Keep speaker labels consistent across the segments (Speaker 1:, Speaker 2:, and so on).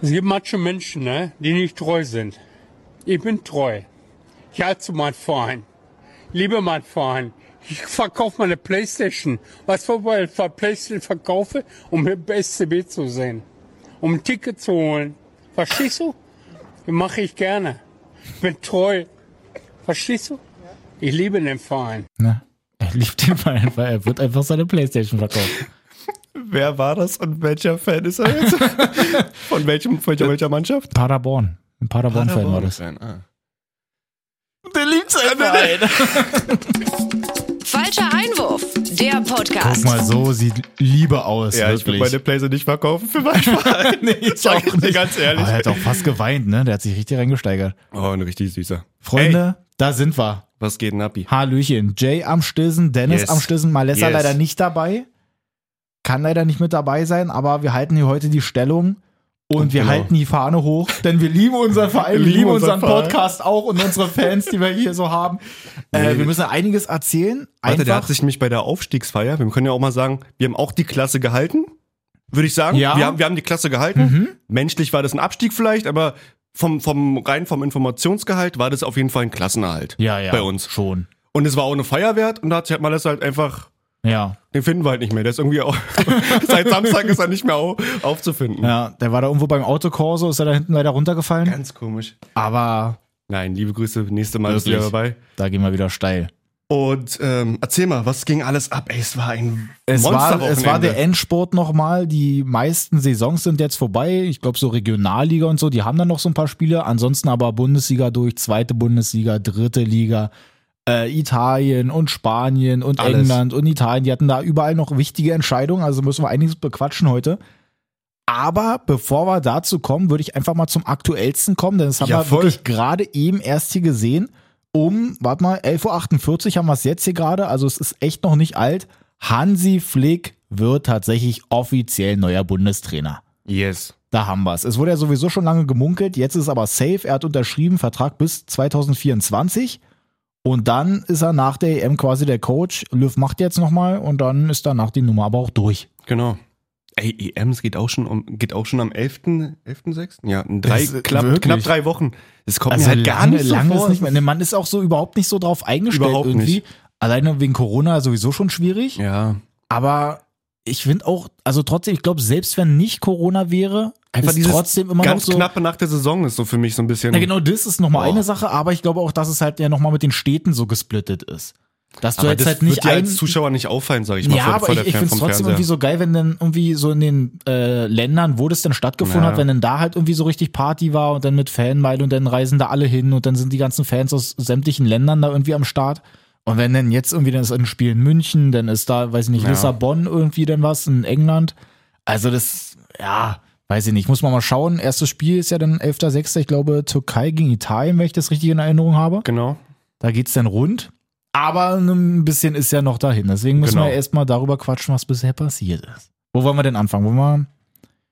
Speaker 1: Es gibt manche Menschen, ne, die nicht treu sind. Ich bin treu. Ich halte zu meinem Verein. Liebe meinen Verein. Ich verkaufe meine Playstation. Was vorbei für Playstation verkaufe, um hier bei SCB zu sehen. Um ein Ticket zu holen. Verstehst du? Das mache ich gerne. Ich bin treu. Verstehst du? Ich liebe den Verein.
Speaker 2: Ne? Er liebt den Verein, weil er wird einfach seine Playstation verkaufen.
Speaker 3: Wer war das und welcher Fan ist er jetzt? Von welchem, von welcher, welcher Mannschaft?
Speaker 2: Paderborn. Ein Paderborn-Fan war das.
Speaker 3: Fan, ah.
Speaker 2: Der liebt seinen Verein.
Speaker 4: Falscher Einwurf, der
Speaker 2: Guck
Speaker 4: Podcast.
Speaker 2: mal, so sieht Liebe aus.
Speaker 3: Ja, ich will
Speaker 2: wirklich.
Speaker 3: meine Playse nicht verkaufen für meinen Verein.
Speaker 2: Nee, ich
Speaker 3: Sag
Speaker 2: auch
Speaker 3: ich dir
Speaker 2: nicht.
Speaker 3: ganz ehrlich.
Speaker 2: Aber er hat auch fast geweint, ne? Der hat sich richtig reingesteigert.
Speaker 3: Oh, ein richtig süßer.
Speaker 2: Freunde, da sind wir.
Speaker 3: Was geht denn ab? hier?
Speaker 2: Hallöchen. Jay am Stilsen, Dennis
Speaker 3: Yes.
Speaker 2: am Stilsen, Malessa
Speaker 3: Yes.
Speaker 2: leider nicht dabei. Kann leider nicht mit dabei sein, aber wir halten hier heute die Stellung und, wir
Speaker 3: genau.
Speaker 2: halten die Fahne hoch, denn wir lieben unseren Verein, wir
Speaker 3: Lieben
Speaker 2: lieben
Speaker 3: unseren
Speaker 2: unseren
Speaker 3: Verein.
Speaker 2: Podcast auch und unsere Fans, die wir hier so haben. Äh, wir müssen einiges erzählen.
Speaker 3: Warte, der
Speaker 2: Einfach.
Speaker 3: hat sich nämlich bei der Aufstiegsfeier, wir können ja auch mal sagen, wir haben auch die Klasse gehalten, würde ich sagen.
Speaker 2: Ja. Mhm.
Speaker 3: Wir, haben, wir haben die Klasse gehalten. Menschlich war das ein Abstieg vielleicht, aber vom, vom rein vom Informationsgehalt war das auf jeden Fall ein Klassenerhalt
Speaker 2: ja, ja.
Speaker 3: bei uns.
Speaker 2: Schon.
Speaker 3: Und es war auch eine Feier wert und da hat sich halt mal das halt einfach,
Speaker 2: Ja.
Speaker 3: den finden wir halt nicht mehr. Der ist irgendwie auch, seit Samstag ist er nicht mehr au, aufzufinden.
Speaker 2: Ja, der war da irgendwo beim Autokorso, ist er da hinten leider runtergefallen.
Speaker 3: Ganz komisch.
Speaker 2: Aber
Speaker 3: Nein, liebe Grüße, nächste Mal ist
Speaker 2: Wirklich.
Speaker 3: wieder dabei.
Speaker 2: da gehen wir wieder steil.
Speaker 3: Und ähm, erzähl mal, was ging alles ab? Ey, es war ein
Speaker 2: Es war, es war der
Speaker 3: Monsterwochenende.
Speaker 2: Endsport nochmal. Die meisten Saisons sind jetzt vorbei. Ich glaube, so Regionalliga und so, die haben dann noch so ein paar Spiele. Ansonsten aber Bundesliga durch, zweite Bundesliga, dritte Liga, äh, Italien und Spanien und
Speaker 3: Alles.
Speaker 2: England und Italien. Die hatten da überall noch wichtige Entscheidungen. Also müssen wir einiges bequatschen heute. Aber bevor wir dazu kommen, würde ich einfach mal zum aktuellsten kommen, denn das haben
Speaker 3: Ja,
Speaker 2: wir
Speaker 3: voll.
Speaker 2: wirklich gerade eben erst hier gesehen. Um, warte mal, 11.48 Uhr haben wir es jetzt hier gerade, also es ist echt noch nicht alt. Hansi Flick wird tatsächlich offiziell neuer Bundestrainer.
Speaker 3: Yes.
Speaker 2: Da haben wir es. Es wurde ja sowieso schon lange gemunkelt, jetzt ist aber safe. Er hat unterschrieben, Vertrag bis 2024. Und dann ist er nach der EM quasi der Coach. Löw macht jetzt nochmal und dann ist danach die Nummer aber auch durch.
Speaker 3: Genau. Ey, EM, es geht auch schon, um, geht auch schon am 11., 11.6.? Ja, in drei,
Speaker 2: Das ist
Speaker 3: knapp,
Speaker 2: wirklich-
Speaker 3: knapp drei Wochen. Es kommt
Speaker 2: Also
Speaker 3: mir halt gar
Speaker 2: lange,
Speaker 3: nicht so
Speaker 2: lange
Speaker 3: vor.
Speaker 2: ist nicht mehr. Ne, Man ist auch so überhaupt nicht so drauf eingestellt
Speaker 3: Überhaupt
Speaker 2: irgendwie.
Speaker 3: nicht.
Speaker 2: Alleine wegen Corona sowieso schon schwierig.
Speaker 3: Ja,
Speaker 2: Aber ich finde auch, also trotzdem, ich glaube, selbst wenn nicht Corona wäre,
Speaker 3: einfach
Speaker 2: ist
Speaker 3: dieses
Speaker 2: trotzdem immer noch
Speaker 3: ganz
Speaker 2: so.
Speaker 3: knappe nach der Saison ist so für mich so ein bisschen.
Speaker 2: Na genau, das ist nochmal
Speaker 3: Boah.
Speaker 2: eine Sache, aber ich glaube auch, dass es halt ja nochmal mit den Städten so gesplittet ist. Dass du
Speaker 3: aber
Speaker 2: jetzt
Speaker 3: das
Speaker 2: halt
Speaker 3: wird
Speaker 2: nicht
Speaker 3: dir
Speaker 2: ein,
Speaker 3: als Zuschauer nicht auffallen, sag ich mal,
Speaker 2: ja,
Speaker 3: vor,
Speaker 2: aber
Speaker 3: vor der
Speaker 2: ich, ich
Speaker 3: Fern-
Speaker 2: finde es
Speaker 3: vom
Speaker 2: trotzdem
Speaker 3: Fernseher.
Speaker 2: irgendwie so geil, wenn dann irgendwie so in den äh, Ländern, wo das denn stattgefunden
Speaker 3: Ja.
Speaker 2: hat, wenn dann da halt irgendwie so richtig Party war und dann mit Fanmeile und dann reisen da alle hin und dann sind die ganzen Fans aus sämtlichen Ländern da irgendwie am Start. Und wenn dann jetzt irgendwie, dann ist ein Spiel in München, dann ist da, weiß ich nicht,
Speaker 3: Ja.
Speaker 2: Lissabon irgendwie dann was in England. Also das, ja, weiß ich nicht, muss man mal schauen. Erstes Spiel ist ja dann 11.06., ich glaube Türkei gegen Italien, wenn ich das richtig in Erinnerung habe.
Speaker 3: Genau.
Speaker 2: Da geht's dann rund. Aber ein bisschen ist ja noch dahin. Deswegen müssen
Speaker 3: Genau.
Speaker 2: wir erstmal darüber quatschen, was bisher passiert ist. Wo wollen wir denn anfangen? Wollen wir?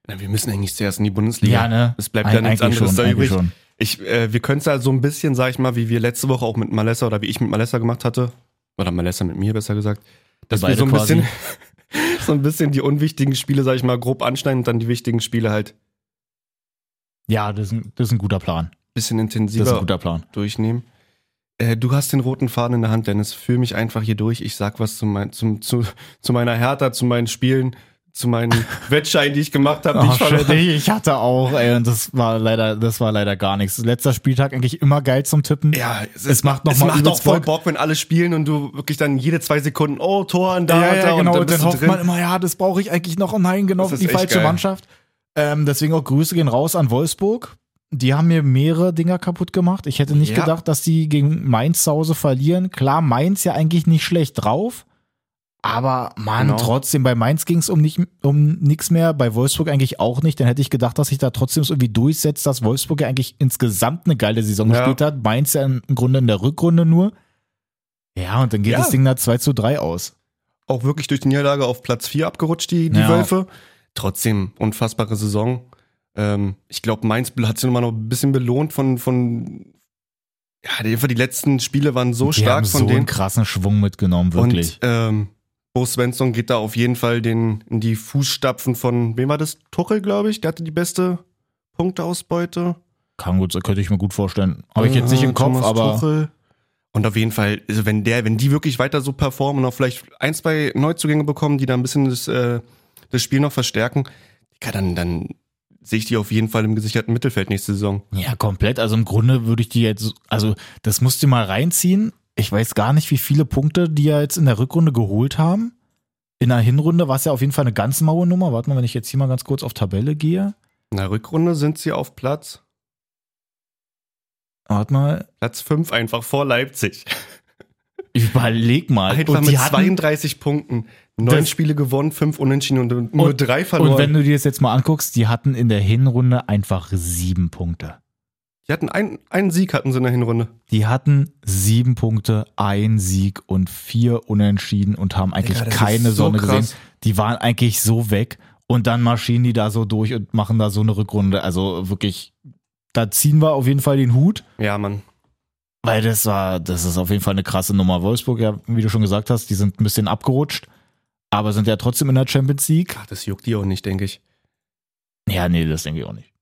Speaker 3: Na, wir müssen eigentlich zuerst in die Bundesliga.
Speaker 2: ne?
Speaker 3: Es bleibt
Speaker 2: Eig-
Speaker 3: ja nichts
Speaker 2: eigentlich
Speaker 3: anderes
Speaker 2: schon,
Speaker 3: da
Speaker 2: eigentlich
Speaker 3: übrig.
Speaker 2: schon.
Speaker 3: Ich, äh, wir können es ja so ein bisschen, sag ich mal, wie wir letzte Woche auch mit Malessa oder wie ich mit Malessa gemacht hatte, oder Malessa mit mir besser gesagt, dass wir,
Speaker 2: beide
Speaker 3: so ein
Speaker 2: quasi.
Speaker 3: bisschen so ein bisschen die unwichtigen Spiele, sag ich mal, grob anschneiden und dann die wichtigen Spiele halt ein
Speaker 2: Ja, das ist, ein, das ist ein guter Plan.
Speaker 3: bisschen
Speaker 2: Das ist ein
Speaker 3: intensiver
Speaker 2: guter Plan.
Speaker 3: durchnehmen. Äh, du hast den roten Faden in der Hand, Dennis. Führ mich einfach hier durch. Ich sag was zu, mein, zum, zu, zu meiner Hertha, zu meinen Spielen, zu meinen Wettscheinen, die ich gemacht habe, die ich
Speaker 2: schade.
Speaker 3: verwette.
Speaker 2: ich hatte auch, ey, und das war leider, das war leider gar nichts. Letzter Spieltag eigentlich immer geil zum Tippen.
Speaker 3: Ja, es,
Speaker 2: Es macht noch
Speaker 3: es
Speaker 2: mal
Speaker 3: macht auch
Speaker 2: übelst
Speaker 3: voll
Speaker 2: Bock.
Speaker 3: Bock, wenn alle spielen und du wirklich dann jede zwei Sekunden, oh, Tor und da
Speaker 2: ja,
Speaker 3: und da
Speaker 2: ja, genau.
Speaker 3: und
Speaker 2: Und
Speaker 3: dann
Speaker 2: dann,
Speaker 3: bist du
Speaker 2: hofft
Speaker 3: drin.
Speaker 2: man immer, ja, das brauche ich eigentlich noch. Und nein, genau
Speaker 3: Das ist
Speaker 2: die
Speaker 3: echt
Speaker 2: falsche
Speaker 3: geil.
Speaker 2: Mannschaft. Ähm, deswegen auch Grüße gehen raus an Wolfsburg. Die haben mir mehrere Dinger kaputt gemacht. Ich hätte nicht
Speaker 3: Ja.
Speaker 2: gedacht, dass die gegen Mainz zu Hause verlieren. Klar, Mainz ja eigentlich nicht schlecht drauf. Aber Mann,
Speaker 3: Genau.
Speaker 2: trotzdem, bei Mainz ging es um nichts um nix mehr, bei Wolfsburg eigentlich auch nicht. Dann hätte ich gedacht, dass sich da trotzdem es irgendwie durchsetzt, dass Wolfsburg ja eigentlich insgesamt eine geile Saison
Speaker 3: Ja.
Speaker 2: gespielt hat. Mainz ja im Grunde in der Rückrunde nur. Ja, und dann geht
Speaker 3: Ja.
Speaker 2: das Ding da 2 zu 3 aus.
Speaker 3: auch wirklich durch die Niederlage auf Platz 4 abgerutscht, die, die
Speaker 2: Ja.
Speaker 3: Wölfe. Trotzdem unfassbare Saison. Ähm, ich glaube, Mainz hat sich nochmal noch ein bisschen belohnt von, von ja, die- einfach die letzten Spiele waren so
Speaker 2: die
Speaker 3: stark
Speaker 2: haben
Speaker 3: von
Speaker 2: so
Speaker 3: denen.
Speaker 2: einen krassen Schwung mitgenommen, wirklich.
Speaker 3: Und ähm, Bo Svensson geht da auf jeden Fall den, in die Fußstapfen von, wem war das? Tuchel, glaube ich. Der hatte die beste Punkteausbeute.
Speaker 2: Kann gut, sein, könnte ich mir gut vorstellen. Habe ich jetzt nicht
Speaker 3: Ja,
Speaker 2: im Kopf,
Speaker 3: Thomas
Speaker 2: aber
Speaker 3: Tuchel. Und auf jeden Fall, also wenn der, wenn die wirklich weiter so performen und auch vielleicht ein, zwei Neuzugänge bekommen, die da ein bisschen das, äh, das Spiel noch verstärken, ja, dann, dann sehe ich die auf jeden Fall im gesicherten Mittelfeld nächste Saison.
Speaker 2: ja, komplett. Also im Grunde würde ich die jetzt, also das musst du mal reinziehen. Ich weiß gar nicht, wie viele Punkte die ja jetzt in der Rückrunde geholt haben. In der Hinrunde war es ja auf jeden Fall eine ganz maue Nummer. Warte mal, wenn ich jetzt hier mal ganz kurz auf Tabelle gehe.
Speaker 3: In der Rückrunde sind sie auf Platz,
Speaker 2: Warte mal,
Speaker 3: Platz fünf einfach vor Leipzig.
Speaker 2: ich überleg mal.
Speaker 3: Einfach mit
Speaker 2: hatten-
Speaker 3: 32 Punkten. Neun
Speaker 2: Das-
Speaker 3: Spiele gewonnen, fünf unentschieden und nur
Speaker 2: Und-
Speaker 3: drei verloren.
Speaker 2: Und wenn du dir das jetzt mal anguckst, die hatten in der Hinrunde einfach sieben Punkte.
Speaker 3: die hatten einen, einen Sieg hatten sie in der Hinrunde.
Speaker 2: Die hatten sieben Punkte, ein Sieg und vier Unentschieden und haben eigentlich
Speaker 3: Digga, das
Speaker 2: keine
Speaker 3: ist so
Speaker 2: Sonne
Speaker 3: krass.
Speaker 2: gesehen. Die waren eigentlich so weg und dann marschieren die da so durch und machen da so eine Rückrunde. Also wirklich, da ziehen wir auf jeden Fall den Hut,
Speaker 3: Ja, Mann.
Speaker 2: weil das war, das ist auf jeden Fall eine krasse Nummer. Wolfsburg, ja, wie du schon gesagt hast, die sind ein bisschen abgerutscht, aber sind ja trotzdem in der Champions League.
Speaker 3: Ach, das juckt die auch nicht, denke ich.
Speaker 2: Ja, nee, das denke ich auch nicht.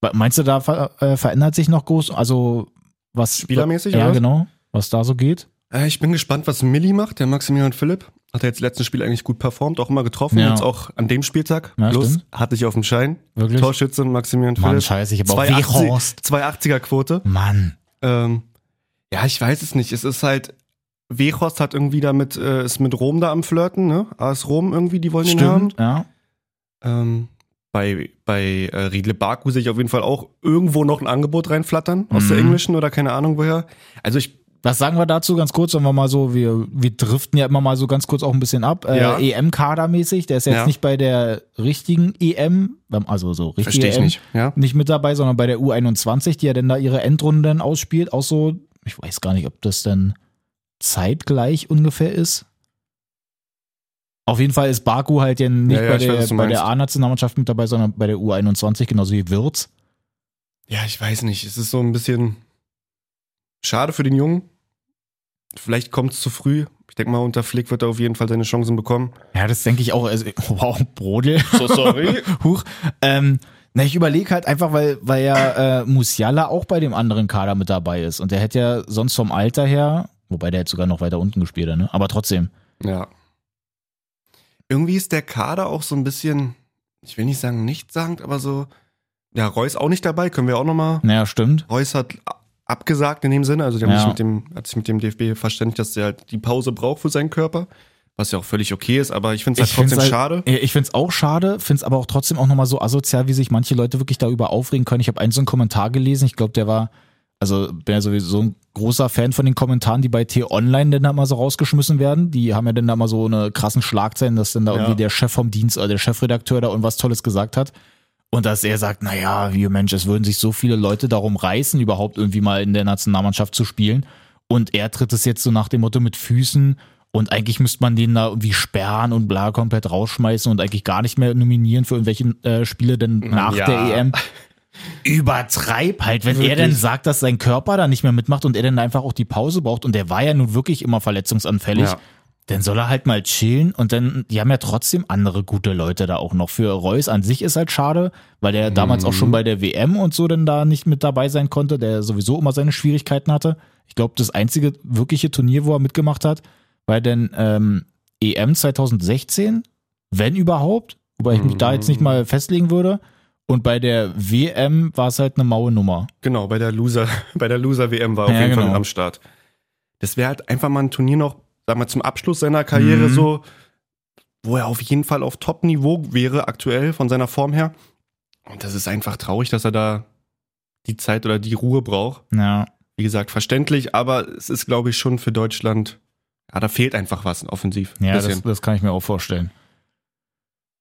Speaker 2: Wa- Meinst du, da ver äh, verändert sich noch groß, also was
Speaker 3: Spielermäßig,
Speaker 2: Ja,
Speaker 3: oder was?
Speaker 2: genau, was da so geht?
Speaker 3: Äh, Ich bin gespannt, was Milli macht, der Maximilian Philipp. Hat er jetzt letztes Spiel eigentlich gut performt, auch immer getroffen,
Speaker 2: Ja.
Speaker 3: jetzt auch an dem Spieltag.
Speaker 2: Ja,
Speaker 3: Los,
Speaker 2: stimmt.
Speaker 3: hatte ich auf dem Schein.
Speaker 2: Wirklich?
Speaker 3: Torschütze Maximilian
Speaker 2: Mann,
Speaker 3: Philipp.
Speaker 2: scheiße, ich habe auch Wehorst.
Speaker 3: 280, er Quote.
Speaker 2: Mann,
Speaker 3: Ähm, ja, ich weiß es nicht. Es ist halt, Wehorst hat irgendwie damit, äh, ist mit Rom da am Flirten, ne? AS Rom irgendwie, die wollen ihn haben.
Speaker 2: stimmt, ja.
Speaker 3: Ähm, bei bei äh, Riedle Baku sehe ich auf jeden Fall auch irgendwo noch ein Angebot reinflattern, aus der
Speaker 2: Mhm.
Speaker 3: englischen oder keine Ahnung woher. Also ich
Speaker 2: Was sagen wir dazu ganz kurz, wenn wir mal so, wir, wir driften ja immer mal so ganz kurz auch ein bisschen ab, äh,
Speaker 3: Ja.
Speaker 2: EM-Kadermäßig, der ist jetzt
Speaker 3: Ja.
Speaker 2: nicht bei der richtigen EM, beim- also so richtig
Speaker 3: verstehe ich
Speaker 2: EM,
Speaker 3: nicht. Ja?
Speaker 2: nicht mit dabei, sondern bei der U21, die ja denn da ihre Endrunden dann ausspielt, auch so, ich weiß gar nicht, ob das denn zeitgleich ungefähr ist. Auf jeden Fall ist Baku halt ja nicht
Speaker 3: Ja, ja,
Speaker 2: bei
Speaker 3: ich weiß,
Speaker 2: der,
Speaker 3: was du
Speaker 2: bei der
Speaker 3: meinst.
Speaker 2: A-Nationalmannschaft mit dabei, sondern bei der U21, genauso wie Wirtz.
Speaker 3: Ja, ich weiß nicht. Es ist so ein bisschen schade für den Jungen. Vielleicht kommt es zu früh. Ich denke mal, unter Flick wird er auf jeden Fall seine Chancen bekommen.
Speaker 2: Ja, das denke ich auch. Also, wow, Brodel. So
Speaker 3: sorry.
Speaker 2: Huch. Ähm, na, ich überlege halt einfach, weil, weil ja äh, Musiala auch bei dem anderen Kader mit dabei ist. Und der hätte ja sonst vom Alter her, wobei der jetzt sogar noch weiter unten gespielt hat, ne? Aber trotzdem.
Speaker 3: Ja. Irgendwie ist der Kader auch so ein bisschen, ich will nicht sagen nichtssagend, aber so. Ja, Reus auch nicht dabei, können wir auch nochmal.
Speaker 2: Naja, stimmt.
Speaker 3: Reus hat a- abgesagt in dem Sinne, also der
Speaker 2: Ja.
Speaker 3: hat sich mit dem, hat sich mit dem DFB verständigt, dass der halt die Pause braucht für seinen Körper. Was ja auch völlig okay ist, aber ich finde es halt
Speaker 2: find's
Speaker 3: trotzdem schade.
Speaker 2: Ja, Ich finde es auch schade, finde es aber auch trotzdem auch nochmal so asozial, wie sich manche Leute wirklich darüber aufregen können. Ich habe einen so einen Kommentar gelesen, ich glaube, der war, also bin ja sowieso ein großer Fan von den Kommentaren, die bei T-Online dann da mal so rausgeschmissen werden. Die haben ja dann da mal so eine krassen Schlagzeilen, dass dann da
Speaker 3: Ja.
Speaker 2: irgendwie der Chef vom Dienst oder der Chefredakteur da irgendwas Tolles gesagt hat. Und dass er sagt, naja, wie Mensch, es würden sich so viele Leute darum reißen, überhaupt irgendwie mal in der Nationalmannschaft zu spielen. Und er tritt es jetzt so nach dem Motto mit Füßen. Und eigentlich müsste man den da irgendwie sperren und bla komplett rausschmeißen und eigentlich gar nicht mehr nominieren für irgendwelche äh, Spiele denn nach
Speaker 3: Ja.
Speaker 2: der E EM. Übertreib halt, wenn er
Speaker 3: Wirklich.
Speaker 2: denn sagt, dass sein Körper da nicht mehr mitmacht und er dann einfach auch die Pause braucht und der war ja nun wirklich immer verletzungsanfällig,
Speaker 3: Ja.
Speaker 2: dann soll er halt mal chillen und dann, die haben ja trotzdem andere gute Leute da auch noch. Für Reus an sich ist halt schade, weil der damals auch
Speaker 3: Mhm.
Speaker 2: schon bei der WM und so dann da nicht mit dabei sein konnte, der sowieso immer seine Schwierigkeiten hatte. Ich glaube, das einzige wirkliche Turnier, wo er mitgemacht hat, war dann ähm, EM 2016, wenn überhaupt, wobei ich mich da jetzt nicht
Speaker 3: Mhm.
Speaker 2: mal festlegen würde. Und bei der WM war es halt eine maue Nummer.
Speaker 3: Genau, bei der Loser, bei der Loser WM war auf
Speaker 2: Ja,
Speaker 3: jeden
Speaker 2: genau.
Speaker 3: Fall am Start. Das wäre halt einfach mal ein Turnier noch, sag mal, zum Abschluss seiner Karriere
Speaker 2: Mhm.
Speaker 3: so, wo er auf jeden Fall auf Top-Niveau wäre, aktuell von seiner Form her. Und das ist einfach traurig, dass er da die Zeit oder die Ruhe braucht.
Speaker 2: Ja.
Speaker 3: Wie gesagt, verständlich, aber es ist, glaube ich, schon für Deutschland. Ja, da fehlt einfach was offensiv.
Speaker 2: Ja, das, das kann ich mir auch vorstellen.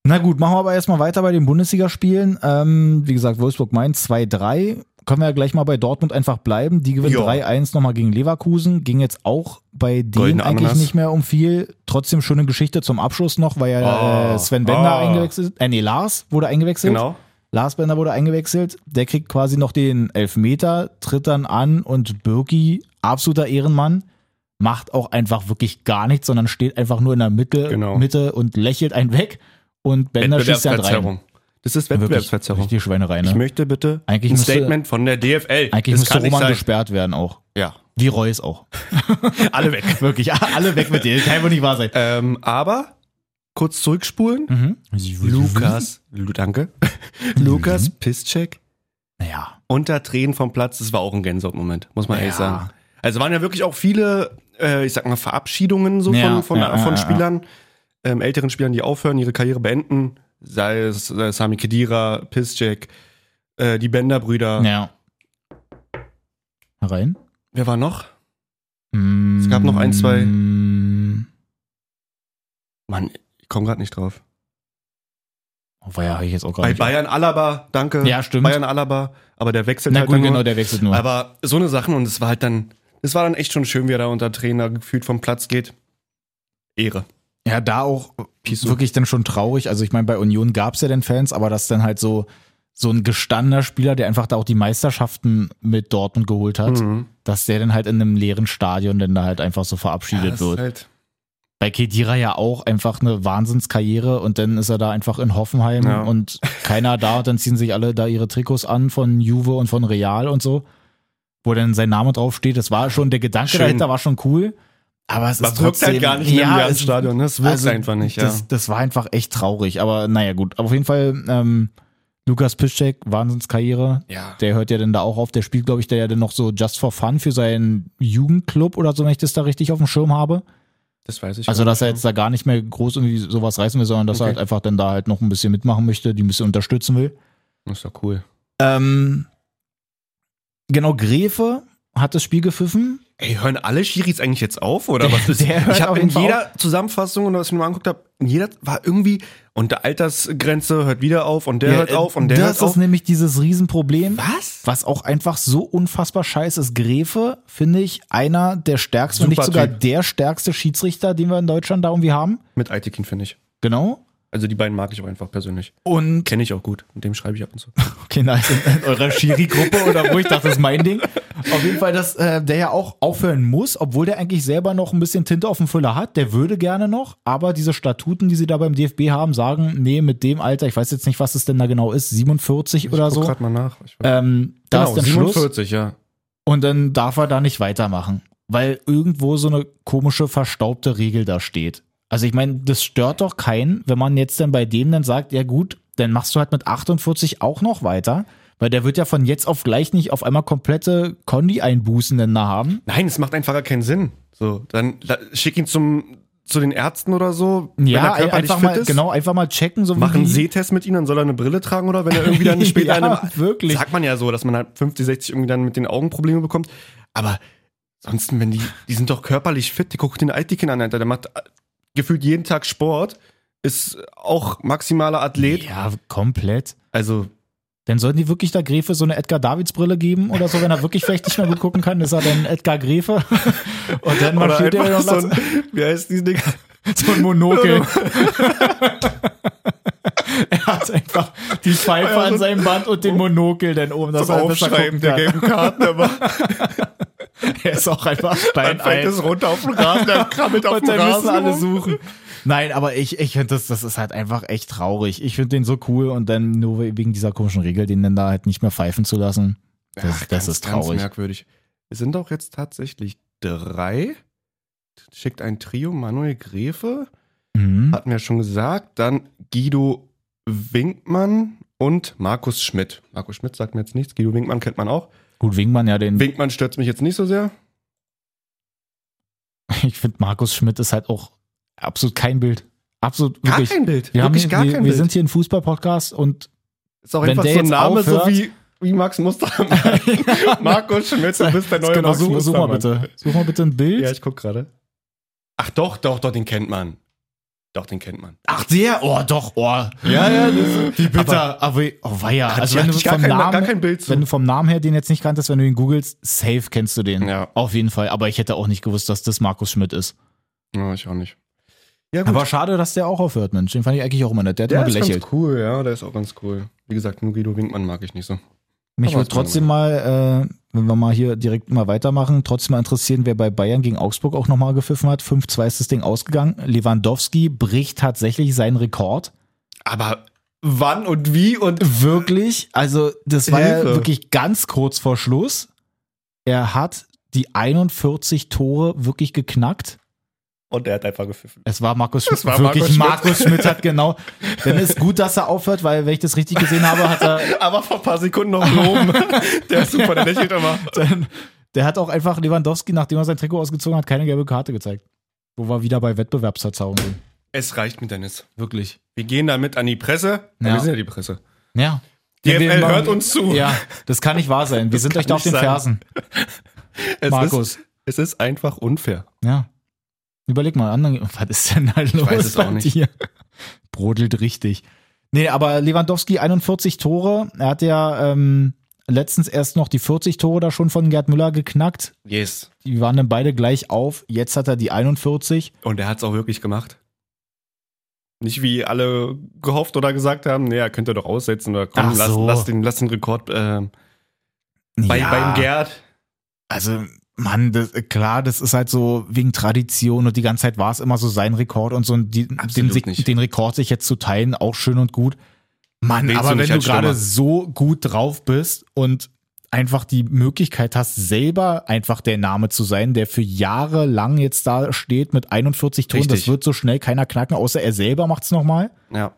Speaker 2: Na gut, machen wir aber erstmal weiter bei den Bundesligaspielen. Ähm, wie gesagt, Wolfsburg-Mainz 2-3. Können wir ja gleich mal bei Dortmund einfach bleiben. Die gewinnen
Speaker 3: Ja.
Speaker 2: 3-1 nochmal gegen Leverkusen. Ging jetzt auch bei denen
Speaker 3: Goldene
Speaker 2: eigentlich
Speaker 3: Ananas.
Speaker 2: nicht mehr um viel. Trotzdem schöne Geschichte zum Abschluss noch, weil ja
Speaker 3: Oh.
Speaker 2: äh, Sven Bender
Speaker 3: Oh.
Speaker 2: eingewechselt, äh nee, Lars wurde eingewechselt.
Speaker 3: genau.
Speaker 2: Lars Bender wurde eingewechselt. Der kriegt quasi noch den Elfmeter, tritt dann an und Birki, absoluter Ehrenmann, macht auch einfach wirklich gar nichts, sondern steht einfach nur in der Mitte,
Speaker 3: Genau.
Speaker 2: Mitte und lächelt einen weg. Und Bender schießt dann rein.
Speaker 3: Wettbewerbsverzerrung. Das ist
Speaker 2: Wirklich,
Speaker 3: Wettbewerbsverzerrung.
Speaker 2: richtig Schweinerei,
Speaker 3: Ich
Speaker 2: ne?
Speaker 3: möchte bitte
Speaker 2: Eigentlich
Speaker 3: ein
Speaker 2: müsste-
Speaker 3: Statement von der DFL.
Speaker 2: Eigentlich
Speaker 3: das
Speaker 2: müsste
Speaker 3: kann nicht
Speaker 2: Roman
Speaker 3: sein.
Speaker 2: gesperrt werden auch.
Speaker 3: Ja,
Speaker 2: Wie Reus auch.
Speaker 3: alle weg.
Speaker 2: Wirklich, alle weg mit dir. Kann wohl nicht wahr sein.
Speaker 3: ähm, aber kurz zurückspulen.
Speaker 2: Mhm.
Speaker 3: Lukas, Lu, danke. Lukas
Speaker 2: Mhm.
Speaker 3: Piszczek
Speaker 2: Naja.
Speaker 3: unter Tränen vom Platz. Das war auch ein Gänsehautmoment, muss man ehrlich
Speaker 2: Ja.
Speaker 3: sagen. Also waren ja wirklich auch viele, äh, ich sag mal, Verabschiedungen so
Speaker 2: Ja,
Speaker 3: von, von,
Speaker 2: ja, ja,
Speaker 3: von
Speaker 2: ja,
Speaker 3: Spielern, Ähm, älteren Spielern, die aufhören, ihre Karriere beenden. Sei es äh, Sami Khedira, Piszczek, äh, die Bender-Brüder.
Speaker 2: Ja. Herein.
Speaker 3: Wer war noch? Es gab noch ein, zwei-
Speaker 2: Mm.
Speaker 3: Mann, ich komme gerade nicht drauf.
Speaker 2: Oh, war ich jetzt auch
Speaker 3: Bei
Speaker 2: gerade.
Speaker 3: Bayern Alaba, danke.
Speaker 2: Ja, stimmt.
Speaker 3: Bayern Alaba, aber der wechselt
Speaker 2: Na
Speaker 3: halt
Speaker 2: gut,
Speaker 3: dann nur.
Speaker 2: genau, der wechselt nur.
Speaker 3: Aber so eine Sachen und es war halt dann, es war dann echt schon schön, wie er da unter Trainer gefühlt vom Platz geht. Ehre.
Speaker 2: Ja, da auch
Speaker 3: Piso.
Speaker 2: wirklich dann schon traurig. Also ich meine, bei Union gab's ja dann Fans, aber dass dann halt so so ein gestandener Spieler, der einfach da auch die Meisterschaften mit Dortmund geholt hat,
Speaker 3: Hm.
Speaker 2: dass der dann halt in einem leeren Stadion dann da halt einfach so
Speaker 3: Ja,
Speaker 2: verabschiedet
Speaker 3: das ist
Speaker 2: wird.
Speaker 3: halt,
Speaker 2: Bei Kedira ja auch einfach eine Wahnsinnskarriere und dann ist er da einfach in Hoffenheim
Speaker 3: Ja.
Speaker 2: und keiner da und dann ziehen sich alle da ihre Trikots an von Juve und von Real und so, wo dann sein Name draufsteht. Das war schon, der Gedanke
Speaker 3: Schön.
Speaker 2: dahinter war schon cool, aber es
Speaker 3: man
Speaker 2: ist
Speaker 3: wirkt
Speaker 2: trotzdem,
Speaker 3: halt gar nicht ja, im ganzen Stadion, ne? Es wirkt einfach nicht, ja.
Speaker 2: also das, das war einfach echt traurig, aber naja gut, aber auf jeden Fall ähm, Lukas Piszczek, Wahnsinnskarriere.
Speaker 3: ja.
Speaker 2: Der hört ja dann da auch auf, der spielt glaube ich da ja dann noch so Just for Fun für seinen Jugendclub oder so, wenn ich das da richtig auf dem Schirm habe.
Speaker 3: Das weiß ich.
Speaker 2: Also,
Speaker 3: gar
Speaker 2: dass er
Speaker 3: nicht.
Speaker 2: jetzt da gar nicht mehr groß irgendwie sowas reißen will, sondern dass er
Speaker 3: Okay.
Speaker 2: halt einfach dann da halt noch ein bisschen mitmachen möchte, die ein bisschen unterstützen will.
Speaker 3: Das ist doch cool.
Speaker 2: Ähm, genau, Gräfe hat das Spiel gepfiffen.
Speaker 3: Ey, hören alle Schiris eigentlich jetzt auf oder was ist?
Speaker 2: der hört
Speaker 3: ich
Speaker 2: auf
Speaker 3: habe in
Speaker 2: jeden Fall
Speaker 3: jeder Zusammenfassung und was ich mir mal angeguckt habe, in jeder war irgendwie und der Altersgrenze hört wieder auf und der hört
Speaker 2: äh,
Speaker 3: auf und der
Speaker 2: das
Speaker 3: hört
Speaker 2: ist
Speaker 3: auf.
Speaker 2: nämlich dieses Riesenproblem.
Speaker 3: Was?
Speaker 2: Was auch einfach so unfassbar scheiße ist, Gräfe, finde ich, einer der stärksten, wenn
Speaker 3: Super
Speaker 2: nicht sogar
Speaker 3: Typ.
Speaker 2: der stärkste Schiedsrichter, den wir in Deutschland da irgendwie haben.
Speaker 3: Mit Aitekin finde ich.
Speaker 2: Genau.
Speaker 3: Also die beiden mag ich auch einfach persönlich.
Speaker 2: Und
Speaker 3: Kenne ich auch gut. Mit dem schreibe ich ab und zu.
Speaker 2: Okay, nice. In, in eurer Schiri-Gruppe oder wo ich dachte, das ist mein Ding. Auf jeden Fall, dass äh, der ja auch aufhören muss, obwohl der eigentlich selber noch ein bisschen Tinte auf dem Füller hat. Der würde gerne noch, aber diese Statuten, die sie da beim DFB haben, sagen, nee, mit dem Alter, ich weiß jetzt nicht, was es denn da genau ist, 47 oder
Speaker 3: Guck
Speaker 2: so,
Speaker 3: grad mal nach. Ich
Speaker 2: ähm, da ist dann Schluss
Speaker 3: 47, ja.
Speaker 2: und dann darf er da nicht weitermachen, weil irgendwo so eine komische, verstaubte Regel da steht. Also ich meine, das stört doch keinen, wenn man jetzt dann bei dem dann sagt, ja gut, dann machst du halt mit 48 auch noch weiter, weil der wird ja von jetzt auf gleich nicht auf einmal komplette Kondi-Einbußen denn da haben.
Speaker 3: Nein, es macht einfach gar keinen Sinn. So, dann la- schick ihn zum, zu den Ärzten oder so.
Speaker 2: Ja,
Speaker 3: wenn er körperlich
Speaker 2: einfach
Speaker 3: fit
Speaker 2: mal,
Speaker 3: ist.
Speaker 2: genau, einfach mal checken, so
Speaker 3: Machen
Speaker 2: wie
Speaker 3: einen
Speaker 2: die-
Speaker 3: Sehtest mit ihm, dann soll er eine Brille tragen oder wenn er irgendwie dann später
Speaker 2: Ja,
Speaker 3: einem,
Speaker 2: wirklich.
Speaker 3: sagt man ja so, dass man halt 50, 60 irgendwie dann mit den Augen Probleme bekommt. Aber ansonsten, wenn die, die sind doch körperlich fit, die gucken den Altikin an, Alter. Der macht äh, gefühlt jeden Tag Sport, ist auch maximaler Athlet.
Speaker 2: Ja, komplett.
Speaker 3: Also,
Speaker 2: Dann sollten die wirklich da Gräfe so eine Edgar Davids Brille geben oder so, wenn er wirklich vielleicht nicht mehr gut gucken kann, ist er dann Edgar Gräfe. Und dann
Speaker 3: oder
Speaker 2: marschiert er
Speaker 3: einfach
Speaker 2: noch
Speaker 3: so ein, wie heißt dieses Ding?
Speaker 2: So ein Monokel. er hat einfach die Pfeife
Speaker 3: Ja, so-
Speaker 2: an seinem Band und den Monokel dann oben, dass
Speaker 3: Das
Speaker 2: er besser
Speaker 3: Aufschreiben
Speaker 2: gucken
Speaker 3: der
Speaker 2: kann.
Speaker 3: gelben Karten, aber
Speaker 2: Er ist auch einfach
Speaker 3: dann fällt
Speaker 2: steinein.
Speaker 3: es runter auf den Rasen, dann krabbelt auf
Speaker 2: Und
Speaker 3: den
Speaker 2: dann müssen
Speaker 3: Rasen
Speaker 2: alle
Speaker 3: rum.
Speaker 2: suchen. Nein, aber ich, ich finde, das, das ist halt einfach echt traurig. Ich finde den so cool und dann nur wegen dieser komischen Regel, den dann da halt nicht mehr pfeifen zu lassen. Das, das
Speaker 3: Ganz,
Speaker 2: ist traurig.
Speaker 3: Ganz merkwürdig. Es sind doch jetzt tatsächlich drei. Schickt ein Trio Manuel Gräfe,
Speaker 2: Mhm.
Speaker 3: hatten wir schon gesagt. Dann Guido Winkmann und Markus Schmidt. Markus Schmidt sagt mir jetzt nichts. Guido Winkmann kennt man auch.
Speaker 2: Gut, Wingmann ja den.
Speaker 3: Winkmann stört mich jetzt nicht so sehr.
Speaker 2: Ich finde, Markus Schmidt ist halt auch absolut kein Bild. Absolut
Speaker 3: Gar
Speaker 2: wirklich.
Speaker 3: kein Bild.
Speaker 2: Wir, haben
Speaker 3: Wirklich
Speaker 2: hier,
Speaker 3: gar
Speaker 2: wir,
Speaker 3: kein
Speaker 2: wir
Speaker 3: Bild.
Speaker 2: sind hier ein Fußball-Podcast und
Speaker 3: ist auch
Speaker 2: wenn
Speaker 3: einfach
Speaker 2: der
Speaker 3: so ein
Speaker 2: jetzt
Speaker 3: Name,
Speaker 2: aufhört-
Speaker 3: so wie, wie Max Mustermann. Markus Schmidt, du bist der neue
Speaker 2: genau,
Speaker 3: Max
Speaker 2: such, such mal
Speaker 3: Mustermann.
Speaker 2: bitte. Such mal bitte ein Bild.
Speaker 3: Ja, ich guck gerade. Ach doch, doch, doch, den kennt man. Doch, den kennt man.
Speaker 2: Ach, der? Oh, doch, oh. Ja,
Speaker 3: ja, das-
Speaker 2: Wie bitter. Aber, oh, weia. Also,
Speaker 3: ich-
Speaker 2: wenn du,
Speaker 3: hatte ich gar
Speaker 2: vom
Speaker 3: kein-
Speaker 2: Namen,
Speaker 3: gar kein Bild zu.
Speaker 2: wenn du vom Namen her den jetzt nicht kanntest, wenn du ihn googelst, safe kennst du den.
Speaker 3: Ja.
Speaker 2: Auf jeden Fall. Aber ich hätte auch nicht gewusst, dass das Markus Schmidt ist.
Speaker 3: Ja, ich auch nicht. Ja,
Speaker 2: Aber schade, dass der auch aufhört, Mensch. Den fand ich eigentlich auch immer nett. Der hat
Speaker 3: der
Speaker 2: immer
Speaker 3: ist
Speaker 2: gelächelt.
Speaker 3: ganz cool, ja, der ist auch ganz cool. Wie gesagt, nur Guido Winkmann mag ich nicht so.
Speaker 2: Mich würde
Speaker 3: Aber ist meine
Speaker 2: trotzdem mal, äh, wenn wir mal hier direkt mal weitermachen, trotzdem mal interessieren, wer bei Bayern gegen Augsburg auch nochmal gepfiffen hat. 5-2 ist das Ding ausgegangen. Lewandowski bricht tatsächlich seinen Rekord.
Speaker 3: Aber wann und wie und
Speaker 2: Wirklich, also das war ja
Speaker 3: Hilfe.
Speaker 2: wirklich ganz kurz vor Schluss. Er hat die 41 Tore wirklich geknackt.
Speaker 3: und er hat einfach gepfiffen.
Speaker 2: Es war Markus Schmidt.
Speaker 3: Es war
Speaker 2: wirklich Markus
Speaker 3: Markus
Speaker 2: Schmidt. hat genau. Dann ist gut, dass er aufhört, weil wenn ich das richtig gesehen habe, hat er
Speaker 3: Aber vor ein paar Sekunden noch loben. der ist super, der lächelt immer.
Speaker 2: dann, der hat auch einfach Lewandowski, nachdem er sein Trikot ausgezogen hat, keine gelbe Karte gezeigt. Wo wir wieder bei Wettbewerbsverzerrung sind.
Speaker 3: Es reicht mir, Dennis.
Speaker 2: Wirklich.
Speaker 3: Wir gehen damit an die Presse. Ja.
Speaker 2: Ja.
Speaker 3: Wir sind ja die Presse.
Speaker 2: Ja.
Speaker 3: Die
Speaker 2: Wir-
Speaker 3: FL
Speaker 2: wir-
Speaker 3: hört uns zu.
Speaker 2: Ja, das kann nicht wahr sein. Wir sind
Speaker 3: kann
Speaker 2: euch da auf
Speaker 3: nicht
Speaker 2: den
Speaker 3: sein.
Speaker 2: Fersen,
Speaker 3: es
Speaker 2: Markus.
Speaker 3: Ist, es ist einfach unfair.
Speaker 2: Ja. Überleg mal, anderen, was ist denn da los
Speaker 3: weiß es
Speaker 2: bei
Speaker 3: auch nicht.
Speaker 2: dir? Brodelt richtig. Nee, aber Lewandowski 41 Tore. Er hat ja ähm, letztens erst noch die 40 Tore da schon von Gerd Müller geknackt.
Speaker 3: Yes.
Speaker 2: Die waren dann beide gleich auf. Jetzt hat er die 41.
Speaker 3: Und er hat es auch wirklich gemacht. Nicht wie alle gehofft oder gesagt haben, naja, könnt ihr doch aussetzen oder komm,
Speaker 2: Ach
Speaker 3: lass,
Speaker 2: so.
Speaker 3: lass, den, lass den Rekord ähm, bei, beim Gerd.
Speaker 2: Also, Mann, das, klar, das ist halt so wegen Tradition und die ganze Zeit war es immer so sein Rekord und so ein- die, den,
Speaker 3: Absolut
Speaker 2: Sig-
Speaker 3: nicht.
Speaker 2: den Rekord sich jetzt zu teilen, auch schön und gut. Mann,
Speaker 3: Willst
Speaker 2: aber
Speaker 3: du nicht
Speaker 2: wenn du
Speaker 3: als
Speaker 2: gerade
Speaker 3: Stürmer?
Speaker 2: so gut drauf bist und einfach die Möglichkeit hast, selber einfach der Name zu sein, der für Jahre lang jetzt da steht mit 41 Toren, das
Speaker 3: Richtig.
Speaker 2: wird so schnell keiner knacken, außer er selber macht's nochmal.
Speaker 3: Ja.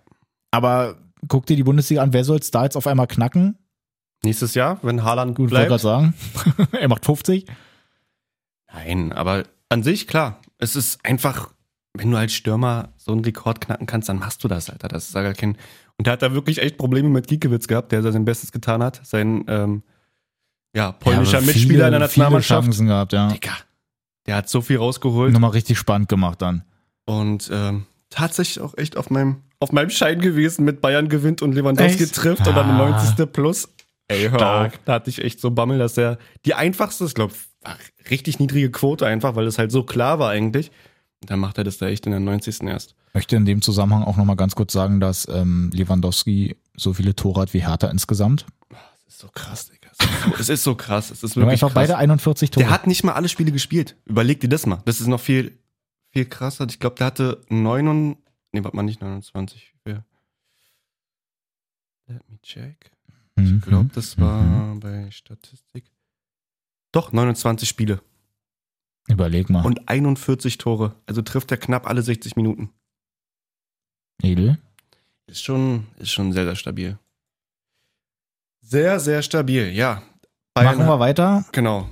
Speaker 2: Aber guck dir die Bundesliga an, wer soll's da jetzt auf einmal knacken?
Speaker 3: Nächstes Jahr, wenn Haaland
Speaker 2: Gut,
Speaker 3: gut
Speaker 2: wollte gerade
Speaker 3: bleibt.
Speaker 2: sagen. er macht 50.
Speaker 3: Nein, aber an sich, klar. Es ist einfach, wenn du als Stürmer so einen Rekord knacken kannst, dann machst du das, Alter. Das ist ja gar kein. Und da hat er wirklich echt Probleme mit Giekewitz gehabt, der sein Bestes getan hat. Sein ähm, ja, polnischer
Speaker 2: Ja, aber
Speaker 3: Mitspieler
Speaker 2: viele,
Speaker 3: in der
Speaker 2: Viele
Speaker 3: Nationalmannschaft.
Speaker 2: Chancen gehabt, ja.
Speaker 3: Digga. Der hat so viel rausgeholt.
Speaker 2: Nochmal richtig spannend gemacht dann.
Speaker 3: Und ähm, tatsächlich auch echt auf meinem, auf meinem Schein gewesen mit Bayern gewinnt und Lewandowski
Speaker 2: Echt?
Speaker 3: trifft und dann
Speaker 2: Ah.
Speaker 3: 90. Plus. Ey, hör
Speaker 2: Stark.
Speaker 3: auf. Da hatte ich echt so Bammel, dass er die einfachste, ich glaube, richtig niedrige Quote einfach, weil es halt so klar war eigentlich. Und dann macht er das da echt in der 90. erst.
Speaker 2: Möchte in dem Zusammenhang auch nochmal ganz kurz sagen, dass ähm, Lewandowski so viele Tore hat wie Hertha insgesamt.
Speaker 3: Das ist so krass, Digga. Es ist so- Es ist so krass. Es ist
Speaker 2: Wir haben
Speaker 3: wirklich
Speaker 2: einfach
Speaker 3: krass.
Speaker 2: beide 41 Tore.
Speaker 3: Der hat nicht mal alle Spiele gespielt. Überleg dir das mal. Das ist noch viel, viel krasser. Ich glaube, der hatte 9. Nee, warte mal, nicht 29. Ja. Let me check.
Speaker 2: Mhm.
Speaker 3: Ich glaube, das
Speaker 2: Mhm.
Speaker 3: war bei Statistik. Doch, 29 Spiele
Speaker 2: Überleg mal.
Speaker 3: und 41 Tore. Also trifft er knapp alle 60 Minuten.
Speaker 2: Edel.
Speaker 3: Ist schon, ist schon sehr, sehr stabil. Sehr, sehr stabil, ja. Bayern,
Speaker 2: Machen wir weiter.
Speaker 3: Genau.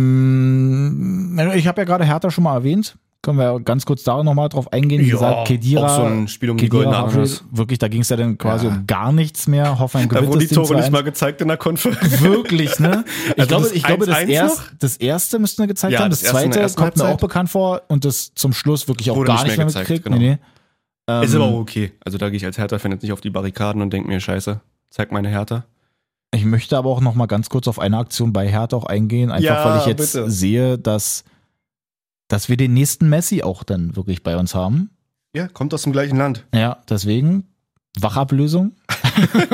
Speaker 2: Ähm, ich habe ja gerade Hertha schon mal erwähnt. Können wir ganz kurz da nochmal drauf eingehen. Wie gesagt, Kedira.
Speaker 3: auch so ein Spiel um die
Speaker 2: Kedira
Speaker 3: goldene
Speaker 2: war
Speaker 3: Ananas.
Speaker 2: wirklich, da ging es ja dann quasi
Speaker 3: Ja.
Speaker 2: um gar nichts mehr. Hoffenheim
Speaker 3: Da
Speaker 2: gewinnt
Speaker 3: wurden die
Speaker 2: das Ding
Speaker 3: Tore nicht
Speaker 2: 2-1.
Speaker 3: mal gezeigt in der Konferenz.
Speaker 2: Wirklich, ne? Ich
Speaker 3: Also
Speaker 2: glaube,
Speaker 3: das
Speaker 2: ich glaube das,
Speaker 3: 1-1
Speaker 2: erst,
Speaker 3: noch?
Speaker 2: das erste müssten wir gezeigt
Speaker 3: Ja,
Speaker 2: haben, das,
Speaker 3: das erste in der
Speaker 2: zweite
Speaker 3: ersten
Speaker 2: kommt mir auch
Speaker 3: Halbzeit.
Speaker 2: bekannt vor und das zum Schluss wirklich auch
Speaker 3: Wurde
Speaker 2: gar
Speaker 3: nicht
Speaker 2: nicht mehr
Speaker 3: mehr
Speaker 2: mitgekriegt.
Speaker 3: gezeigt, genau.
Speaker 2: Nee, nee. Ähm,
Speaker 3: Ist aber auch okay. Also da gehe ich als Hertha-Fan jetzt nicht auf die Barrikaden und denke mir, scheiße, zeig meine Hertha.
Speaker 2: Ich möchte aber auch noch mal ganz kurz auf eine Aktion bei Hertha auch eingehen, einfach
Speaker 3: Ja,
Speaker 2: weil ich jetzt
Speaker 3: bitte.
Speaker 2: sehe, dass, dass wir den nächsten Messi auch dann wirklich bei uns haben.
Speaker 3: Ja, kommt aus dem gleichen Land.
Speaker 2: Ja, deswegen Wachablösung.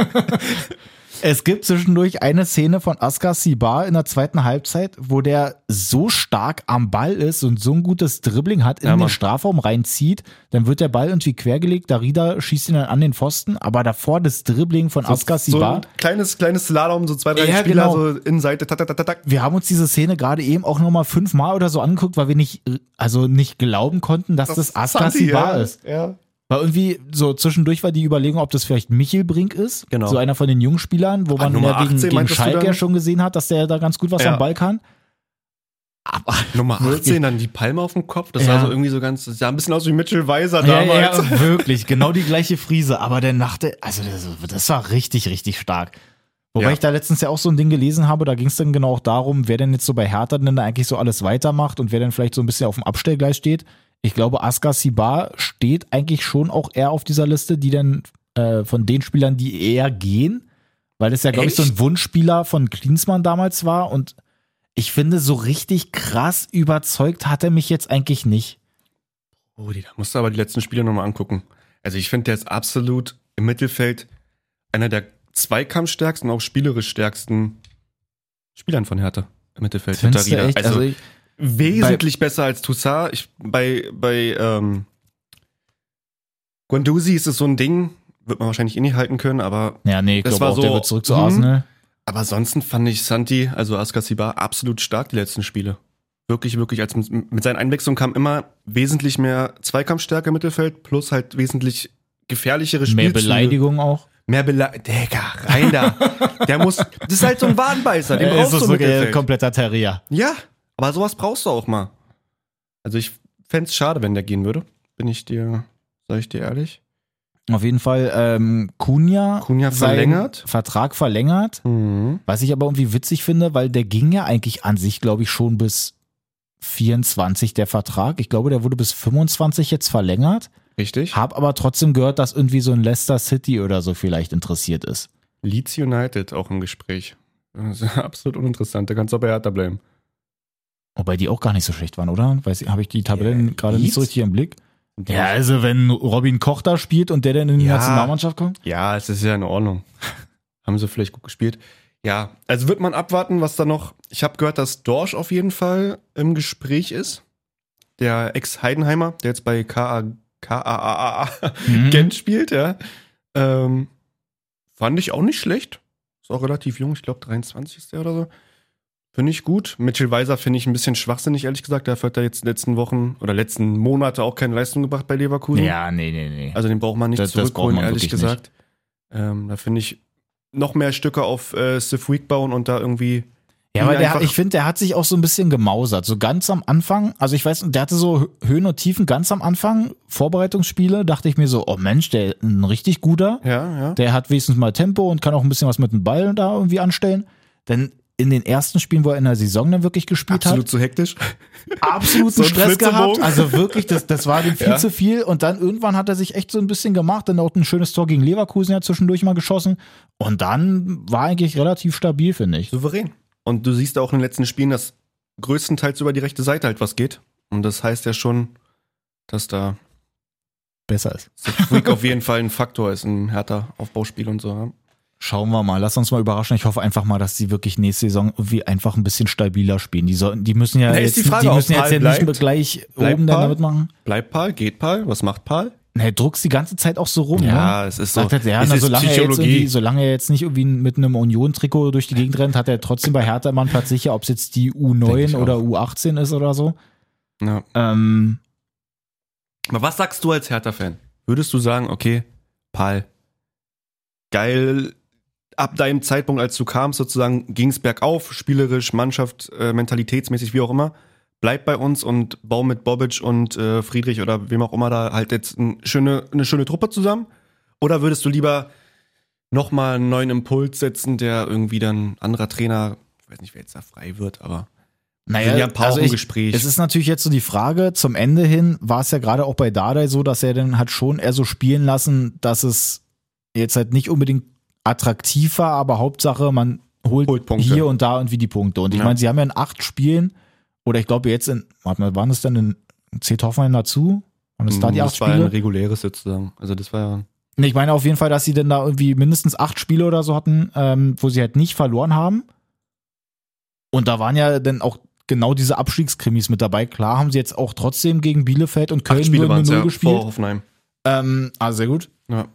Speaker 2: es gibt zwischendurch eine Szene von Askar Sibar in der zweiten Halbzeit, wo der so stark am Ball ist und so ein gutes Dribbling hat, in
Speaker 3: Ja,
Speaker 2: den
Speaker 3: Mann.
Speaker 2: Strafraum reinzieht, dann wird der Ball irgendwie quergelegt, Darida schießt ihn dann an den Pfosten, aber davor das Dribbling von Askar
Speaker 3: so
Speaker 2: Sibar.
Speaker 3: ein kleines, kleines Slalom, so zwei, drei
Speaker 2: Ja,
Speaker 3: Spieler,
Speaker 2: genau.
Speaker 3: so Innenseite, tak, tak, tak, tak, tak.
Speaker 2: wir haben uns diese Szene gerade eben auch nochmal fünfmal oder so angeguckt, weil wir nicht, also nicht glauben konnten, dass das, Askar
Speaker 3: Santi,
Speaker 2: Sibar
Speaker 3: ja.
Speaker 2: ist.
Speaker 3: Ja.
Speaker 2: Weil irgendwie so zwischendurch war die Überlegung, ob das vielleicht Michel Brink ist.
Speaker 3: Genau.
Speaker 2: So einer von den jungen Spielern, wo
Speaker 3: Ah,
Speaker 2: man
Speaker 3: Nummer
Speaker 2: ja gegen,
Speaker 3: 18
Speaker 2: gegen
Speaker 3: meintest du
Speaker 2: Schalke
Speaker 3: dann?
Speaker 2: ja schon gesehen hat, dass der da ganz gut was
Speaker 3: Ja.
Speaker 2: am Ball kann. Aber
Speaker 3: Nummer
Speaker 2: Wirklich.
Speaker 3: 18, dann die Palme auf dem Kopf. Das
Speaker 2: Ja.
Speaker 3: sah so irgendwie so ganz, das sah ein bisschen aus wie Mitchell Weiser
Speaker 2: ja, ja,
Speaker 3: damals.
Speaker 2: ja, wirklich, genau die gleiche Frise. Aber der Nachte, also das, das war richtig, richtig stark. Wobei
Speaker 3: Ja.
Speaker 2: ich da letztens ja auch so ein Ding gelesen habe, da ging es dann genau auch darum, wer denn jetzt so bei Hertha denn da eigentlich so alles weitermacht und wer denn vielleicht so ein bisschen auf dem Abstellgleis steht. Ich glaube, Askar Sibar steht eigentlich schon auch eher auf dieser Liste, die dann äh, von den Spielern, die eher gehen, weil das ja, glaube ich, so ein
Speaker 3: Echt?
Speaker 2: Wunschspieler von Klinsmann damals war und ich finde, so richtig krass überzeugt hat er mich jetzt eigentlich nicht.
Speaker 3: Oh, die, da musst du aber die letzten Spiele nochmal angucken. Also ich finde, der ist absolut im Mittelfeld einer der zweikampfstärksten, auch spielerisch stärksten Spielern von Hertha im Mittelfeld.
Speaker 2: Findest du
Speaker 3: Katharina.
Speaker 2: echt?
Speaker 3: Also,
Speaker 2: Also ich,
Speaker 3: wesentlich besser als Toussaint. Ich, bei bei ähm, Guendouzi ist es so ein Ding, wird man wahrscheinlich eh nicht halten können, aber,
Speaker 2: Ja, nee, ich
Speaker 3: Das
Speaker 2: glaube
Speaker 3: war
Speaker 2: auch, der
Speaker 3: so,
Speaker 2: wird zurück zu
Speaker 3: hm.
Speaker 2: Arsenal.
Speaker 3: aber ansonsten fand ich Santi, also Askasibar, absolut stark die letzten Spiele. Wirklich, wirklich, als mit mit seinen Einwechslungen kam immer wesentlich mehr Zweikampfstärke im Mittelfeld, plus halt wesentlich gefährlichere Spielzüge.
Speaker 2: Mehr Beleidigung auch.
Speaker 3: Mehr Beleidigung. Digga, rein da. Der muss, das ist halt so ein Wadenbeißer, den
Speaker 2: Äh,
Speaker 3: brauchst du im
Speaker 2: wirklich ein
Speaker 3: Mittelfeld.
Speaker 2: kompletter Terrier.
Speaker 3: Ja, aber sowas brauchst du auch mal. Also ich fänd's schade, wenn der gehen würde. Bin ich dir, sag ich dir ehrlich.
Speaker 2: Auf jeden Fall ähm, Kunja.
Speaker 3: Kunja verlängert.
Speaker 2: Vertrag verlängert.
Speaker 3: Mhm.
Speaker 2: Was ich aber irgendwie witzig finde, weil der ging ja eigentlich an sich, glaube ich, schon bis 24 der Vertrag. Ich glaube, der wurde bis 25 jetzt verlängert.
Speaker 3: Richtig.
Speaker 2: Hab aber trotzdem gehört, dass irgendwie so ein Leicester City oder so vielleicht interessiert ist.
Speaker 3: Leeds United auch im Gespräch. Das ist absolut uninteressant. Da kannst du auch bei Hertha bleiben.
Speaker 2: Wobei die auch gar nicht so schlecht waren, oder? Weiß ich, habe ich die Tabellen
Speaker 3: Ja,
Speaker 2: gerade nicht so
Speaker 3: Leeds?
Speaker 2: richtig im Blick? Ja, also wenn Robin Koch da spielt und der dann in die
Speaker 3: Ja.
Speaker 2: Nationalmannschaft kommt.
Speaker 3: Ja, es ist ja in Ordnung. Haben sie vielleicht gut gespielt. Ja, also wird man abwarten, was da noch. Ich habe gehört, dass Dorsch auf jeden Fall im Gespräch ist. Der Ex-Heidenheimer, der jetzt bei KA KAAA
Speaker 2: Mhm.
Speaker 3: Gent spielt, ja. Ähm, fand ich auch nicht schlecht. Ist auch relativ jung, ich glaube 23 ist der oder so. Finde ich gut. Mitchell Weiser finde ich ein bisschen schwachsinnig, ehrlich gesagt. Dafür hat er jetzt in den letzten Wochen oder letzten Monate auch keine Leistung gebracht bei Leverkusen.
Speaker 2: Ja, nee, nee, nee.
Speaker 3: Also den braucht man nicht
Speaker 2: Das- das braucht
Speaker 3: zurückholen,
Speaker 2: man
Speaker 3: ehrlich
Speaker 2: wirklich
Speaker 3: gesagt. Ähm, da finde ich noch mehr Stücke auf äh, Sifweek bauen und da irgendwie.
Speaker 2: Ja,
Speaker 3: ihn
Speaker 2: aber der,
Speaker 3: einfach-
Speaker 2: ich finde, der hat sich auch so ein bisschen gemausert. So ganz am Anfang, also ich weiß, der hatte so Hö- Höhen und Tiefen ganz am Anfang, Vorbereitungsspiele, dachte ich mir so, oh Mensch, der ist ein richtig guter.
Speaker 3: Ja, ja.
Speaker 2: Der hat wenigstens mal Tempo und kann auch ein bisschen was mit dem Ball da irgendwie anstellen. Denn in den ersten Spielen, wo er in der Saison dann wirklich gespielt
Speaker 3: Absolut zu hektisch.
Speaker 2: hat, absoluten
Speaker 3: So ein
Speaker 2: Stress gehabt.
Speaker 3: Flitzebogen.
Speaker 2: Also wirklich, das, das war dem viel
Speaker 3: Ja.
Speaker 2: zu viel. Und dann irgendwann hat er sich echt so ein bisschen gemacht. Dann auch ein schönes Tor gegen Leverkusen ja zwischendurch mal geschossen. Und dann war eigentlich relativ stabil, finde ich.
Speaker 3: Souverän. Und du siehst auch in den letzten Spielen, dass größtenteils über die rechte Seite halt was geht. Und das heißt ja schon, dass da
Speaker 2: Besser ist.
Speaker 3: Sifweek auf jeden Fall ein Faktor ist, ein härter Aufbauspiel und so. ja.
Speaker 2: Schauen wir mal, lass uns mal überraschen. Ich hoffe einfach mal, dass sie wirklich nächste Saison irgendwie einfach ein bisschen stabiler spielen. Die, sollten, die müssen ja
Speaker 3: Na, ist
Speaker 2: jetzt,
Speaker 3: die Frage, ob
Speaker 2: müssen jetzt
Speaker 3: Paul
Speaker 2: ja nicht
Speaker 3: bleibt?
Speaker 2: mehr gleich
Speaker 3: Bleibt
Speaker 2: oben dann
Speaker 3: Paul?
Speaker 2: damit machen.
Speaker 3: Bleibt Paul, geht Paul, was macht Paul?
Speaker 2: Ne, druckst die ganze Zeit auch so rum. ne?
Speaker 3: es ist
Speaker 2: Sagt halt, ja,
Speaker 3: es
Speaker 2: na,
Speaker 3: ist
Speaker 2: solange, er jetzt irgendwie,
Speaker 3: Psychologie.
Speaker 2: solange er jetzt nicht irgendwie mit einem Union-Trikot durch die Gegend rennt, hat er trotzdem bei Hertha immer einen Platz sicher, ob es jetzt die
Speaker 3: Denk
Speaker 2: U9
Speaker 3: ich auch.
Speaker 2: oder U18 ist oder so.
Speaker 3: ja.
Speaker 2: Ähm,
Speaker 3: Aber was sagst du als Hertha-Fan? Würdest du sagen, okay, Paul, geil, ab deinem Zeitpunkt, als du kamst, sozusagen, ging es bergauf, spielerisch, Mannschaft, äh, mentalitätsmäßig, wie auch immer. Bleib bei uns und bau mit Bobic und äh, Friedrich oder wem auch immer da halt jetzt ein schöne, eine schöne Truppe zusammen? Oder würdest du lieber nochmal einen neuen Impuls setzen, der irgendwie dann anderer Trainer, ich weiß nicht, wer jetzt da frei wird, aber
Speaker 2: naja,
Speaker 3: sind ja ein paar
Speaker 2: also
Speaker 3: auch im
Speaker 2: ich,
Speaker 3: Gespräch.
Speaker 2: Es ist natürlich jetzt so die Frage, zum Ende hin war es ja gerade auch bei Dardai so, dass er dann hat schon eher so spielen lassen, dass es jetzt halt nicht unbedingt attraktiv war, aber Hauptsache man holt,
Speaker 3: Holt Punkte.
Speaker 2: hier und da irgendwie die Punkte. Und ich
Speaker 3: Ja.
Speaker 2: meine, sie haben ja in acht Spielen, oder ich glaube jetzt in, warte mal, waren es denn in zählt Hoffenheim dazu? Waren es da die acht
Speaker 3: Hm, das war ein
Speaker 2: Spiele?
Speaker 3: reguläres sozusagen. Also das war ja
Speaker 2: Nee, ich meine auf jeden Fall, dass sie denn da irgendwie mindestens acht Spiele oder so hatten, ähm, wo sie halt nicht verloren haben. Und da waren ja dann auch genau diese Abstiegskrimis mit dabei. Klar haben sie jetzt auch trotzdem gegen Bielefeld und Köln
Speaker 3: acht Spiele
Speaker 2: nur 0
Speaker 3: waren es ja, vor
Speaker 2: gespielt.
Speaker 3: Hoffenheim.
Speaker 2: Ähm, ah, sehr gut.
Speaker 3: Ja.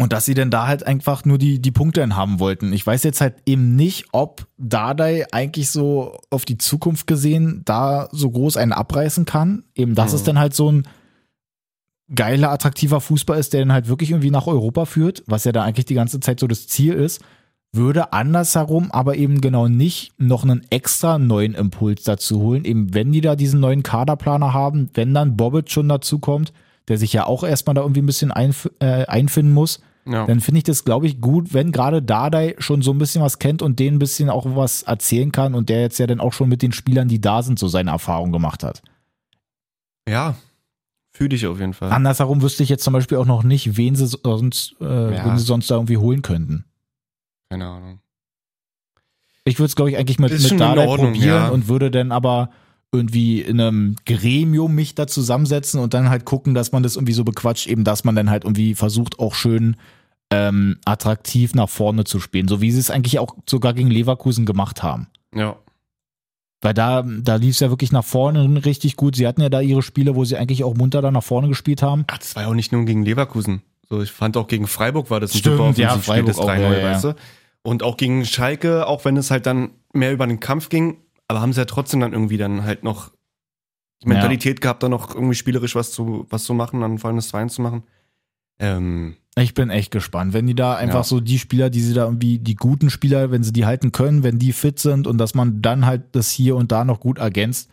Speaker 2: Und dass sie denn da halt einfach nur die, die Punkte dann haben wollten. Ich weiß jetzt halt eben nicht, ob Dardai eigentlich so auf die Zukunft gesehen da so groß einen abreißen kann. Eben das
Speaker 3: Mhm.
Speaker 2: ist dann halt so ein geiler, attraktiver Fußball ist, der dann halt wirklich irgendwie nach Europa führt, was ja da eigentlich die ganze Zeit so das Ziel ist, würde andersherum aber eben genau nicht noch einen extra neuen Impuls dazu holen. Eben wenn die da diesen neuen Kaderplaner haben, wenn dann Bobbit schon dazu kommt, der sich ja auch erstmal da irgendwie ein bisschen einf äh, einfinden muss,
Speaker 3: Ja.
Speaker 2: dann finde ich das, glaube ich, gut, wenn gerade Dardai schon so ein bisschen was kennt und den ein bisschen auch was erzählen kann und der jetzt ja dann auch schon mit den Spielern, die da sind, so seine Erfahrung gemacht hat.
Speaker 3: ja. Fühl dich auf jeden Fall.
Speaker 2: Andersherum wüsste ich jetzt zum Beispiel auch noch nicht, wen sie sonst, äh,
Speaker 3: Ja.
Speaker 2: wen sie sonst da irgendwie holen könnten.
Speaker 3: Keine Ahnung.
Speaker 2: Ich würde es, glaube ich, eigentlich mit,
Speaker 3: Ist schon
Speaker 2: mit
Speaker 3: in
Speaker 2: Dardai
Speaker 3: Ordnung,
Speaker 2: probieren
Speaker 3: ja.
Speaker 2: und würde dann aber irgendwie in einem Gremium mich da zusammensetzen und dann halt gucken, dass man das irgendwie so bequatscht, eben dass man dann halt irgendwie versucht, auch schön ähm, attraktiv nach vorne zu spielen, so wie sie es eigentlich auch sogar gegen Leverkusen gemacht haben.
Speaker 3: Ja.
Speaker 2: Weil da, da lief es ja wirklich nach vorne richtig gut. Sie hatten ja da ihre Spiele, wo sie eigentlich auch munter da nach vorne gespielt haben.
Speaker 3: Ach, das war ja auch nicht nur gegen Leverkusen. So, ich fand auch gegen Freiburg war das ein
Speaker 2: Stimmt,
Speaker 3: super
Speaker 2: ja,
Speaker 3: Offensivspiel, das
Speaker 2: Freiburg auch,
Speaker 3: 3-0,
Speaker 2: ja, ja.
Speaker 3: weißt du? Und auch gegen Schalke, auch wenn es halt dann mehr über den Kampf ging, aber haben sie ja trotzdem dann irgendwie dann halt noch die
Speaker 2: Ja.
Speaker 3: Mentalität gehabt, dann noch irgendwie spielerisch was zu, was zu machen, dann vor allem das 2 zu machen. Ähm,
Speaker 2: Ich bin echt gespannt, wenn die da einfach
Speaker 3: Ja.
Speaker 2: so die Spieler, die sie da irgendwie, die guten Spieler, wenn sie die halten können, wenn die fit sind und dass man dann halt das hier und da noch gut ergänzt,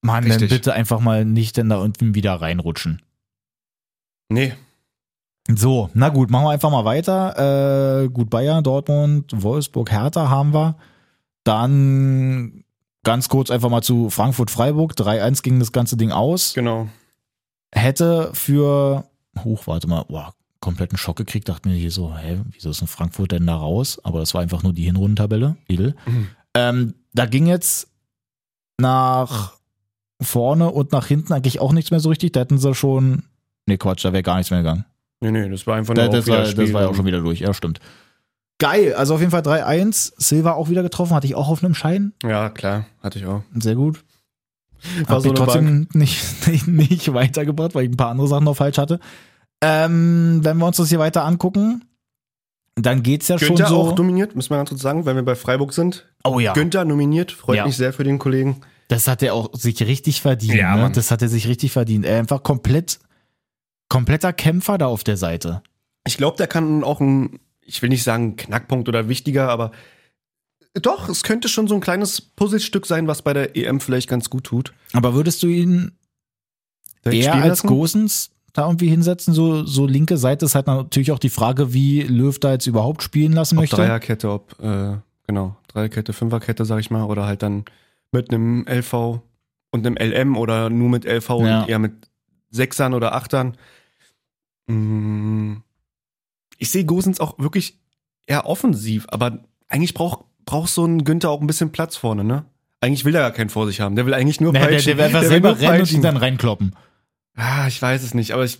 Speaker 2: man, dann
Speaker 3: Richtig.
Speaker 2: bitte einfach mal nicht denn da unten wieder reinrutschen.
Speaker 3: nee,
Speaker 2: So, na gut, machen wir einfach mal weiter. Äh, gut, Bayern, Dortmund, Wolfsburg, Hertha haben wir. Dann ganz kurz einfach mal zu Frankfurt-Freiburg. 3-1 ging das ganze Ding aus.
Speaker 3: genau.
Speaker 2: Hätte für, hoch, warte mal, boah, kompletten Schock gekriegt. Dachte mir hier so, hä, wieso ist denn Frankfurt denn da raus? Aber das war einfach nur die Hinrundentabelle, edel.
Speaker 3: Mhm.
Speaker 2: Ähm, da ging jetzt nach vorne und nach hinten eigentlich auch nichts mehr so richtig. Da hätten sie schon, nee, Quatsch, da wäre gar nichts mehr gegangen.
Speaker 3: Nee, nee, das war einfach
Speaker 2: Da,
Speaker 3: nur
Speaker 2: das,
Speaker 3: auch wieder
Speaker 2: war, das
Speaker 3: Spiel.
Speaker 2: war ja auch schon wieder durch, ja, stimmt. Geil, also auf jeden Fall 3-1. Silva auch wieder getroffen, hatte ich auch auf einem Schein.
Speaker 3: Ja, klar, hatte ich auch.
Speaker 2: Sehr gut.
Speaker 3: War
Speaker 2: Hab
Speaker 3: so
Speaker 2: ich
Speaker 3: eine
Speaker 2: trotzdem nicht, nicht, nicht weitergebracht, weil ich ein paar andere Sachen noch falsch hatte. Ähm, wenn wir uns das hier weiter angucken, dann geht's ja schon
Speaker 3: Günther
Speaker 2: so.
Speaker 3: auch nominiert, muss man ganz kurz sagen, wenn wir bei Freiburg sind.
Speaker 2: oh ja,
Speaker 3: Günther nominiert, freut
Speaker 2: Ja.
Speaker 3: mich sehr für den Kollegen.
Speaker 2: das hat er auch sich richtig verdient.
Speaker 3: Ja,
Speaker 2: ne?
Speaker 3: Mann.
Speaker 2: Das hat er sich richtig verdient. Er einfach komplett, kompletter Kämpfer da auf der Seite.
Speaker 3: Ich glaube, der kann auch ein, ich will nicht sagen Knackpunkt oder wichtiger, aber doch, es könnte schon so ein kleines Puzzlestück sein, was bei der EM vielleicht ganz gut tut.
Speaker 2: Aber würdest du ihn
Speaker 3: Direkt
Speaker 2: eher
Speaker 3: spielen
Speaker 2: als
Speaker 3: lassen?
Speaker 2: Gosens da irgendwie hinsetzen, so, so linke Seite ist halt natürlich auch die Frage, wie Löw da jetzt überhaupt spielen lassen
Speaker 3: Ob
Speaker 2: möchte.
Speaker 3: Dreierkette, ob, äh, genau, Dreierkette, Fünferkette, sag ich mal, oder halt dann mit einem LV und einem LM oder nur mit LV
Speaker 2: Ja.
Speaker 3: und eher mit Sechsern oder Achtern. Mm, Ich sehe Gosens auch wirklich eher offensiv, aber eigentlich braucht braucht so ein Günther auch ein bisschen Platz vorne, ne? Eigentlich will er gar keinen vor sich haben. Der will eigentlich nur
Speaker 2: Naja, der, der,
Speaker 3: peitschen.
Speaker 2: wird einfach
Speaker 3: will
Speaker 2: selber
Speaker 3: nur
Speaker 2: rennen und
Speaker 3: peitschen.
Speaker 2: ihn dann reinkloppen.
Speaker 3: Ah, ich weiß es nicht, aber ich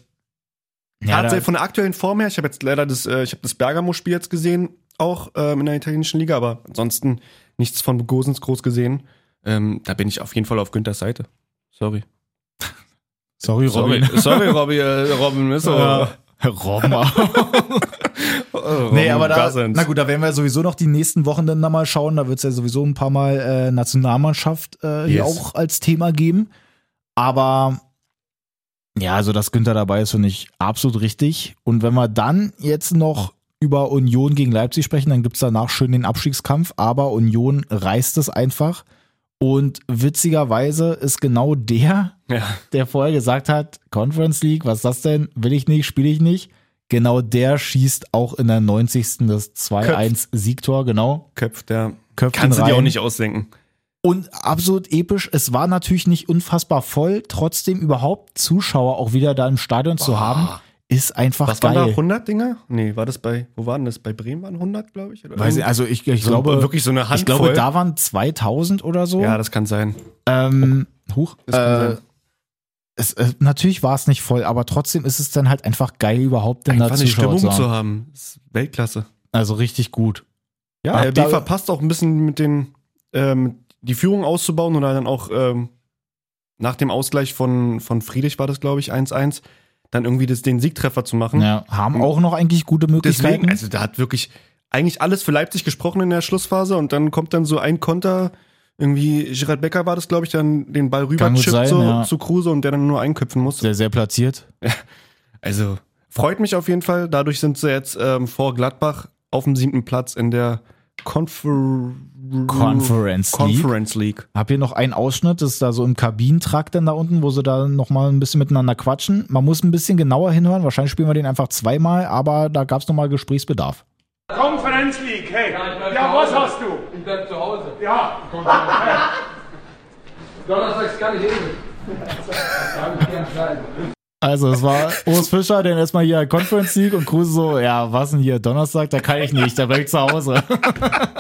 Speaker 2: Ja, da,
Speaker 3: tatsächlich von der aktuellen Form her, ich habe jetzt leider das, äh, ich habe das Bergamo-Spiel jetzt gesehen, auch ähm, in der italienischen Liga, aber ansonsten nichts von Gosens groß gesehen. Ähm, da bin ich auf jeden Fall auf Günthers Seite. Sorry.
Speaker 2: sorry, Robin.
Speaker 3: Sorry, sorry Robby, äh, Robin ist so.
Speaker 2: Ja. Robben.
Speaker 3: Äh, Robin
Speaker 2: nee, aber da,
Speaker 3: Gosens.
Speaker 2: na gut, da werden wir sowieso noch die nächsten Wochen dann da mal schauen. Da wird es ja sowieso ein paar Mal äh, Nationalmannschaft äh, hier
Speaker 3: Yes.
Speaker 2: auch als Thema geben. Aber ja, also dass Günther dabei ist, finde ich absolut richtig. Und wenn wir dann jetzt noch über Union gegen Leipzig sprechen, dann gibt es danach schön den Abstiegskampf. Aber Union reißt es einfach. Und witzigerweise ist genau der,
Speaker 3: Ja.
Speaker 2: der vorher gesagt hat, Conference League, was ist das denn? Will ich nicht, spiele ich nicht. Genau der schießt auch in der 90. das 2-1-Siegtor, genau.
Speaker 3: Köpft, der
Speaker 2: Köpft
Speaker 3: kannst
Speaker 2: ihn
Speaker 3: du dir auch
Speaker 2: rein.
Speaker 3: nicht ausdenken.
Speaker 2: Und absolut episch. Es war natürlich nicht unfassbar voll. Trotzdem überhaupt Zuschauer auch wieder da im Stadion zu haben, ist einfach
Speaker 3: Was waren da
Speaker 2: geil.
Speaker 3: 100 Dinger? Nee, war das bei, wo waren das? Bei Bremen waren 100, glaube ich? Oder
Speaker 2: Weiß ich, also ich, ich
Speaker 3: so,
Speaker 2: glaube,
Speaker 3: wirklich so eine Handvoll.
Speaker 2: ich glaube, da waren 2000 oder so.
Speaker 3: ja, das kann sein.
Speaker 2: Ähm, huch.
Speaker 3: Das kann
Speaker 2: äh,
Speaker 3: sein.
Speaker 2: es, äh, natürlich war es nicht voll, aber trotzdem ist es dann halt einfach geil, überhaupt denn da
Speaker 3: Einfach eine
Speaker 2: Zuschauer
Speaker 3: Stimmung
Speaker 2: zu haben.
Speaker 3: zu haben. Das ist Weltklasse.
Speaker 2: Also richtig gut.
Speaker 3: Ja,
Speaker 2: Hab
Speaker 3: RB
Speaker 2: da-
Speaker 3: verpasst auch ein bisschen mit den, ähm, die Führung auszubauen oder dann auch ähm, nach dem Ausgleich von, von Friedrich war das, glaube ich, 1-1, dann irgendwie das, den Siegtreffer zu machen.
Speaker 2: Ja, haben auch noch eigentlich gute Möglichkeiten.
Speaker 3: Deswegen, also da hat wirklich eigentlich alles für Leipzig gesprochen in der Schlussphase und dann kommt dann so ein Konter, irgendwie Gerard Becker war das, glaube ich, dann den Ball rüber
Speaker 2: gut
Speaker 3: chippt
Speaker 2: sein,
Speaker 3: so,
Speaker 2: ja.
Speaker 3: zu Kruse und der dann nur einköpfen musste.
Speaker 2: sehr, sehr platziert.
Speaker 3: Also freut mich auf jeden Fall. Dadurch sind sie jetzt ähm, vor Gladbach auf dem siebten Platz in der Confer
Speaker 2: Conference League.
Speaker 3: Conference League.
Speaker 2: Hab hier noch einen Ausschnitt, das ist da so im Kabinentrakt dann da unten, wo sie da nochmal ein bisschen miteinander quatschen. Man muss ein bisschen genauer hinhören, wahrscheinlich spielen wir den einfach zweimal, aber da gab es nochmal Gesprächsbedarf.
Speaker 4: Conference League, hey.
Speaker 5: Ja, ich bleib
Speaker 4: Ja,
Speaker 5: zu
Speaker 4: was
Speaker 5: Hause.
Speaker 4: hast du?
Speaker 5: Ich bleib zu Hause.
Speaker 4: Ja,
Speaker 5: Donnerstags kann ich eh nicht. Da hab ich gern Schneiden.
Speaker 2: Also es war Urs Fischer, denn erstmal hier Conference League und Kruse so, ja, was denn hier, Donnerstag, da kann ich nicht, da bin ich zu Hause.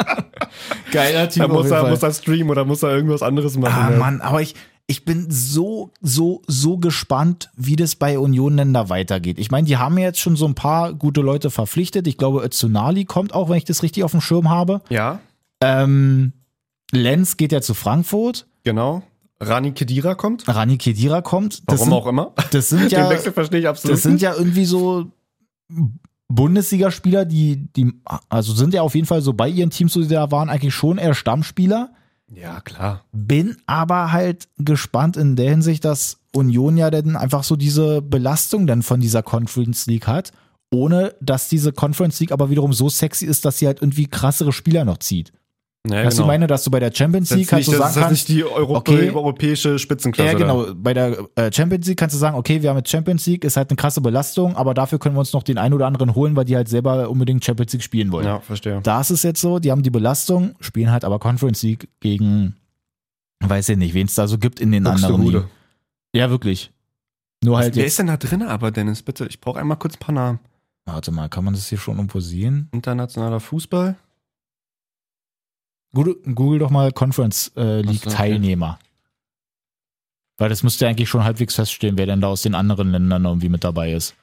Speaker 2: Geiler Typ
Speaker 3: Da
Speaker 2: auf
Speaker 3: muss
Speaker 2: jeden
Speaker 3: er,
Speaker 2: Fall.
Speaker 3: muss er streamen oder muss er irgendwas anderes machen.
Speaker 2: Ah,
Speaker 3: ja.
Speaker 2: Mann, aber ich, ich bin so, so, so gespannt, wie das bei Union denn da weitergeht. Ich meine, die haben jetzt schon so ein paar gute Leute verpflichtet. Ich glaube, Tsunali kommt auch, wenn ich das richtig auf dem Schirm habe.
Speaker 3: Ja,
Speaker 2: Ähm, Lenz geht ja zu Frankfurt.
Speaker 3: genau. Rani Kedira kommt.
Speaker 2: Rani Kedira kommt. Das
Speaker 3: Warum
Speaker 2: sind,
Speaker 3: auch immer.
Speaker 2: Das sind
Speaker 3: Den
Speaker 2: ja,
Speaker 3: Wechsel verstehe ich absolut.
Speaker 2: das sind ja irgendwie so Bundesligaspieler, die, die, also sind ja auf jeden Fall so bei ihren Teams, so die da waren, eigentlich schon eher Stammspieler.
Speaker 3: Ja, klar.
Speaker 2: Bin aber halt gespannt in der Hinsicht, dass Union ja dann einfach so diese Belastung dann von dieser Conference League hat, ohne dass diese Conference League aber wiederum so sexy ist, dass sie halt irgendwie krassere Spieler noch zieht.
Speaker 3: Ja, genau.
Speaker 2: Weißt du, meine, dass du bei der Champions
Speaker 3: das
Speaker 2: League
Speaker 3: ist
Speaker 2: halt
Speaker 3: nicht,
Speaker 2: so
Speaker 3: das
Speaker 2: sagen kannst,
Speaker 3: ist das nicht die Europä
Speaker 2: okay.
Speaker 3: europäische Spitzenklasse.
Speaker 2: ja,
Speaker 3: da.
Speaker 2: genau. Bei der äh, Champions League kannst du sagen, okay, wir haben jetzt Champions League, ist halt eine krasse Belastung, aber dafür können wir uns noch den einen oder anderen holen, weil die halt selber unbedingt Champions League spielen wollen.
Speaker 3: Ja, verstehe.
Speaker 2: Das ist jetzt so, die haben die Belastung, spielen halt aber Conference League gegen, weiß ich nicht, wen es da so gibt in den anderen Ligen. Ja, wirklich. Nur halt
Speaker 3: Wer
Speaker 2: jetzt.
Speaker 3: ist denn da drin aber, Dennis? Bitte, ich brauche einmal kurz ein paar Namen.
Speaker 2: Warte mal, kann man das hier schon irgendwo sehen?
Speaker 3: Internationaler Fußball.
Speaker 2: Google, Google doch mal Conference äh, League
Speaker 3: Ach so, okay.
Speaker 2: Teilnehmer. Weil das müsste ja eigentlich schon halbwegs feststehen, wer denn da aus den anderen Ländern irgendwie mit dabei ist.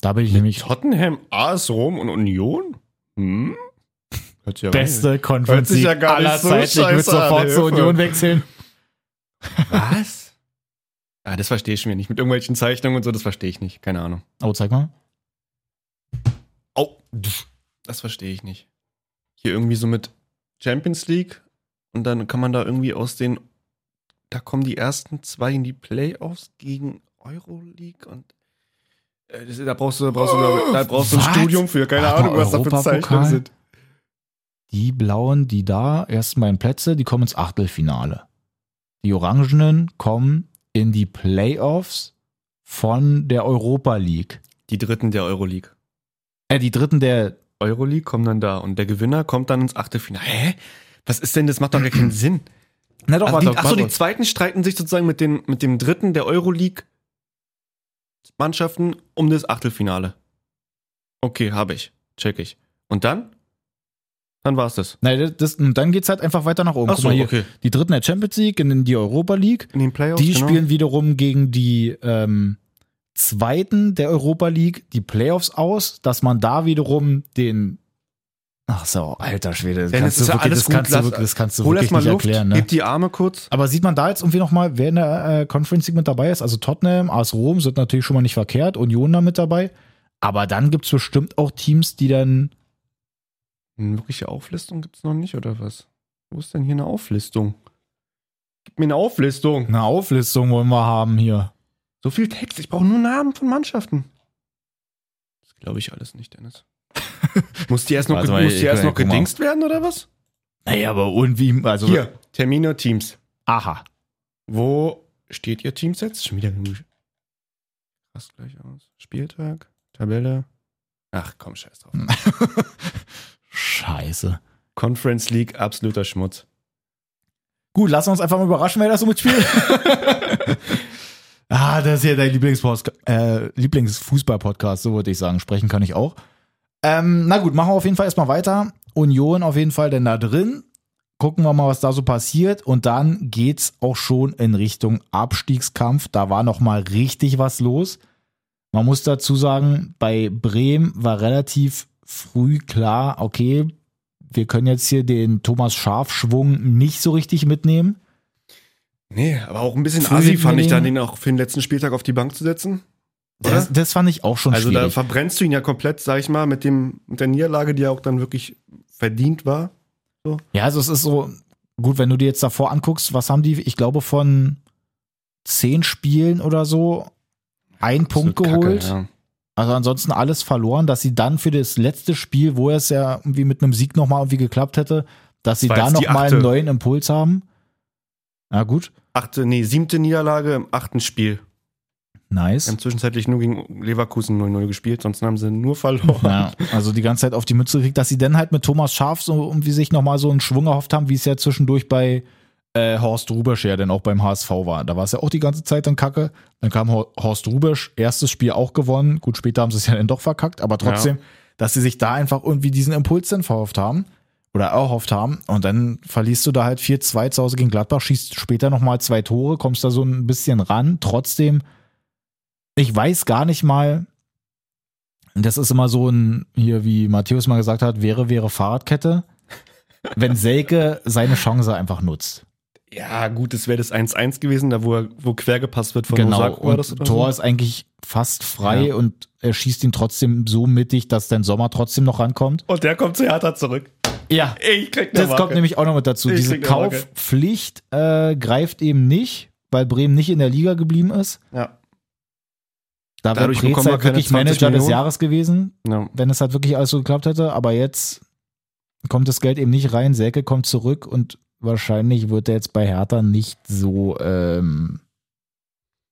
Speaker 2: Da bin ich nämlich
Speaker 3: Tottenham, AS Rom und Union? Hm? Hört sich ja
Speaker 2: beste
Speaker 3: Hört
Speaker 2: Conference
Speaker 3: sich
Speaker 2: League
Speaker 3: ja gar nicht
Speaker 2: aller
Speaker 3: so
Speaker 2: Zeiten. Ich würde
Speaker 3: scheiße an,
Speaker 2: sofort zur
Speaker 3: Hilfe.
Speaker 2: Union wechseln.
Speaker 3: Was? Ah, das verstehe ich mir nicht. Mit irgendwelchen Zeichnungen und so, das verstehe ich nicht. Keine Ahnung.
Speaker 2: Oh, zeig mal.
Speaker 3: Au, pff, das verstehe ich nicht. Hier irgendwie so mit Champions League und dann kann man da irgendwie aus den. Da kommen die ersten zwei in die Playoffs gegen Euroleague und. äh, Das, da brauchst du, da brauchst du, da brauchst du ein
Speaker 2: Oh, Was?
Speaker 3: Studium für. Keine
Speaker 2: Warte mal,
Speaker 3: Ahnung, was da für
Speaker 2: Europapokal?
Speaker 3: Zeichnungen sind.
Speaker 2: Die Blauen, die da ersten beiden Plätze, die kommen ins Achtelfinale. Die Orangenen kommen in die Playoffs von der Europa League.
Speaker 3: Die dritten der Euroleague.
Speaker 2: Äh, die dritten der.
Speaker 3: Euroleague kommen dann da und der Gewinner kommt dann ins Achtelfinale. Hä? Was ist denn? Das macht doch gar keinen Sinn.
Speaker 2: Na doch,
Speaker 3: Also die, achso, die
Speaker 2: warte.
Speaker 3: zweiten streiten sich sozusagen mit, den, mit dem dritten der Euroleague-Mannschaften um das Achtelfinale. Okay, habe ich. Check ich. Und dann? Dann war's das.
Speaker 2: Nein, das, das, und dann geht's halt einfach weiter nach oben.
Speaker 3: Ach so, okay.
Speaker 2: Die dritten der Champions League in die Europa League.
Speaker 3: In den Playoffs.
Speaker 2: Die
Speaker 3: genau.
Speaker 2: spielen wiederum gegen die ähm, zweiten der Europa League die Playoffs aus, dass man da wiederum den. Ach so, alter Schwede, das
Speaker 3: Dennis,
Speaker 2: kannst du
Speaker 3: ist ja
Speaker 2: wirklich,
Speaker 3: alles
Speaker 2: das
Speaker 3: gut,
Speaker 2: kannst du
Speaker 3: lass-
Speaker 2: wirklich, das kannst du
Speaker 3: Hol
Speaker 2: wirklich
Speaker 3: erstmal
Speaker 2: nicht
Speaker 3: Luft,
Speaker 2: erklären.
Speaker 3: erklären,
Speaker 2: Ne?
Speaker 3: heb die Arme kurz.
Speaker 2: Aber sieht man da jetzt irgendwie nochmal, wer in der äh, Conference League mit dabei ist? Also Tottenham, AS Rom sind natürlich schon mal nicht verkehrt, Union da mit dabei. Aber dann gibt es bestimmt auch Teams, die dann.
Speaker 3: Eine wirkliche Auflistung gibt's noch nicht, oder was? Wo ist denn hier eine Auflistung? Gib mir eine Auflistung.
Speaker 2: Eine Auflistung wollen wir haben hier.
Speaker 3: So viel Text, ich brauche nur Namen von Mannschaften. Das glaube ich alles nicht, Dennis. muss die erst noch,
Speaker 2: Warte mal,
Speaker 3: muss die
Speaker 2: ich-
Speaker 3: erst noch
Speaker 2: guck mal.
Speaker 3: gedingst werden, oder was?
Speaker 2: Naja, aber und wie. Also,
Speaker 3: Hier, Termine, Teams.
Speaker 2: Aha.
Speaker 3: Wo steht ihr Teams jetzt? Schon wieder genug. Passt gleich aus. Spieltag, Tabelle. Ach komm, scheiß drauf.
Speaker 2: Scheiße.
Speaker 3: Conference League, absoluter Schmutz.
Speaker 2: Gut, lass uns einfach mal überraschen, wer das so mitspielt. ah, das ist ja dein Lieblingspodca- äh, Lieblingsfußball-Podcast, so würde ich sagen. Sprechen kann ich auch. Ähm, na gut, machen wir auf jeden Fall erstmal weiter. Union auf jeden Fall denn da drin. Gucken wir mal, was da so passiert. Und dann geht's auch schon in Richtung Abstiegskampf. Da war noch mal richtig was los. Man muss dazu sagen, bei Bremen war relativ früh klar, okay, wir können jetzt hier den Thomas Scharf-Schwung nicht so richtig mitnehmen.
Speaker 3: Nee, aber auch ein bisschen
Speaker 2: Früh
Speaker 3: assi
Speaker 2: mit
Speaker 3: fand ich
Speaker 2: Mening.
Speaker 3: dann, den auch für den letzten Spieltag auf die Bank zu setzen. Oder?
Speaker 2: Das, das fand ich auch schon
Speaker 3: Also da
Speaker 2: schwierig.
Speaker 3: verbrennst du ihn ja komplett, sag ich mal, mit, dem, mit der Niederlage, die ja auch dann wirklich verdient war.
Speaker 2: Ja, also es ist so, gut, wenn du dir jetzt davor anguckst, was haben die, ich glaube, von zehn Spielen oder so einen Punkt
Speaker 3: Absolut
Speaker 2: geholt.
Speaker 3: Kacke, ja.
Speaker 2: Also ansonsten alles verloren, dass sie dann für das letzte Spiel, wo es ja irgendwie mit einem Sieg nochmal irgendwie geklappt hätte, dass sie
Speaker 3: war
Speaker 2: da
Speaker 3: jetzt die
Speaker 2: nochmal
Speaker 3: achte.
Speaker 2: einen neuen Impuls haben. Na gut,
Speaker 3: Achte, nee, siebte Niederlage im achten Spiel. Wir
Speaker 2: nice.
Speaker 3: haben zwischenzeitlich nur gegen Leverkusen 0-0 gespielt, sonst haben sie nur verloren.
Speaker 2: Ja, also die ganze Zeit auf die Mütze gekriegt, dass sie dann halt mit Thomas Scharf so irgendwie sich nochmal so einen Schwung erhofft haben, wie es ja zwischendurch bei äh, Horst Rubesch ja dann auch beim HSV war. Da war es ja auch die ganze Zeit dann kacke. Dann kam Hor Horst Rubesch, erstes Spiel auch gewonnen. Gut, später haben sie es ja dann doch verkackt, aber trotzdem, dass sie sich da einfach irgendwie diesen Impuls dann verhofft haben oder erhofft haben und dann verlierst du da halt 4-2 zu Hause gegen Gladbach, schießt später nochmal zwei Tore, kommst da so ein bisschen ran. Trotzdem, ich weiß gar nicht mal, das ist immer so ein, hier wie Matthäus mal gesagt hat, wäre, wäre Fahrradkette, wenn Selke seine Chance einfach nutzt.
Speaker 3: Ja, gut, es wäre das 1-1 gewesen, da wo, er, wo quer gepasst wird von
Speaker 2: Genau.
Speaker 3: Osak, war
Speaker 2: Und
Speaker 3: das oder
Speaker 2: Tor
Speaker 3: so?
Speaker 2: ist eigentlich fast frei
Speaker 3: Ja.
Speaker 2: und er schießt ihn trotzdem so mittig, dass dein Sommer trotzdem noch rankommt.
Speaker 3: Und der kommt zu Hertha zurück.
Speaker 2: Ja.
Speaker 3: Ich krieg eine
Speaker 2: Das
Speaker 3: Marke.
Speaker 2: kommt nämlich auch noch mit dazu.
Speaker 3: Ich
Speaker 2: Diese
Speaker 3: krieg eine Marke.
Speaker 2: Kaufpflicht äh, greift eben nicht, weil Bremen nicht in der Liga geblieben ist.
Speaker 3: Ja.
Speaker 2: Da wäre
Speaker 3: Dadurch
Speaker 2: Brez
Speaker 3: bekommen wir
Speaker 2: halt
Speaker 3: keine
Speaker 2: wirklich
Speaker 3: 20
Speaker 2: Manager des
Speaker 3: Millionen.
Speaker 2: Jahres gewesen,
Speaker 3: ja.
Speaker 2: wenn es halt wirklich alles so geklappt hätte. Aber jetzt kommt das Geld eben nicht rein. Selke kommt zurück und wahrscheinlich wird er jetzt bei Hertha nicht so. Ähm,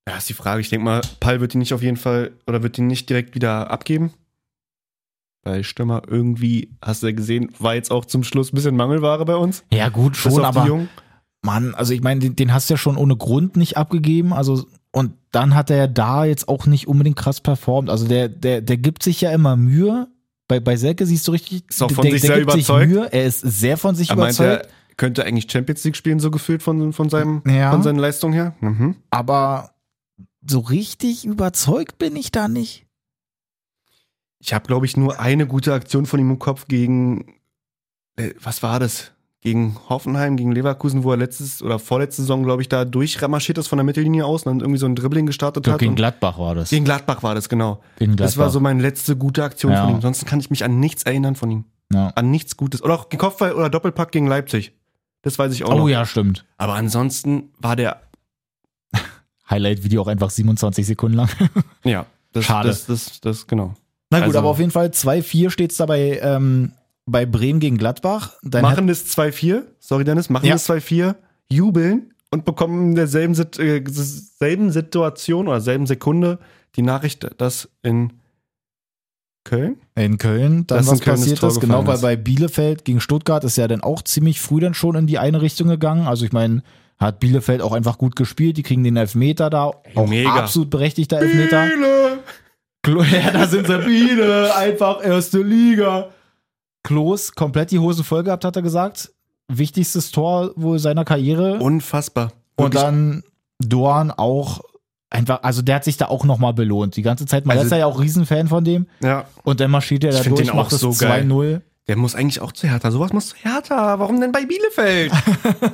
Speaker 3: Ja, ist die Frage. Ich denke mal, Pall wird ihn nicht auf jeden Fall oder wird ihn nicht direkt wieder abgeben. Weil Stürmer irgendwie, hast du ja gesehen, war jetzt auch zum Schluss ein bisschen Mangelware bei uns.
Speaker 2: ja, gut,
Speaker 3: Bis
Speaker 2: schon,
Speaker 3: auf die
Speaker 2: aber.
Speaker 3: Jungen.
Speaker 2: Mann, also ich meine, den, den hast du ja schon ohne Grund nicht abgegeben. Also, und dann hat er ja da jetzt auch nicht unbedingt krass performt. Also der, der, der gibt sich ja immer Mühe. Bei, bei Selke siehst du richtig,
Speaker 3: Ist auch
Speaker 2: der-
Speaker 3: von
Speaker 2: der,
Speaker 3: sich
Speaker 2: der
Speaker 3: sehr
Speaker 2: gibt
Speaker 3: überzeugt.
Speaker 2: sich Mühe. Er ist sehr von sich
Speaker 3: Er meint,
Speaker 2: überzeugt.
Speaker 3: er könnte eigentlich Champions League spielen, so gefühlt von, von, seinem,
Speaker 2: Ja.
Speaker 3: von seinen Leistungen her. Mhm.
Speaker 2: aber so richtig überzeugt bin ich da nicht.
Speaker 3: Ich habe, glaube ich, nur eine gute Aktion von ihm im Kopf gegen, äh, was war das? Gegen Hoffenheim, gegen Leverkusen, wo er letztes oder vorletzte Saison, glaube ich, da durchmarschiert ist von der Mittellinie aus und dann irgendwie so ein Dribbling gestartet hat. und
Speaker 2: Gladbach war das.
Speaker 3: gegen Gladbach war das, genau.
Speaker 2: Gegen
Speaker 3: Das war so meine letzte gute Aktion
Speaker 2: Ja.
Speaker 3: von ihm. Ansonsten kann ich mich an nichts erinnern von ihm.
Speaker 2: Ja.
Speaker 3: An nichts Gutes. Oder auch den Kopfball oder Doppelpack gegen Leipzig. Das weiß ich auch noch.
Speaker 2: Oh ja, stimmt.
Speaker 3: Aber ansonsten war der.
Speaker 2: Highlight-Video auch einfach 27 Sekunden lang.
Speaker 3: Ja, das,
Speaker 2: Schade.
Speaker 3: Das, das, das, genau.
Speaker 2: Na gut,
Speaker 3: Also-
Speaker 2: aber auf jeden Fall 2-4 steht es dabei ähm, bei Bremen gegen Gladbach. Dann
Speaker 3: machen das 2-4. Sorry, Dennis. Machen
Speaker 2: Ja.
Speaker 3: das 2-4. Jubeln und bekommen in derselben, Sit- äh, selben Situation oder selben Sekunde die Nachricht, dass in Köln.
Speaker 2: In Köln, dann
Speaker 3: Dass in
Speaker 2: was
Speaker 3: Köln das
Speaker 2: passiert
Speaker 3: Tor
Speaker 2: ist, genau,
Speaker 3: gefallen
Speaker 2: weil
Speaker 3: ist.
Speaker 2: bei Bielefeld gegen Stuttgart ist ja dann auch ziemlich früh dann schon in die eine Richtung gegangen. Also ich meine, hat Bielefeld auch einfach gut gespielt, die kriegen den Elfmeter da, auch
Speaker 3: mega.
Speaker 2: absolut berechtigter Elfmeter.
Speaker 3: Biele!
Speaker 2: Klo ja, da sind sie Biele, einfach erste Liga. Klos, komplett die Hosen voll gehabt, hat er gesagt. Wichtigstes Tor wohl seiner Karriere.
Speaker 3: Unfassbar.
Speaker 2: Und
Speaker 3: Wirklich.
Speaker 2: dann Dorn auch einfach, also der hat sich da auch nochmal belohnt. Die ganze Zeit, man
Speaker 3: Also-
Speaker 2: ist ja auch Riesenfan von dem.
Speaker 3: Ja.
Speaker 2: Und dann marschiert er
Speaker 3: Ich
Speaker 2: da
Speaker 3: find
Speaker 2: durch,
Speaker 3: den auch
Speaker 2: macht das
Speaker 3: so geil.
Speaker 2: 2-0.
Speaker 3: Der muss eigentlich auch zu Hertha. Sowas muss zu Hertha. Warum denn bei Bielefeld?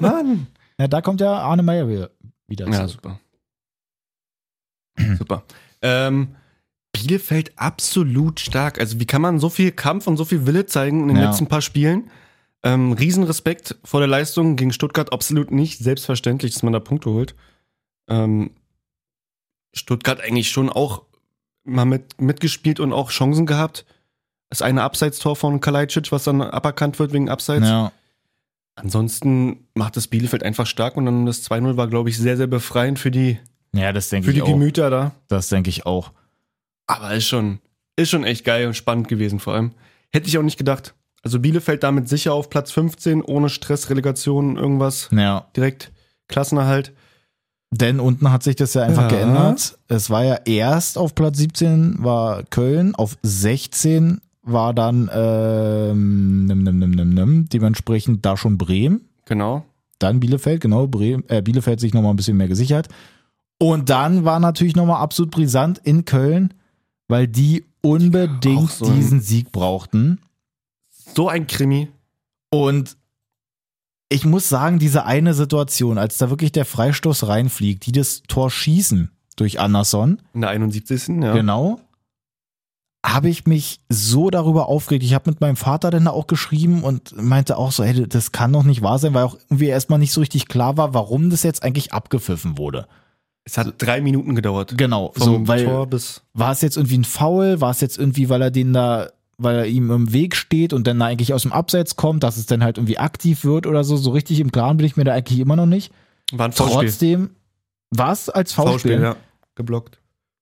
Speaker 3: Mann.
Speaker 2: Ja, da kommt ja Arne Meyer wieder- wieder zu.
Speaker 3: Ja, super. super. Ähm, Bielefeld absolut stark. Also, wie kann man so viel Kampf und so viel Wille zeigen in den
Speaker 2: Ja.
Speaker 3: letzten paar Spielen? Ähm, Riesenrespekt vor der Leistung gegen Stuttgart. Absolut nicht selbstverständlich, dass man da Punkte holt. Ähm, Stuttgart eigentlich schon auch mal mit, mitgespielt und auch Chancen gehabt. Das eine Abseitstor von Kalajdzic, was dann aberkannt wird wegen Abseits.
Speaker 2: ja.
Speaker 3: Ansonsten macht das Bielefeld einfach stark und dann das 2-0 war, glaube ich, sehr, sehr befreiend für die,
Speaker 2: ja, das denke
Speaker 3: für die
Speaker 2: ich auch.
Speaker 3: Gemüter da.
Speaker 2: Das denke ich auch.
Speaker 3: Aber ist schon, ist schon echt geil und spannend gewesen vor allem. Hätte ich auch nicht gedacht. Also Bielefeld damit sicher auf Platz 15, ohne Stress, Relegation, irgendwas.
Speaker 2: Ja.
Speaker 3: Direkt Klassenerhalt.
Speaker 2: Denn unten hat sich das ja einfach
Speaker 3: Ja.
Speaker 2: geändert. Es war ja erst auf Platz 17 war Köln, auf 16 war dann ähm, nimm, nimm, nimm, nimm, nimm, dementsprechend da schon Bremen,
Speaker 3: Genau.
Speaker 2: dann Bielefeld, genau, Bremen, äh, Bielefeld sich nochmal ein bisschen mehr gesichert. Und dann war natürlich nochmal absolut brisant in Köln, weil die
Speaker 3: Auch
Speaker 2: unbedingt
Speaker 3: so ein-
Speaker 2: diesen Sieg brauchten.
Speaker 3: So ein Krimi.
Speaker 2: Und ich muss sagen, diese eine Situation, als da wirklich der Freistoß reinfliegt, die das Tor schießen durch Anderson,
Speaker 3: In der 71. Ja.
Speaker 2: genau, habe ich mich so darüber aufgeregt. Ich habe mit meinem Vater dann da auch geschrieben und meinte auch so, hey, das kann doch nicht wahr sein, weil auch irgendwie erstmal nicht so richtig klar war, warum das jetzt eigentlich abgepfiffen wurde.
Speaker 3: Es hat drei Minuten gedauert.
Speaker 2: Genau,
Speaker 3: Vom
Speaker 2: so, weil
Speaker 3: Tor bis.
Speaker 2: war es jetzt irgendwie ein Foul, war es jetzt irgendwie, weil er den da, weil er ihm im Weg steht und dann da eigentlich aus dem Abseits kommt, dass es dann halt irgendwie aktiv wird oder so, so richtig im Klaren bin ich mir da eigentlich immer noch nicht.
Speaker 3: War ein Foulspiel.
Speaker 2: Trotzdem war es als Foulspiel.
Speaker 3: Foulspiel, ja. Geblockt.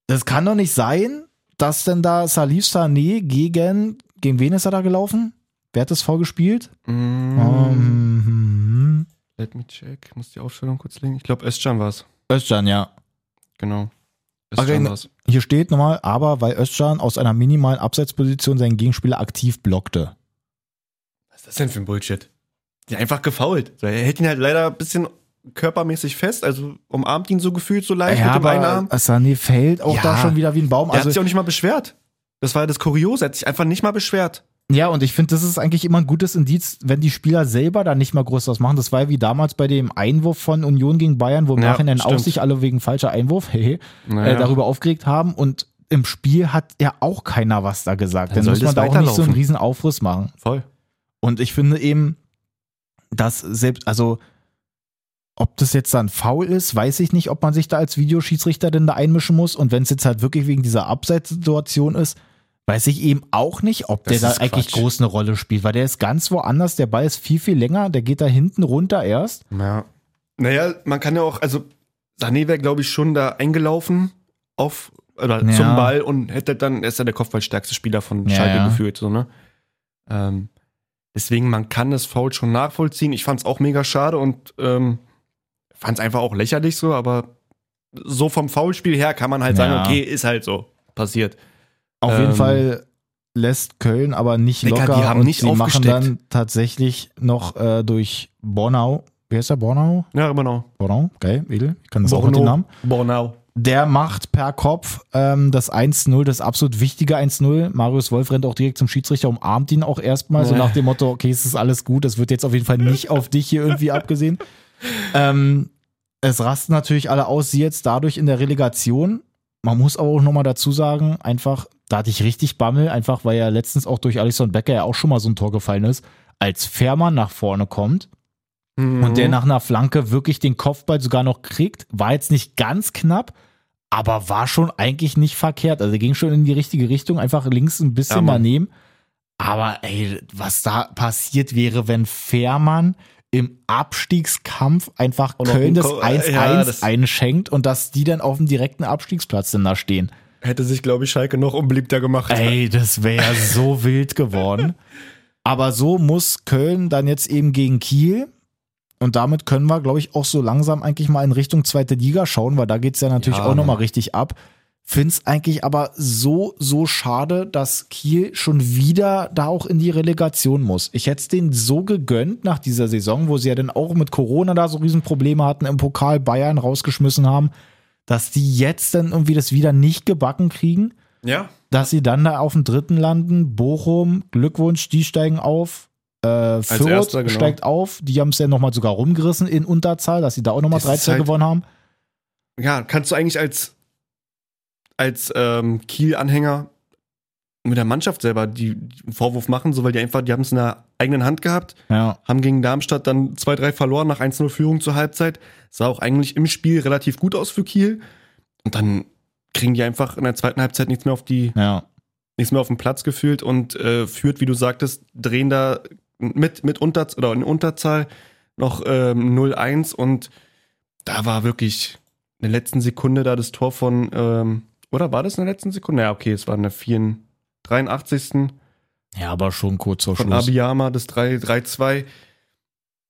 Speaker 2: Das kann doch nicht sein, dass denn da Salif Sané gegen, gegen wen ist er da gelaufen? Wer hat das vorgespielt?
Speaker 3: Mm. Mhm.
Speaker 2: Ähm,
Speaker 3: Let me check. Ich muss die Aufstellung kurz legen. Ich glaube, Özcan war es.
Speaker 2: Özcan, ja.
Speaker 3: Genau.
Speaker 2: Okay,
Speaker 3: Özcan
Speaker 2: ne-
Speaker 3: war's.
Speaker 2: Hier steht nochmal, aber weil Özcan aus einer minimalen Abseitsposition seinen Gegenspieler aktiv blockte.
Speaker 3: Was ist das denn für ein Bullshit? Die einfach gefault. So, Er hält ihn halt leider ein bisschen körpermäßig fest, also umarmt ihn so gefühlt so leicht mit dem einen Arm.
Speaker 2: Sané fällt auch
Speaker 3: Ja.
Speaker 2: da schon wieder wie ein Baum.
Speaker 3: Er hat
Speaker 2: Also
Speaker 3: sich auch nicht mal beschwert. Das war ja das Kuriose, er hat sich einfach nicht mal beschwert.
Speaker 2: Ja, und ich finde, das ist eigentlich immer ein gutes Indiz, wenn die Spieler selber da nicht mal groß was machen. Das war ja wie damals bei dem Einwurf von Union gegen Bayern, wo im
Speaker 3: Ja,
Speaker 2: Nachhinein auch
Speaker 3: stimmt.
Speaker 2: sich alle wegen falscher Einwurf hehe,
Speaker 3: Naja.
Speaker 2: äh, darüber aufgeregt haben. Und im Spiel hat ja auch keiner was da gesagt. Dann,
Speaker 3: Dann soll
Speaker 2: muss man
Speaker 3: das
Speaker 2: da auch nicht so einen
Speaker 3: weiterlaufen.
Speaker 2: riesen Aufriss machen.
Speaker 3: Voll.
Speaker 2: Und ich finde eben, dass selbst, also ob das jetzt dann faul ist, weiß ich nicht, ob man sich da als Videoschiedsrichter denn da einmischen muss. Und wenn es jetzt halt wirklich wegen dieser Abseitssituation ist, weiß ich eben auch nicht, ob
Speaker 3: Das
Speaker 2: der
Speaker 3: ist
Speaker 2: da eigentlich
Speaker 3: Quatsch.
Speaker 2: groß eine Rolle spielt, weil der ist ganz woanders, der Ball ist viel, viel länger, der geht da hinten runter erst.
Speaker 3: Ja. Naja, man kann ja auch, also Sané wäre, glaube ich, schon da eingelaufen auf oder
Speaker 2: Ja.
Speaker 3: zum Ball und hätte dann, er ist ja der kopfballstärkste Spieler von
Speaker 2: Ja,
Speaker 3: Schalke
Speaker 2: ja.
Speaker 3: geführt, so, ne? Ähm, deswegen, man kann das Foul schon nachvollziehen. Ich fand es auch mega schade und ähm, fand es einfach auch lächerlich so, aber so vom Foulspiel her kann man halt
Speaker 2: Ja.
Speaker 3: sagen, okay, ist halt so passiert.
Speaker 2: Auf jeden
Speaker 3: Ähm.
Speaker 2: Fall lässt Köln aber nicht
Speaker 3: Digga,
Speaker 2: locker
Speaker 3: die haben
Speaker 2: und
Speaker 3: nicht
Speaker 2: sie machen
Speaker 3: aufgesteckt.
Speaker 2: dann tatsächlich noch äh, durch Bornau, wie heißt der Bornau?
Speaker 3: Ja, genau.
Speaker 2: Bornau, geil, edel, ich kann das auch mit dem Namen.
Speaker 3: Bornau.
Speaker 2: Der macht per Kopf ähm, das 1-0, das absolut wichtige 1-0. Marius Wolf rennt auch direkt zum Schiedsrichter, umarmt ihn auch erstmal, so
Speaker 3: Ja.
Speaker 2: nach dem Motto, okay, es ist alles gut, das wird jetzt auf jeden Fall nicht auf dich hier irgendwie abgesehen. Ähm, es rasten natürlich alle aus, sie jetzt dadurch in der Relegation. Man muss aber auch nochmal dazu sagen, einfach, da hatte ich richtig Bammel, einfach weil ja letztens auch durch Alexon Becker ja auch schon mal so ein Tor gefallen ist, als Fährmann nach vorne kommt
Speaker 3: Hm.
Speaker 2: und
Speaker 3: Mhm.
Speaker 2: der nach einer Flanke wirklich den Kopfball sogar noch kriegt. War jetzt nicht ganz knapp, aber war schon eigentlich nicht verkehrt. Also ging schon in die richtige Richtung, einfach links ein bisschen
Speaker 3: Ja, Mann.
Speaker 2: daneben. Aber ey, was da passiert wäre, wenn Fährmann im Abstiegskampf einfach
Speaker 3: noch
Speaker 2: Köln
Speaker 3: ein
Speaker 2: das
Speaker 3: Ko-
Speaker 2: 1-1
Speaker 3: ja, das-
Speaker 2: einschenkt und dass die dann auf dem direkten Abstiegsplatz denn da stehen.
Speaker 3: hätte sich, glaube ich, Schalke noch unbeliebter gemacht.
Speaker 2: Ey, das wäre so wild geworden. Aber so muss Köln dann jetzt eben gegen Kiel. Und damit können wir, glaube ich, auch so langsam eigentlich mal in Richtung zweite Liga schauen, weil da geht es ja natürlich
Speaker 3: Ja,
Speaker 2: auch
Speaker 3: ne. Mann.
Speaker 2: nochmal richtig ab. Find's eigentlich aber so, so schade, dass Kiel schon wieder da auch in die Relegation muss. Ich hätte es denen so gegönnt nach dieser Saison, wo sie ja dann auch mit Corona da so Riesenprobleme hatten, im Pokal Bayern rausgeschmissen haben, dass die jetzt dann irgendwie das wieder nicht gebacken kriegen
Speaker 3: Ja.
Speaker 2: dass sie dann da auf dem dritten landen. Bochum, Glückwunsch, die steigen auf. Äh, Fürth
Speaker 3: Erster, genau.
Speaker 2: steigt auf. Die haben es ja nochmal sogar rumgerissen in Unterzahl, dass sie da auch nochmal
Speaker 3: Das ist
Speaker 2: 13
Speaker 3: halt-
Speaker 2: gewonnen haben.
Speaker 3: ja, kannst du eigentlich als, als ähm, Kiel-Anhänger mit der Mannschaft selber die, die einen Vorwurf machen, so weil die einfach, die haben es in der eigenen Hand gehabt,
Speaker 2: Ja.
Speaker 3: haben gegen Darmstadt dann 2-3 verloren nach 1-0 Führung zur Halbzeit. Sah auch eigentlich im Spiel relativ gut aus für Kiel. Und dann kriegen die einfach in der zweiten Halbzeit nichts mehr auf die,
Speaker 2: Ja.
Speaker 3: nichts mehr auf den Platz gefühlt und äh, führt, wie du sagtest, drehen da mit, mit Unter oder in Unterzahl noch ähm, 0-1 und da war wirklich in der letzten Sekunde da das Tor von, ähm, oder war das in der letzten Sekunde? Ja, okay, es war in der 4, 83.
Speaker 2: Ja, aber schon kurz vor
Speaker 3: von
Speaker 2: Oh, Schluss.
Speaker 3: Abiyama, das 3 3-2.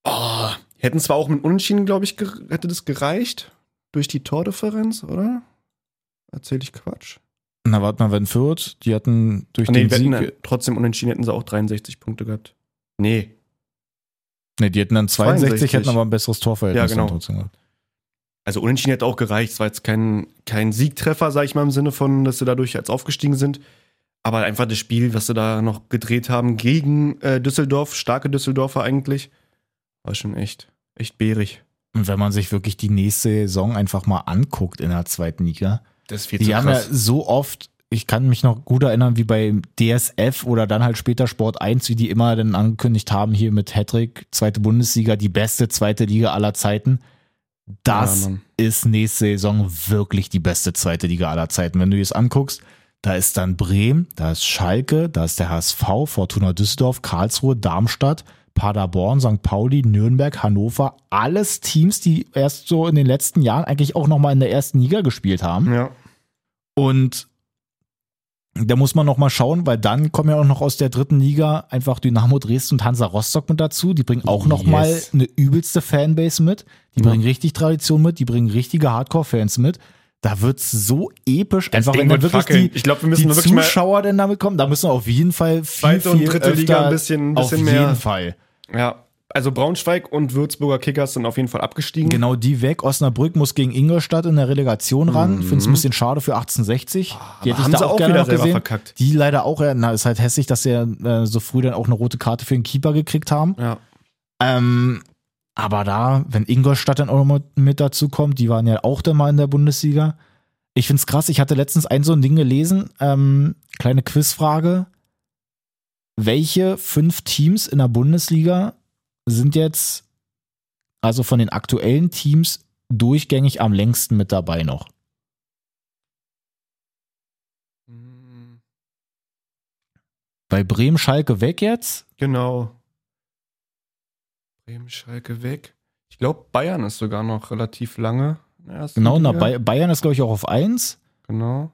Speaker 3: Oh, hätten zwar auch mit Unentschieden, glaube ich, ger- hätte das gereicht durch die Tordifferenz, oder? Erzähle ich Quatsch?
Speaker 2: Na, warte mal, wenn Fürth, die hatten durch
Speaker 3: Ah, nee,
Speaker 2: den
Speaker 3: wir
Speaker 2: Sieg,
Speaker 3: hätten dann trotzdem unentschieden, hätten sie auch 63 Punkte gehabt. Nee.
Speaker 2: nee, die hätten dann 62,
Speaker 3: 62,
Speaker 2: hätten aber ein besseres Torverhältnis
Speaker 3: Ja, genau.
Speaker 2: dann trotzdem gehabt.
Speaker 3: Also unentschieden hätte auch gereicht. Es war jetzt kein, kein Siegtreffer, sag ich mal, im Sinne von, dass sie dadurch jetzt aufgestiegen sind. Aber einfach das Spiel, was sie da noch gedreht haben gegen äh, Düsseldorf, starke Düsseldorfer eigentlich, war schon echt, echt bärig.
Speaker 2: Und wenn man sich wirklich die nächste Saison einfach mal anguckt in der zweiten Liga,
Speaker 3: Das ist viel
Speaker 2: Die haben ja so oft, ich kann mich noch gut erinnern, wie bei DSF oder dann halt später Sport 1, wie die immer dann angekündigt haben, hier mit Hattrick, zweite Bundesliga, die beste zweite Liga aller Zeiten. Das
Speaker 3: Ja, Mann.
Speaker 2: ist nächste Saison wirklich die beste zweite Liga aller Zeiten. Wenn du dir das anguckst, da ist dann Bremen, da ist Schalke, da ist der HSV, Fortuna Düsseldorf, Karlsruhe, Darmstadt, Paderborn, St. Pauli, Nürnberg, Hannover, alles Teams, die erst so in den letzten Jahren eigentlich auch nochmal in der ersten Liga gespielt haben.
Speaker 3: Ja.
Speaker 2: Und da muss man noch mal schauen, weil dann kommen ja auch noch aus der dritten Liga einfach Dynamo Dresden und Hansa Rostock mit dazu. Die bringen auch noch
Speaker 3: Yes.
Speaker 2: mal eine übelste Fanbase mit. Die bringen richtig Tradition mit. Die bringen richtige Hardcore-Fans mit. Da wird's so episch. einfach wenn
Speaker 3: Ding
Speaker 2: dann
Speaker 3: wird
Speaker 2: wirklich
Speaker 3: fackeln.
Speaker 2: die,
Speaker 3: Ich glaub, wir müssen
Speaker 2: die
Speaker 3: wirklich mal-
Speaker 2: Zuschauer denn damit kommen. Da müssen wir auf jeden Fall viel,
Speaker 3: Zweite und
Speaker 2: viel
Speaker 3: dritte
Speaker 2: öfter,
Speaker 3: Liga ein bisschen- ein bisschen
Speaker 2: auf
Speaker 3: mehr-
Speaker 2: jeden Fall.
Speaker 3: Ja, also Braunschweig und Würzburger Kickers sind auf jeden Fall abgestiegen.
Speaker 2: Genau die weg. Osnabrück muss gegen Ingolstadt in der Relegation ran. Finde es ein bisschen schade für 1860. Die hätte ich
Speaker 3: Mhm. Ah, haben
Speaker 2: da
Speaker 3: sie
Speaker 2: auch,
Speaker 3: auch
Speaker 2: gerne
Speaker 3: wieder
Speaker 2: noch
Speaker 3: selber
Speaker 2: gesehen.
Speaker 3: verkackt.
Speaker 2: Die leider auch, äh, na, ist halt hässlich, dass sie äh, so früh dann auch eine rote Karte für den Keeper gekriegt haben.
Speaker 3: Ja.
Speaker 2: Ähm, aber da, wenn Ingolstadt dann auch noch mit dazu kommt, die waren ja auch dann mal in der Bundesliga. Ich find's krass, ich hatte letztens ein so ein Ding gelesen, ähm, kleine Quizfrage. Welche fünf Teams in der Bundesliga sind jetzt, also von den aktuellen Teams, durchgängig am längsten mit dabei noch?
Speaker 3: Mhm.
Speaker 2: Bei Bremen Schalke weg jetzt?
Speaker 3: Genau. Bremen, Schalke weg. Ich glaube, Bayern ist sogar noch relativ lange. in der ersten
Speaker 2: Genau, na,
Speaker 3: Liga.
Speaker 2: Bay- Bayern ist, glaube ich, auch auf eins.
Speaker 3: Genau.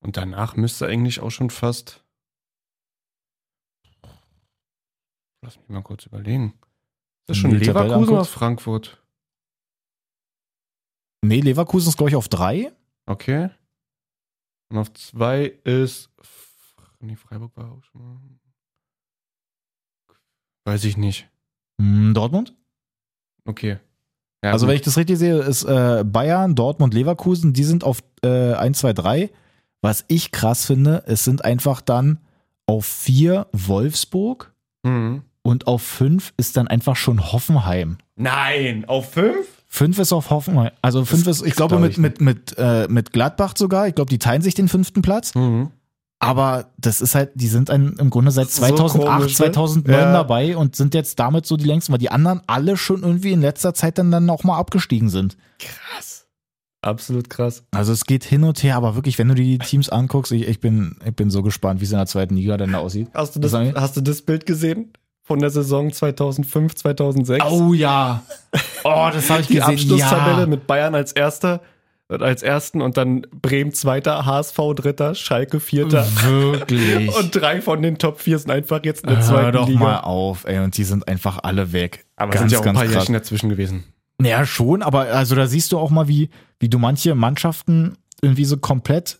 Speaker 3: Und danach müsste eigentlich auch schon fast. Lass mich mal kurz überlegen. Ist das schon
Speaker 2: Die Tabelle
Speaker 3: Leverkusen oder
Speaker 2: anguckst.
Speaker 3: Frankfurt?
Speaker 2: Nee, Leverkusen ist, glaube ich, auf drei.
Speaker 3: Okay. Und auf zwei ist. F- Nee, Freiburg war auch schon mal. Weiß ich nicht.
Speaker 2: Hm, Dortmund?
Speaker 3: Okay. Ja,
Speaker 2: Also
Speaker 3: gut.
Speaker 2: wenn ich das richtig sehe, ist äh, Bayern, Dortmund, Leverkusen, die sind auf äh, 1, 2, 3. Was ich krass finde, es sind einfach dann auf 4 Wolfsburg
Speaker 3: Mhm.
Speaker 2: und auf 5 ist dann einfach schon Hoffenheim.
Speaker 3: Nein, auf fünf?
Speaker 2: 5 ist auf Hoffenheim. Also 5 ist, ich glaube,
Speaker 3: glaub
Speaker 2: mit,
Speaker 3: ich
Speaker 2: mit, mit, äh, mit Gladbach sogar. Ich glaube, die teilen sich den fünften Platz.
Speaker 3: Mhm.
Speaker 2: Aber das ist halt, die sind ein, im Grunde seit
Speaker 3: So
Speaker 2: 2008,
Speaker 3: komisch, ne?
Speaker 2: 2009
Speaker 3: Ja.
Speaker 2: dabei und sind jetzt damit so die längsten, weil die anderen alle schon irgendwie in letzter Zeit dann, dann auch mal abgestiegen sind.
Speaker 3: Krass. Absolut krass.
Speaker 2: Also es geht hin und her, aber wirklich, wenn du dir die Teams anguckst, ich, ich, bin, ich bin so gespannt, wie es in der zweiten Liga dann da aussieht.
Speaker 3: Hast du,
Speaker 2: Was
Speaker 3: das,
Speaker 2: sagen wir?
Speaker 3: hast du das Bild gesehen von der Saison 2005, 2006?
Speaker 2: Oh ja. Oh, das habe ich
Speaker 3: Die
Speaker 2: gesehen.
Speaker 3: Abschlusstabelle
Speaker 2: ja.
Speaker 3: mit Bayern als erster äh, als ersten und dann Bremen zweiter, HSV dritter, Schalke vierter
Speaker 2: Wirklich.
Speaker 3: und drei von den Top vier sind einfach jetzt in der
Speaker 2: Hör
Speaker 3: zweiten
Speaker 2: doch
Speaker 3: Liga.
Speaker 2: mal auf, ey. Und die sind einfach alle weg.
Speaker 3: Aber es sind ja auch ein paar
Speaker 2: krass.
Speaker 3: Jährchen dazwischen gewesen.
Speaker 2: Naja, schon, aber also da siehst du auch mal, wie, wie du manche Mannschaften irgendwie so komplett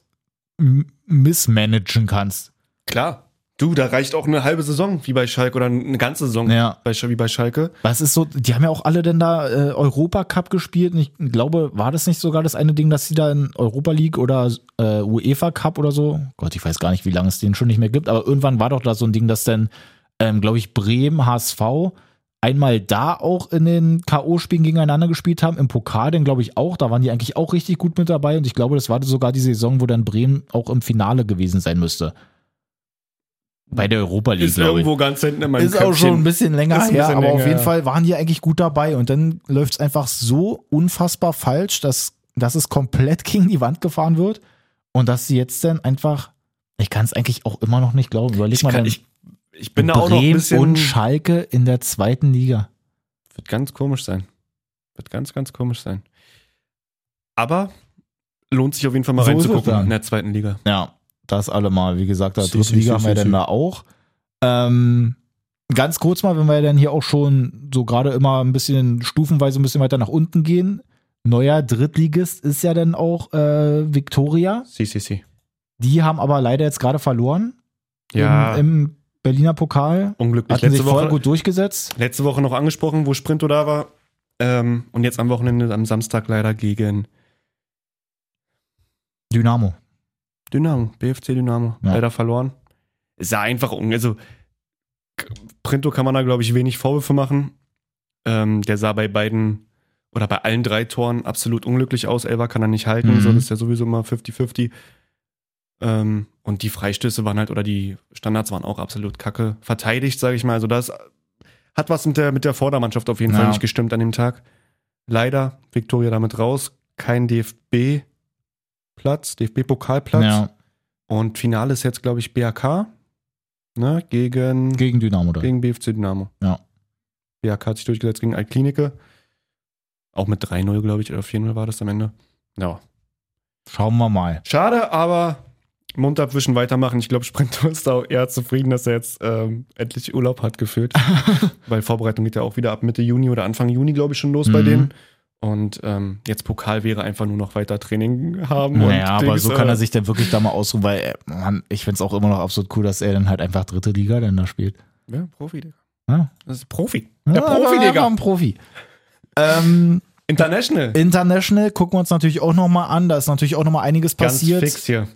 Speaker 2: m- missmanagen kannst.
Speaker 3: Klar. Du, da reicht auch eine halbe Saison, wie bei Schalke, oder eine ganze Saison
Speaker 2: Ja.
Speaker 3: bei, Sch- wie bei Schalke.
Speaker 2: Was ist so, die haben ja auch alle denn da äh, Europacup gespielt. Und ich glaube, war das nicht sogar das eine Ding, dass sie da in Europa League oder äh, UEFA Cup oder so? Gott, ich weiß gar nicht, wie lange es den schon nicht mehr gibt, aber irgendwann war doch da so ein Ding, dass dann, ähm, glaube ich, Bremen, HSV einmal da auch in den K.O.-Spielen gegeneinander gespielt haben, im Pokal dann, glaube ich, auch. Da waren die eigentlich auch richtig gut mit dabei und ich glaube, das war sogar die Saison, wo dann Bremen auch im Finale gewesen sein müsste. Bei der Europa League,
Speaker 3: Ist
Speaker 2: glaube ich
Speaker 3: irgendwo ganz hinten in meinem
Speaker 2: ist auch schon ein bisschen länger
Speaker 3: Ist ein
Speaker 2: her,
Speaker 3: bisschen
Speaker 2: aber auf
Speaker 3: länger,
Speaker 2: jeden
Speaker 3: ja.
Speaker 2: Fall waren die eigentlich gut dabei und dann läuft es einfach so unfassbar falsch, dass, dass es komplett gegen die Wand gefahren wird und dass sie jetzt dann einfach, ich kann es eigentlich auch immer noch nicht glauben, überleg
Speaker 3: Ich,
Speaker 2: mal,
Speaker 3: kann,
Speaker 2: dann
Speaker 3: ich, ich bin da auch noch ein
Speaker 2: Bremen
Speaker 3: bisschen...
Speaker 2: und Schalke in der zweiten Liga.
Speaker 3: Wird ganz komisch sein. Wird ganz, ganz komisch sein. Aber lohnt sich auf jeden Fall mal
Speaker 2: So ist es
Speaker 3: reinzugucken
Speaker 2: dann.
Speaker 3: in der zweiten Liga.
Speaker 2: Ja, das allemal, wie gesagt, da
Speaker 3: Si,
Speaker 2: dritte
Speaker 3: si,
Speaker 2: Liga
Speaker 3: si,
Speaker 2: haben wir
Speaker 3: si,
Speaker 2: dann
Speaker 3: si.
Speaker 2: da auch. Ähm, ganz kurz mal, wenn wir dann hier auch schon so gerade immer ein bisschen stufenweise ein bisschen weiter nach unten gehen. Neuer Drittligist ist ja dann auch äh, Viktoria.
Speaker 3: Si, si, si.
Speaker 2: Die haben aber leider jetzt gerade verloren
Speaker 3: Ja,
Speaker 2: im, im Berliner Pokal.
Speaker 3: unglücklich.
Speaker 2: Hatten
Speaker 3: Letzte
Speaker 2: sich voll
Speaker 3: Woche,
Speaker 2: gut durchgesetzt.
Speaker 3: letzte Woche noch angesprochen, wo Sprinto da war. Ähm, und jetzt am Wochenende, am Samstag leider gegen
Speaker 2: Dynamo.
Speaker 3: Dynamo, BFC Dynamo.
Speaker 2: Ja.
Speaker 3: Leider verloren. Ist ja einfach, un also K- Printo kann man da, glaube ich, wenig Vorwürfe machen. Ähm, der sah bei beiden oder bei allen drei Toren absolut unglücklich aus. Elva kann er nicht halten,
Speaker 2: Mhm.
Speaker 3: so das ist ja sowieso immer 50-50. Ähm, und die Freistöße waren halt, oder die Standards waren auch absolut kacke verteidigt, sage ich mal. Also das hat was mit der, mit der Vordermannschaft auf jeden
Speaker 2: Ja.
Speaker 3: Fall nicht gestimmt an dem Tag. Leider, Viktoria damit raus, kein DFB-Platz, DFB-Pokalplatz.
Speaker 2: Ja,
Speaker 3: Und Finale ist jetzt, glaube ich, BAK ne, gegen,
Speaker 2: gegen
Speaker 3: gegen,
Speaker 2: Dynamo dann.
Speaker 3: BFC Dynamo.
Speaker 2: Ja.
Speaker 3: BAK hat sich durchgesetzt gegen Altklinike. Auch mit 3-0, glaube ich, oder 4-0 war das am Ende. Ja.
Speaker 2: Schauen wir mal.
Speaker 3: Schade, aber Mund abwischen, weitermachen. Ich glaube, Sprinto ist auch eher zufrieden, dass er jetzt ähm, endlich Urlaub hat gefühlt. Weil Vorbereitung geht ja auch wieder ab Mitte Juni oder Anfang Juni, glaube ich, schon los bei
Speaker 2: Mhm.
Speaker 3: denen. Und ähm, jetzt Pokal wäre einfach nur noch weiter Training haben.
Speaker 2: Naja, aber
Speaker 3: und Dings,
Speaker 2: so kann
Speaker 3: äh,
Speaker 2: er sich dann wirklich da mal ausruhen, weil äh, Mann, ich finde es auch immer noch absolut cool, dass er dann halt einfach dritte Liga dann da spielt.
Speaker 3: Ja, Profi, Digga.
Speaker 2: Ja.
Speaker 3: Das ist Profi.
Speaker 2: Ja,
Speaker 3: Der Profi,
Speaker 2: aber einfach
Speaker 3: Digga.
Speaker 2: Ein Profi. Ähm,
Speaker 3: International.
Speaker 2: International gucken wir uns natürlich auch nochmal an. Da ist natürlich auch nochmal einiges passiert.
Speaker 3: Ganz fix hier.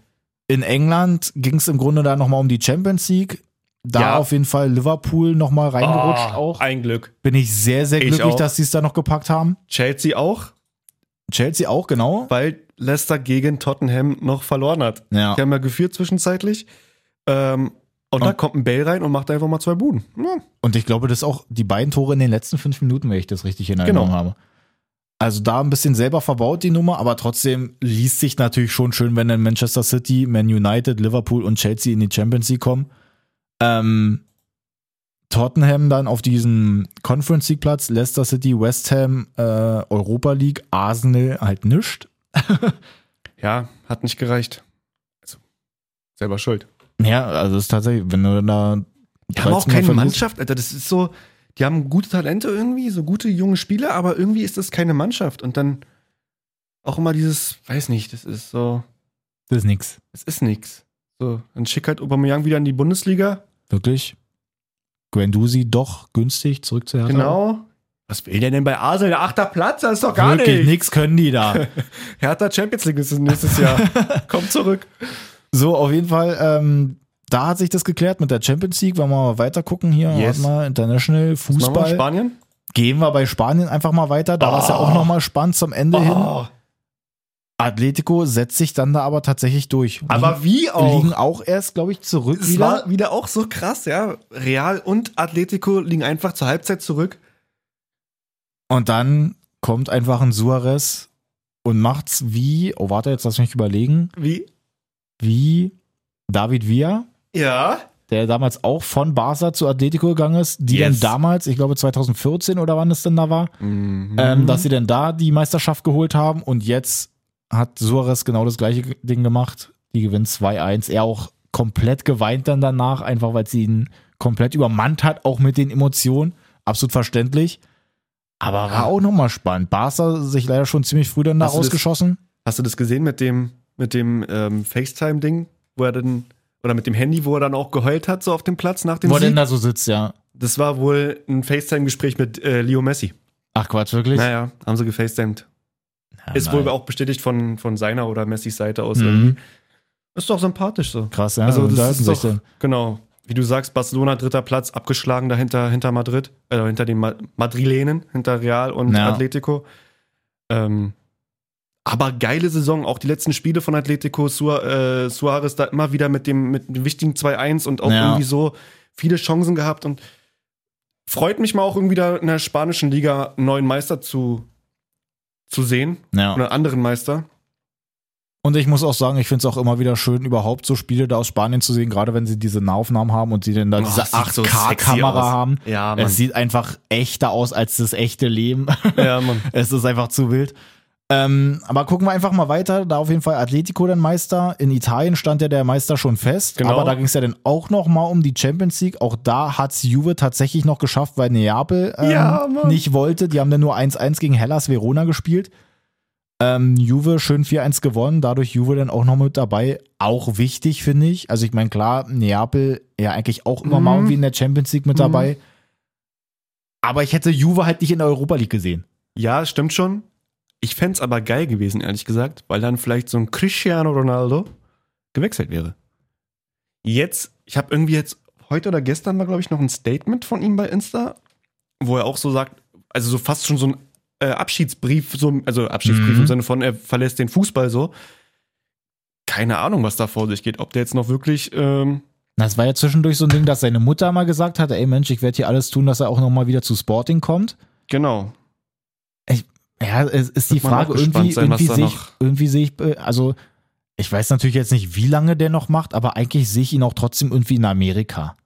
Speaker 2: In England ging es im Grunde da nochmal um die Champions League. Da
Speaker 3: Ja.
Speaker 2: auf jeden Fall Liverpool nochmal reingerutscht
Speaker 3: Ah,
Speaker 2: auch.
Speaker 3: Ein Glück.
Speaker 2: Bin ich sehr, sehr
Speaker 3: Ich
Speaker 2: glücklich,
Speaker 3: auch.
Speaker 2: dass sie es da noch gepackt haben.
Speaker 3: Chelsea auch,
Speaker 2: Chelsea auch, genau.
Speaker 3: weil Leicester gegen Tottenham noch verloren hat.
Speaker 2: Ja.
Speaker 3: Die haben ja geführt zwischenzeitlich. Ähm, und da
Speaker 2: Und-
Speaker 3: kommt ein Bale rein und macht einfach mal zwei Buden. Ja.
Speaker 2: Und ich glaube, das ist auch die beiden Tore in den letzten fünf Minuten, wenn ich das richtig in Erinnerung
Speaker 3: Genau.
Speaker 2: habe. Also da ein bisschen selber verbaut die Nummer, aber trotzdem liest sich natürlich schon schön, wenn dann Manchester City, Man United, Liverpool und Chelsea in die Champions League kommen. Ähm, Tottenham dann auf diesen Conference League Platz, Leicester City, West Ham, äh, Europa League, Arsenal halt nischt.
Speaker 3: ja, hat nicht gereicht. Also, selber schuld.
Speaker 2: Ja, also ist tatsächlich, wenn du da
Speaker 3: Die haben auch keine
Speaker 2: 13 verlierst-
Speaker 3: Mannschaft, Alter. Das ist so, die haben gute Talente irgendwie, so gute junge Spieler, aber irgendwie ist das keine Mannschaft. Und dann auch immer dieses, weiß nicht, das ist so,
Speaker 2: Das ist nix.
Speaker 3: es ist nix. So, dann schick halt Aubameyang wieder in die Bundesliga.
Speaker 2: Wirklich? Guendouzi doch günstig zurück zu Hertha.
Speaker 3: Genau. Was will der denn bei Arsenal? Der achter Platz, das ist doch gar
Speaker 2: Wirklich,
Speaker 3: nicht.
Speaker 2: nichts können die da.
Speaker 3: Hertha Champions League ist es nächstes Jahr. Komm zurück.
Speaker 2: So, auf jeden Fall, ähm, da hat sich das geklärt mit der Champions League. Wollen wir mal weiter gucken hier? Warte
Speaker 3: Yes.
Speaker 2: mal, International,
Speaker 3: Machen wir
Speaker 2: Fußball.
Speaker 3: Spanien? Ah.
Speaker 2: Gehen wir bei Spanien einfach mal weiter. Da war es ja auch nochmal spannend zum Ende hin.
Speaker 3: Oh,
Speaker 2: Atletico setzt sich dann da aber tatsächlich durch.
Speaker 3: aber wie
Speaker 2: liegen,
Speaker 3: auch?
Speaker 2: liegen auch erst, glaube ich, zurück
Speaker 3: Es
Speaker 2: wieder.
Speaker 3: war wieder auch so krass, ja. Real und Atletico liegen einfach zur Halbzeit zurück.
Speaker 2: Und dann kommt einfach ein Suarez und macht's wie, oh warte, jetzt lass mich überlegen,
Speaker 3: Wie?
Speaker 2: wie David Villa.
Speaker 3: Ja.
Speaker 2: der damals auch von Barca zu Atletico gegangen ist, die
Speaker 3: Yes.
Speaker 2: dann damals, ich glaube 2014 oder wann es denn da war,
Speaker 3: Mhm.
Speaker 2: ähm, dass sie dann da die Meisterschaft geholt haben und jetzt hat Suarez genau das gleiche Ding gemacht. Die gewinnt 2-1. Er auch komplett geweint dann danach, einfach weil sie ihn komplett übermannt hat, auch mit den Emotionen. Absolut verständlich. Aber war auch nochmal spannend. Barca sich leider schon ziemlich früh dann da
Speaker 3: Hast du das-
Speaker 2: rausgeschossen.
Speaker 3: Hast du das gesehen mit dem, mit dem ähm, FaceTime-Ding, wo er dann, oder mit dem Handy, wo er dann auch geheult hat, so auf dem Platz nach dem
Speaker 2: Wo er denn
Speaker 3: Sieg?
Speaker 2: da so sitzt, ja.
Speaker 3: Das war wohl ein FaceTime-Gespräch mit äh, Leo Messi.
Speaker 2: Ach Quatsch, wirklich?
Speaker 3: Naja, haben sie gefacetimed. Ist wohl auch bestätigt von, von seiner oder Messis Seite aus.
Speaker 2: Mhm.
Speaker 3: Ist doch sympathisch so.
Speaker 2: Krass, ja.
Speaker 3: Also das
Speaker 2: unterhalten
Speaker 3: ist
Speaker 2: sich
Speaker 3: doch,
Speaker 2: dann.
Speaker 3: genau, wie du sagst, Barcelona dritter Platz, abgeschlagen dahinter hinter Madrid, äh, hinter den Ma Madrilenen, hinter Real und
Speaker 2: Ja.
Speaker 3: Atletico. Ähm, aber geile Saison, auch die letzten Spiele von Atletico, Sua äh, Suarez da immer wieder mit dem, mit dem wichtigen 2-1 und auch
Speaker 2: Ja.
Speaker 3: irgendwie so viele Chancen gehabt und freut mich mal auch irgendwie da in der spanischen Liga einen neuen Meister zu, zu sehen,
Speaker 2: Ja.
Speaker 3: oder einen anderen Meister.
Speaker 2: Und ich muss auch sagen, ich finde es auch immer wieder schön, überhaupt so Spiele da aus Spanien zu sehen, gerade wenn sie diese Nahaufnahmen haben und sie dann da diese
Speaker 3: das sieht so sexy
Speaker 2: 8K-Kamera
Speaker 3: aus.
Speaker 2: haben.
Speaker 3: Ja,
Speaker 2: es sieht einfach echter aus als das echte Leben.
Speaker 3: Ja, Mann.
Speaker 2: es ist einfach zu wild. Ähm, aber gucken wir einfach mal weiter. Da auf jeden Fall Atletico dann Meister. In Italien stand ja der Meister schon fest.
Speaker 3: Genau.
Speaker 2: Aber da ging es ja dann auch noch mal um die Champions League. Auch da hat Juve tatsächlich noch geschafft, weil Neapel ähm,
Speaker 3: Ja, Mann.
Speaker 2: nicht wollte. Die haben dann nur 1-1 gegen Hellas Verona gespielt. Ähm, Juve schön 4-1 gewonnen, dadurch Juve dann auch noch mit dabei. Auch wichtig, finde ich. Also ich meine, klar, Neapel ja eigentlich auch immer
Speaker 3: Mhm.
Speaker 2: mal irgendwie in der Champions League mit dabei. Aber ich hätte Juve halt nicht in der Europa League gesehen.
Speaker 3: Ja, stimmt schon. Ich fänd's aber geil gewesen, ehrlich gesagt, weil dann vielleicht so ein Cristiano Ronaldo gewechselt wäre. Jetzt, ich habe irgendwie jetzt, heute oder gestern war, glaube ich, noch ein Statement von ihm bei Insta, wo er auch so sagt, also so fast schon so ein äh, Abschiedsbrief, so, also Abschiedsbrief
Speaker 2: Mhm.
Speaker 3: im Sinne von, er verlässt den Fußball so. Keine Ahnung, was da vor sich geht, ob der jetzt noch wirklich, ähm,
Speaker 2: Das war ja zwischendurch so ein Ding, dass seine Mutter mal gesagt hatte, ey Mensch, ich werde hier alles tun, dass er auch noch mal wieder zu Sporting kommt.
Speaker 3: genau.
Speaker 2: Ja, es ist die
Speaker 3: Wird man auch
Speaker 2: Frage,
Speaker 3: gespannt
Speaker 2: irgendwie,
Speaker 3: sein, was
Speaker 2: irgendwie
Speaker 3: da
Speaker 2: sehe ich,
Speaker 3: noch-
Speaker 2: irgendwie sehe ich, äh, also ich weiß natürlich jetzt nicht, wie lange der noch macht, aber eigentlich sehe ich ihn auch trotzdem irgendwie in Amerika.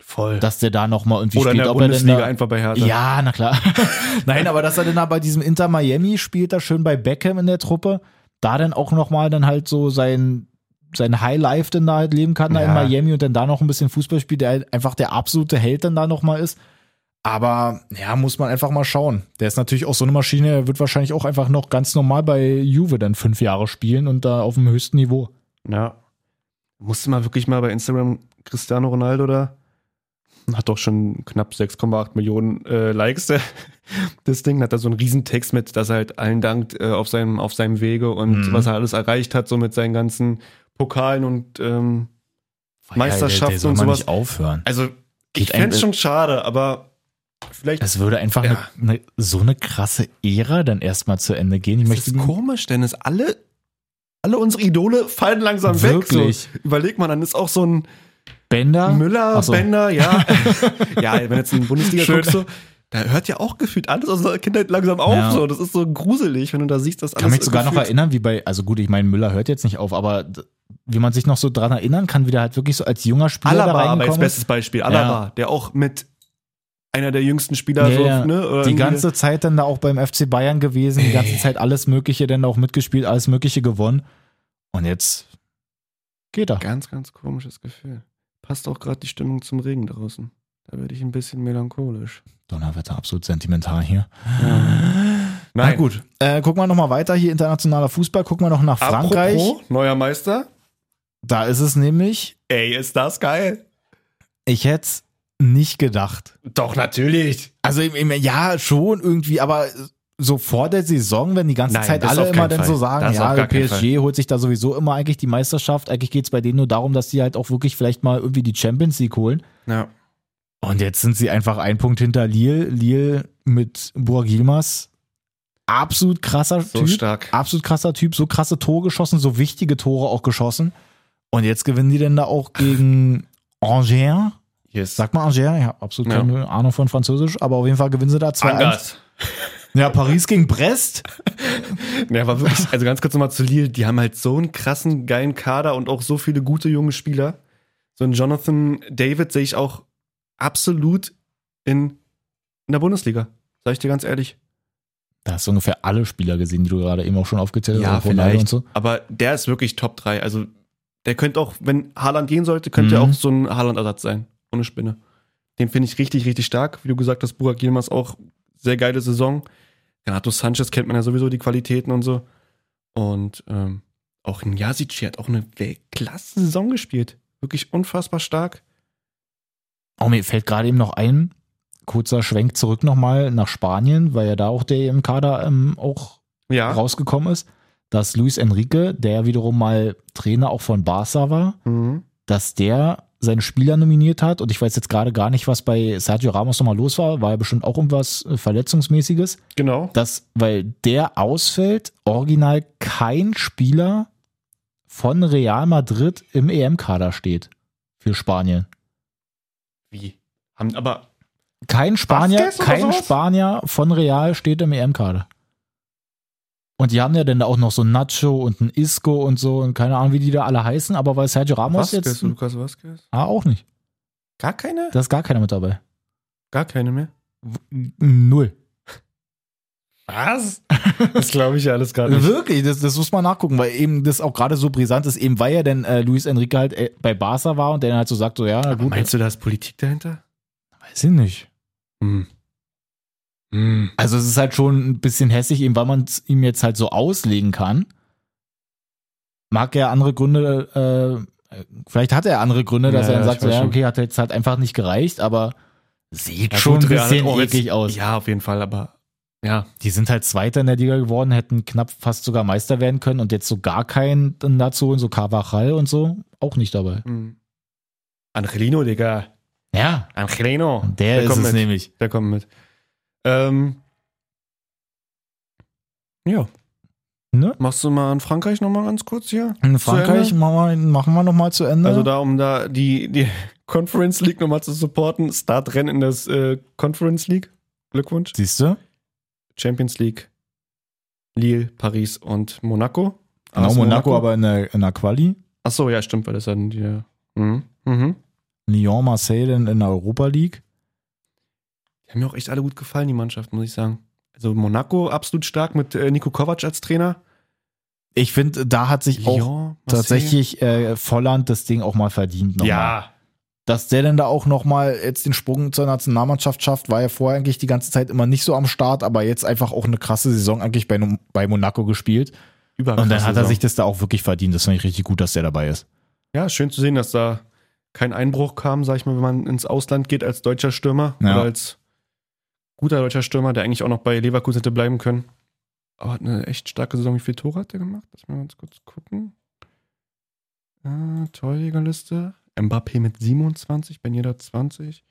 Speaker 3: Voll.
Speaker 2: Dass der da nochmal irgendwie
Speaker 3: oder in
Speaker 2: spielt.
Speaker 3: der
Speaker 2: ob er denn
Speaker 3: Bundesliga
Speaker 2: da-
Speaker 3: einfach bei Hertha.
Speaker 2: Ja, na klar. Also Nein, aber dass er dann da bei diesem Inter Miami spielt, da schön bei Beckham in der Truppe, da dann auch nochmal dann halt so sein, sein Highlife dann da halt leben kann, da
Speaker 3: Ja.
Speaker 2: in Miami und dann da noch ein bisschen Fußball spielt, der halt einfach der absolute Held dann da nochmal ist. Aber ja, muss man einfach mal schauen. Der ist natürlich auch so eine Maschine, der wird wahrscheinlich auch einfach noch ganz normal bei Juve dann fünf Jahre spielen und da auf dem höchsten Niveau.
Speaker 3: Ja. Musste mal wirklich mal bei Instagram Cristiano Ronaldo da hat doch schon knapp 6,8 Millionen äh, Likes. Äh, das Ding hat da so einen riesen Text mit, dass er halt allen dankt äh, auf, seinem, auf seinem Wege und
Speaker 6: Mhm.
Speaker 3: was er alles erreicht hat, so mit seinen ganzen Pokalen und ähm, Meisterschaften
Speaker 2: der, der soll
Speaker 3: und
Speaker 2: man
Speaker 3: sowas.
Speaker 2: nicht aufhören.
Speaker 3: Also
Speaker 2: Geht
Speaker 3: ich fände
Speaker 2: ein-
Speaker 3: es schon schade, aber vielleicht
Speaker 2: Das würde einfach
Speaker 3: Ja.
Speaker 2: eine, eine, so eine krasse Ära dann erstmal zu Ende gehen. Ich
Speaker 3: Das
Speaker 2: möchte
Speaker 3: ist komisch, Dennis. Alle, alle unsere Idole fallen langsam
Speaker 2: Wirklich?
Speaker 3: weg. So. Überleg mal, dann ist auch so ein
Speaker 2: Bänder.
Speaker 3: Müller,
Speaker 2: Ach so.
Speaker 3: Bender, ja. ja, wenn du jetzt in die Bundesliga
Speaker 2: Schön.
Speaker 3: guckst, so, da hört ja auch gefühlt alles aus der Kindheit langsam auf.
Speaker 2: Ja.
Speaker 3: So. Das ist so gruselig, wenn du da siehst, dass alles
Speaker 2: kann mich sogar noch
Speaker 3: gefühlt-
Speaker 2: erinnern, wie bei, also gut, ich meine, Müller hört jetzt nicht auf, aber d- wie man sich noch so dran erinnern kann, wie der halt wirklich so als junger Spieler da
Speaker 3: Alaba, aber jetzt
Speaker 2: reingekommen ist.
Speaker 3: bestes Beispiel. Alaba, der auch mit einer der jüngsten Spieler
Speaker 2: Ja,
Speaker 3: so,
Speaker 2: ja.
Speaker 3: ne? oder
Speaker 2: die
Speaker 3: irgendwie- Äh.
Speaker 2: ganze Zeit dann da auch beim FC Bayern gewesen, die ganze Zeit alles Mögliche dann auch mitgespielt, alles Mögliche gewonnen. Und jetzt geht er.
Speaker 3: Ganz, ganz komisches Gefühl. Passt auch gerade die Stimmung zum Regen draußen. Da werde ich ein bisschen melancholisch.
Speaker 2: Donnerwetter, absolut sentimental hier.
Speaker 3: Nein.
Speaker 6: Na gut, äh, gucken wir nochmal weiter hier internationaler Fußball, gucken wir noch nach Frankreich.
Speaker 3: Apropos, neuer Meister.
Speaker 6: Da ist es nämlich,
Speaker 3: Ey, ist das geil?
Speaker 6: ich hätte es nicht gedacht.
Speaker 3: Doch, natürlich.
Speaker 6: Also im, im ja schon irgendwie, aber so vor der Saison, wenn die ganze
Speaker 3: Nein,
Speaker 6: Zeit
Speaker 3: das
Speaker 6: alle
Speaker 3: auf
Speaker 6: immer
Speaker 3: keinen
Speaker 6: dann
Speaker 3: Fall.
Speaker 6: so sagen,
Speaker 3: Das auf
Speaker 6: ja,
Speaker 3: gar keinen
Speaker 6: PSG holt sich da sowieso immer eigentlich die Meisterschaft. Eigentlich geht's bei denen nur darum, dass die halt auch wirklich vielleicht mal irgendwie die Champions League holen.
Speaker 3: Ja.
Speaker 6: Und jetzt sind sie einfach ein Punkt hinter Lille. Lille mit Bourg-Gilmas. Absolut krasser
Speaker 3: So
Speaker 6: Typ.
Speaker 3: stark.
Speaker 6: Absolut krasser Typ. So krasse Tore geschossen, so wichtige Tore auch geschossen. Und jetzt gewinnen die denn da auch gegen Angers.
Speaker 3: Yes.
Speaker 6: Sagt man Angers? Ich habe absolut
Speaker 3: Ja.
Speaker 6: keine Ahnung von Französisch, aber auf jeden Fall gewinnen sie da 2-1. Ja, Paris gegen Brest.
Speaker 3: Ja, war wirklich, also ganz kurz nochmal zu Lille, die haben halt so einen krassen, geilen Kader und auch so viele gute junge Spieler. So einen Jonathan David sehe ich auch absolut in, in der Bundesliga. Sag ich dir ganz ehrlich.
Speaker 2: Da hast du ungefähr alle Spieler gesehen, die du gerade eben auch schon aufgezählt hast. auch Ronaldo Und so.
Speaker 3: Aber der ist wirklich Top 3. Also, der könnte auch, wenn Haaland gehen sollte, könnte er
Speaker 2: Mhm.
Speaker 3: auch so ein Haaland-Ersatz sein. Ohne Spinne. Den finde ich richtig, richtig stark. Wie du gesagt hast, Burak Yilmaz auch sehr geile Saison. Renato Sanchez kennt man ja sowieso die Qualitäten und so. Und ähm, auch ein Jasic hat auch eine Weltklasse-Saison gespielt. Wirklich unfassbar stark.
Speaker 2: Oh, mir fällt gerade eben noch ein kurzer Schwenk zurück nochmal nach Spanien, weil ja da auch der im Kader ähm, auch
Speaker 3: Ja.
Speaker 2: rausgekommen ist, dass Luis Enrique, der ja wiederum mal Trainer auch von Barca war,
Speaker 3: Mhm.
Speaker 2: dass der seine Spieler nominiert hat und ich weiß jetzt gerade gar nicht, was bei Sergio Ramos nochmal los war, war ja bestimmt auch irgendwas äh, Verletzungsmäßiges.
Speaker 3: Genau.
Speaker 2: dass, weil der ausfällt, original kein Spieler von Real Madrid im EM-Kader steht für Spanien.
Speaker 3: Wie? Haben aber.
Speaker 2: Kein Spanier,
Speaker 3: Vasquez oder
Speaker 2: kein
Speaker 3: sowas?
Speaker 2: Spanier von Real steht im EM-Kader. Und die haben ja dann da auch noch so einen Nacho und einen Isco und so und keine Ahnung, wie die da alle heißen, aber weil Sergio Ramos jetzt.
Speaker 3: Lukas Vasquez?
Speaker 2: Ah, auch nicht.
Speaker 3: Gar keine?
Speaker 2: Da ist gar keiner mit dabei.
Speaker 3: Gar keine mehr.
Speaker 2: Null.
Speaker 3: Was? Das glaube ich ja alles gerade nicht.
Speaker 6: Wirklich, das, das muss man nachgucken, weil eben das auch gerade so brisant ist, eben weil ja dann äh, Luis Enrique halt äh, bei Barca war und der dann halt so sagt, so ja, na gut,
Speaker 3: Meinst du, da ist Politik dahinter?
Speaker 6: weiß ich nicht.
Speaker 3: Hm. Hm.
Speaker 6: Also es ist halt schon ein bisschen hässlich, eben weil man es ihm jetzt halt so auslegen kann.
Speaker 2: Mag er andere Gründe, äh, vielleicht hat er andere Gründe, dass
Speaker 3: Ja,
Speaker 2: er dann
Speaker 3: ja,
Speaker 2: sagt,
Speaker 3: ich
Speaker 2: so,
Speaker 3: weiß
Speaker 2: ja,
Speaker 3: schon.
Speaker 2: okay, hat jetzt halt einfach nicht gereicht, aber sieht
Speaker 3: Ja,
Speaker 2: schon
Speaker 3: gut,
Speaker 2: ein
Speaker 3: Real hat
Speaker 2: bisschen
Speaker 3: auch jetzt-
Speaker 2: eklig aus.
Speaker 3: Ja, auf jeden Fall, aber ja.
Speaker 2: Die sind halt Zweiter in der Liga geworden, hätten knapp fast sogar Meister werden können und jetzt so gar keinen dann dazu holen, so Carvajal und so, auch nicht dabei.
Speaker 3: Hm. Angelino, Digga.
Speaker 2: Ja,
Speaker 3: Angelino.
Speaker 2: und der, ist
Speaker 3: kommt
Speaker 2: es
Speaker 3: mit.
Speaker 2: nämlich.
Speaker 3: Der kommt mit. Ähm. Ja.
Speaker 2: Ne?
Speaker 3: Machst du mal in Frankreich nochmal ganz kurz hier?
Speaker 2: In
Speaker 3: Zu Ende?
Speaker 2: Frankreich machen wir, machen wir nochmal zu Ende.
Speaker 3: Also da, um da die, die Conference League nochmal zu supporten, Startrennen in das äh, Conference League. Glückwunsch.
Speaker 2: Siehst du?
Speaker 3: Champions League. Lille, Paris und Monaco.
Speaker 2: Genau,
Speaker 3: AS
Speaker 2: Monaco, aber in der, in der Quali.
Speaker 3: Ach so, ja, stimmt, weil das dann die. Mhm. Mhm.
Speaker 2: Lyon, Marseille dann in der Europa League.
Speaker 3: Die haben mir auch echt alle gut gefallen, die Mannschaft, muss ich sagen. Also Monaco absolut stark mit äh, Nico Kovac als Trainer.
Speaker 2: Ich finde, da hat sich auch
Speaker 3: Lyon, Marseille.
Speaker 2: tatsächlich äh, Volland das Ding auch mal verdient. Nochmal.
Speaker 3: Ja,
Speaker 2: Dass der denn da auch nochmal jetzt den Sprung zur Nationalmannschaft schafft, war ja vorher eigentlich die ganze Zeit immer nicht so am Start, aber jetzt einfach auch eine krasse Saison eigentlich bei, bei Monaco gespielt.
Speaker 3: über Also,
Speaker 2: Und dann hat er sich das da auch wirklich verdient. Das finde ich richtig gut, dass der dabei ist.
Speaker 3: Ja, schön zu sehen, dass da kein Einbruch kam, sag ich mal, wenn man ins Ausland geht als deutscher Stürmer
Speaker 2: Ja.
Speaker 3: oder als guter deutscher Stürmer, der eigentlich auch noch bei Leverkusen hätte bleiben können. Aber hat eine echt starke Saison. Wie viele Tore hat der gemacht? Lass mich mal ganz kurz gucken. Äh, Torjägerliste. Mbappé mit 27, Ben Yedder 20.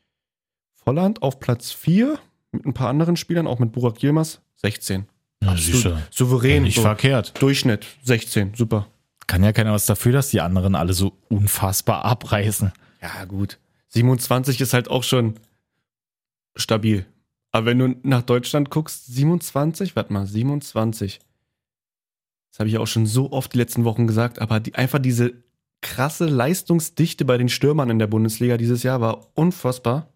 Speaker 3: Volland auf Platz 4 mit ein paar anderen Spielern, auch mit Burak Yilmaz 16.
Speaker 2: Ja,
Speaker 3: Absolut
Speaker 2: siehste.
Speaker 3: Souverän.
Speaker 2: Nicht
Speaker 3: so.
Speaker 2: verkehrt.
Speaker 3: Durchschnitt 16, super.
Speaker 2: Kann ja keiner was dafür, dass die anderen alle so unfassbar abreißen.
Speaker 3: Ja, gut. 27 ist halt auch schon stabil. Aber wenn du nach Deutschland guckst, 27, warte mal, 27. Das habe ich auch schon so oft die letzten Wochen gesagt, aber die, einfach diese krasse Leistungsdichte bei den Stürmern in der Bundesliga dieses Jahr war unfassbar.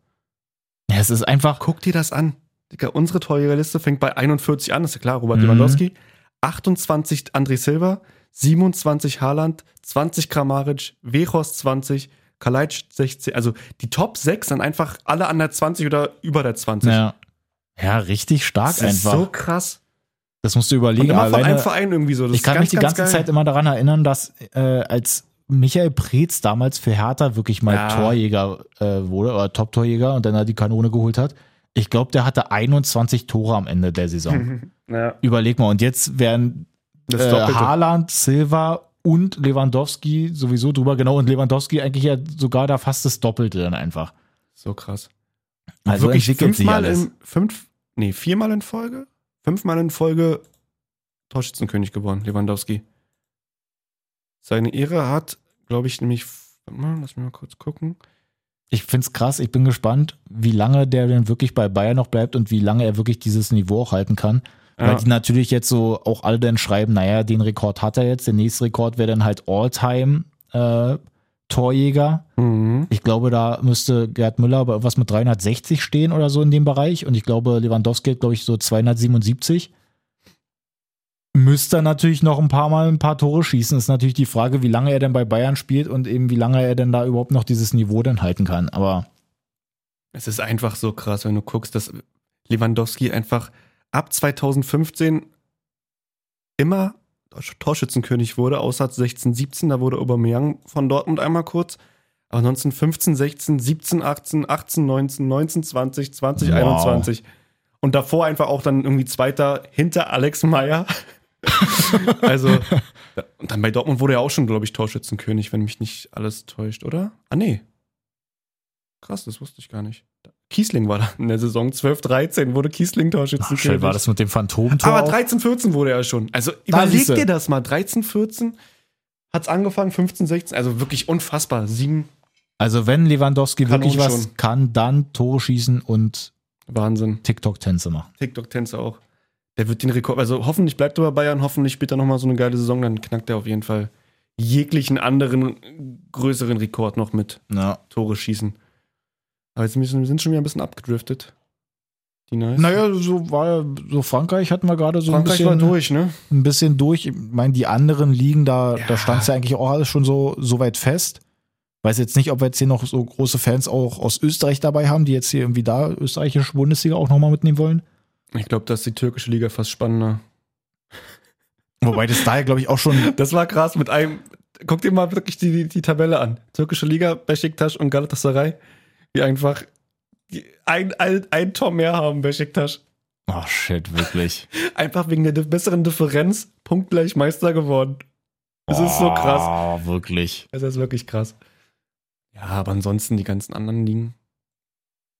Speaker 2: Ja, es ist einfach.
Speaker 3: Guck dir das an. Digga, unsere Torjägerliste fängt bei 41 an, ist ja klar, Robert
Speaker 2: Mhm.
Speaker 3: Lewandowski. 28 André Silva, 27 Haaland, 20 Kramaric, Wehorst 20, Kalajdzic 16. Also die Top 6 sind einfach alle an der 20 oder über der 20.
Speaker 2: Ja. ja, richtig stark
Speaker 3: das ist
Speaker 2: einfach.
Speaker 3: so krass.
Speaker 2: das musst du
Speaker 3: Und
Speaker 2: überlegen.
Speaker 3: immer von einem
Speaker 2: Alleine,
Speaker 3: Verein irgendwie so. Das
Speaker 2: ich kann
Speaker 3: ist
Speaker 2: mich die
Speaker 3: ganz,
Speaker 2: ganze
Speaker 3: ganz geil.
Speaker 2: Zeit immer daran erinnern, dass äh, als Michael Preetz damals für Hertha wirklich mal
Speaker 3: Ja.
Speaker 2: Torjäger äh, wurde oder Top-Torjäger und dann da die Kanone geholt hat. Ich glaube, der hatte 21 Tore am Ende der Saison.
Speaker 3: Ja,
Speaker 2: Überleg mal, und jetzt wären
Speaker 3: das
Speaker 2: äh,
Speaker 3: Doppelte.
Speaker 2: Haaland, Silva und Lewandowski sowieso drüber, genau. Und Lewandowski eigentlich ja sogar da fast das Doppelte dann einfach.
Speaker 3: So krass.
Speaker 2: Also
Speaker 3: wirklich
Speaker 2: entwickelt sich
Speaker 3: fünfmal
Speaker 2: alles.
Speaker 3: in fünf, nee, viermal in Folge, fünfmal in Folge Torschützenkönig geworden, Lewandowski. Seine Ehre hat, glaube ich, nämlich, warte mal, lass mich mal kurz gucken.
Speaker 2: Ich finde es krass, ich bin gespannt, wie lange der denn wirklich bei Bayern noch bleibt und wie lange er wirklich dieses Niveau auch halten kann.
Speaker 3: Ja.
Speaker 2: Weil die natürlich jetzt so auch alle dann schreiben, naja, den Rekord hat er jetzt, der nächste Rekord wäre dann halt All-Time äh, Torjäger.
Speaker 3: Mhm.
Speaker 2: Ich glaube, da müsste Gerd Müller bei irgendwas mit 360 stehen oder so in dem Bereich. Und ich glaube, Lewandowski hat, glaube ich, so 277. Müsste er natürlich noch ein paar Mal ein paar Tore schießen. Ist natürlich die Frage, wie lange er denn bei Bayern spielt und eben wie lange er denn da überhaupt noch dieses Niveau dann halten kann. Aber
Speaker 3: Es ist einfach so krass, wenn du guckst, dass Lewandowski einfach ab 2015 immer Torsch- Torschützenkönig wurde, außer 16, 17, da wurde Aubameyang von Dortmund einmal kurz. Aber ansonsten 15, 16, 17, 18, 18, 19, 19, 20, 20,
Speaker 2: Wow.
Speaker 3: 21. Und davor einfach auch dann irgendwie Zweiter hinter Alex Meyer. also, da- und dann bei Dortmund wurde er auch schon, glaube ich, Torschützenkönig, wenn mich nicht alles täuscht, oder? Ah, nee. Krass, das wusste ich gar nicht. Kiesling war da in der Saison 12, 13, wurde Kiesling
Speaker 2: Ach,
Speaker 3: Torschützenkönig.
Speaker 2: schön war das mit dem Phantomtor.
Speaker 3: Aber
Speaker 2: auch.
Speaker 3: 13, 14 wurde er schon. Also
Speaker 2: Da
Speaker 3: überleg
Speaker 2: siehste.
Speaker 3: dir das mal. 13, 14 hat's angefangen, 15, 16. Also wirklich unfassbar. Sieben,
Speaker 2: Also wenn Lewandowski
Speaker 3: Kann
Speaker 2: wirklich
Speaker 3: ohne
Speaker 2: was
Speaker 3: schon.
Speaker 2: kann, dann Tore schießen und
Speaker 3: Wahnsinn.
Speaker 2: TikTok-Tänze machen.
Speaker 3: TikTok-Tänzer auch. Der wird den Rekord, also hoffentlich bleibt er bei Bayern, hoffentlich spielt er nochmal so eine geile Saison, dann knackt er auf jeden Fall jeglichen anderen größeren Rekord noch mit
Speaker 2: Ja.
Speaker 3: Tore schießen. Aber jetzt müssen, wir sind schon wieder ein bisschen abgedriftet. Die Nice.
Speaker 2: Naja, so war so Frankreich hatten wir gerade so
Speaker 3: Frankreich
Speaker 2: ein
Speaker 3: war
Speaker 2: bisschen
Speaker 3: durch, ne?
Speaker 2: ein bisschen durch. Ich meine, die anderen liegen da,
Speaker 3: Ja.
Speaker 2: da stand es ja eigentlich auch alles schon so, so weit fest. Weiß jetzt nicht, ob wir jetzt hier noch so große Fans auch aus Österreich dabei haben, die jetzt hier irgendwie da österreichische Bundesliga auch nochmal mitnehmen wollen.
Speaker 3: Ich glaube, da ist die türkische Liga fast spannender.
Speaker 2: Wobei das daher, glaube ich, auch schon.
Speaker 3: Das war krass mit einem. Guck dir mal wirklich die, die, die Tabelle an. Türkische Liga, Beşiktaş und Galatasaray, die einfach die- ein, ein, ein Tor mehr haben, Beşiktaş.
Speaker 2: Oh shit, wirklich.
Speaker 3: Einfach wegen der di- besseren Differenz punktgleich Meister geworden. Es ist so krass.
Speaker 2: Oh, wirklich.
Speaker 3: Es ist wirklich krass. Ja, aber ansonsten die ganzen anderen Ligen.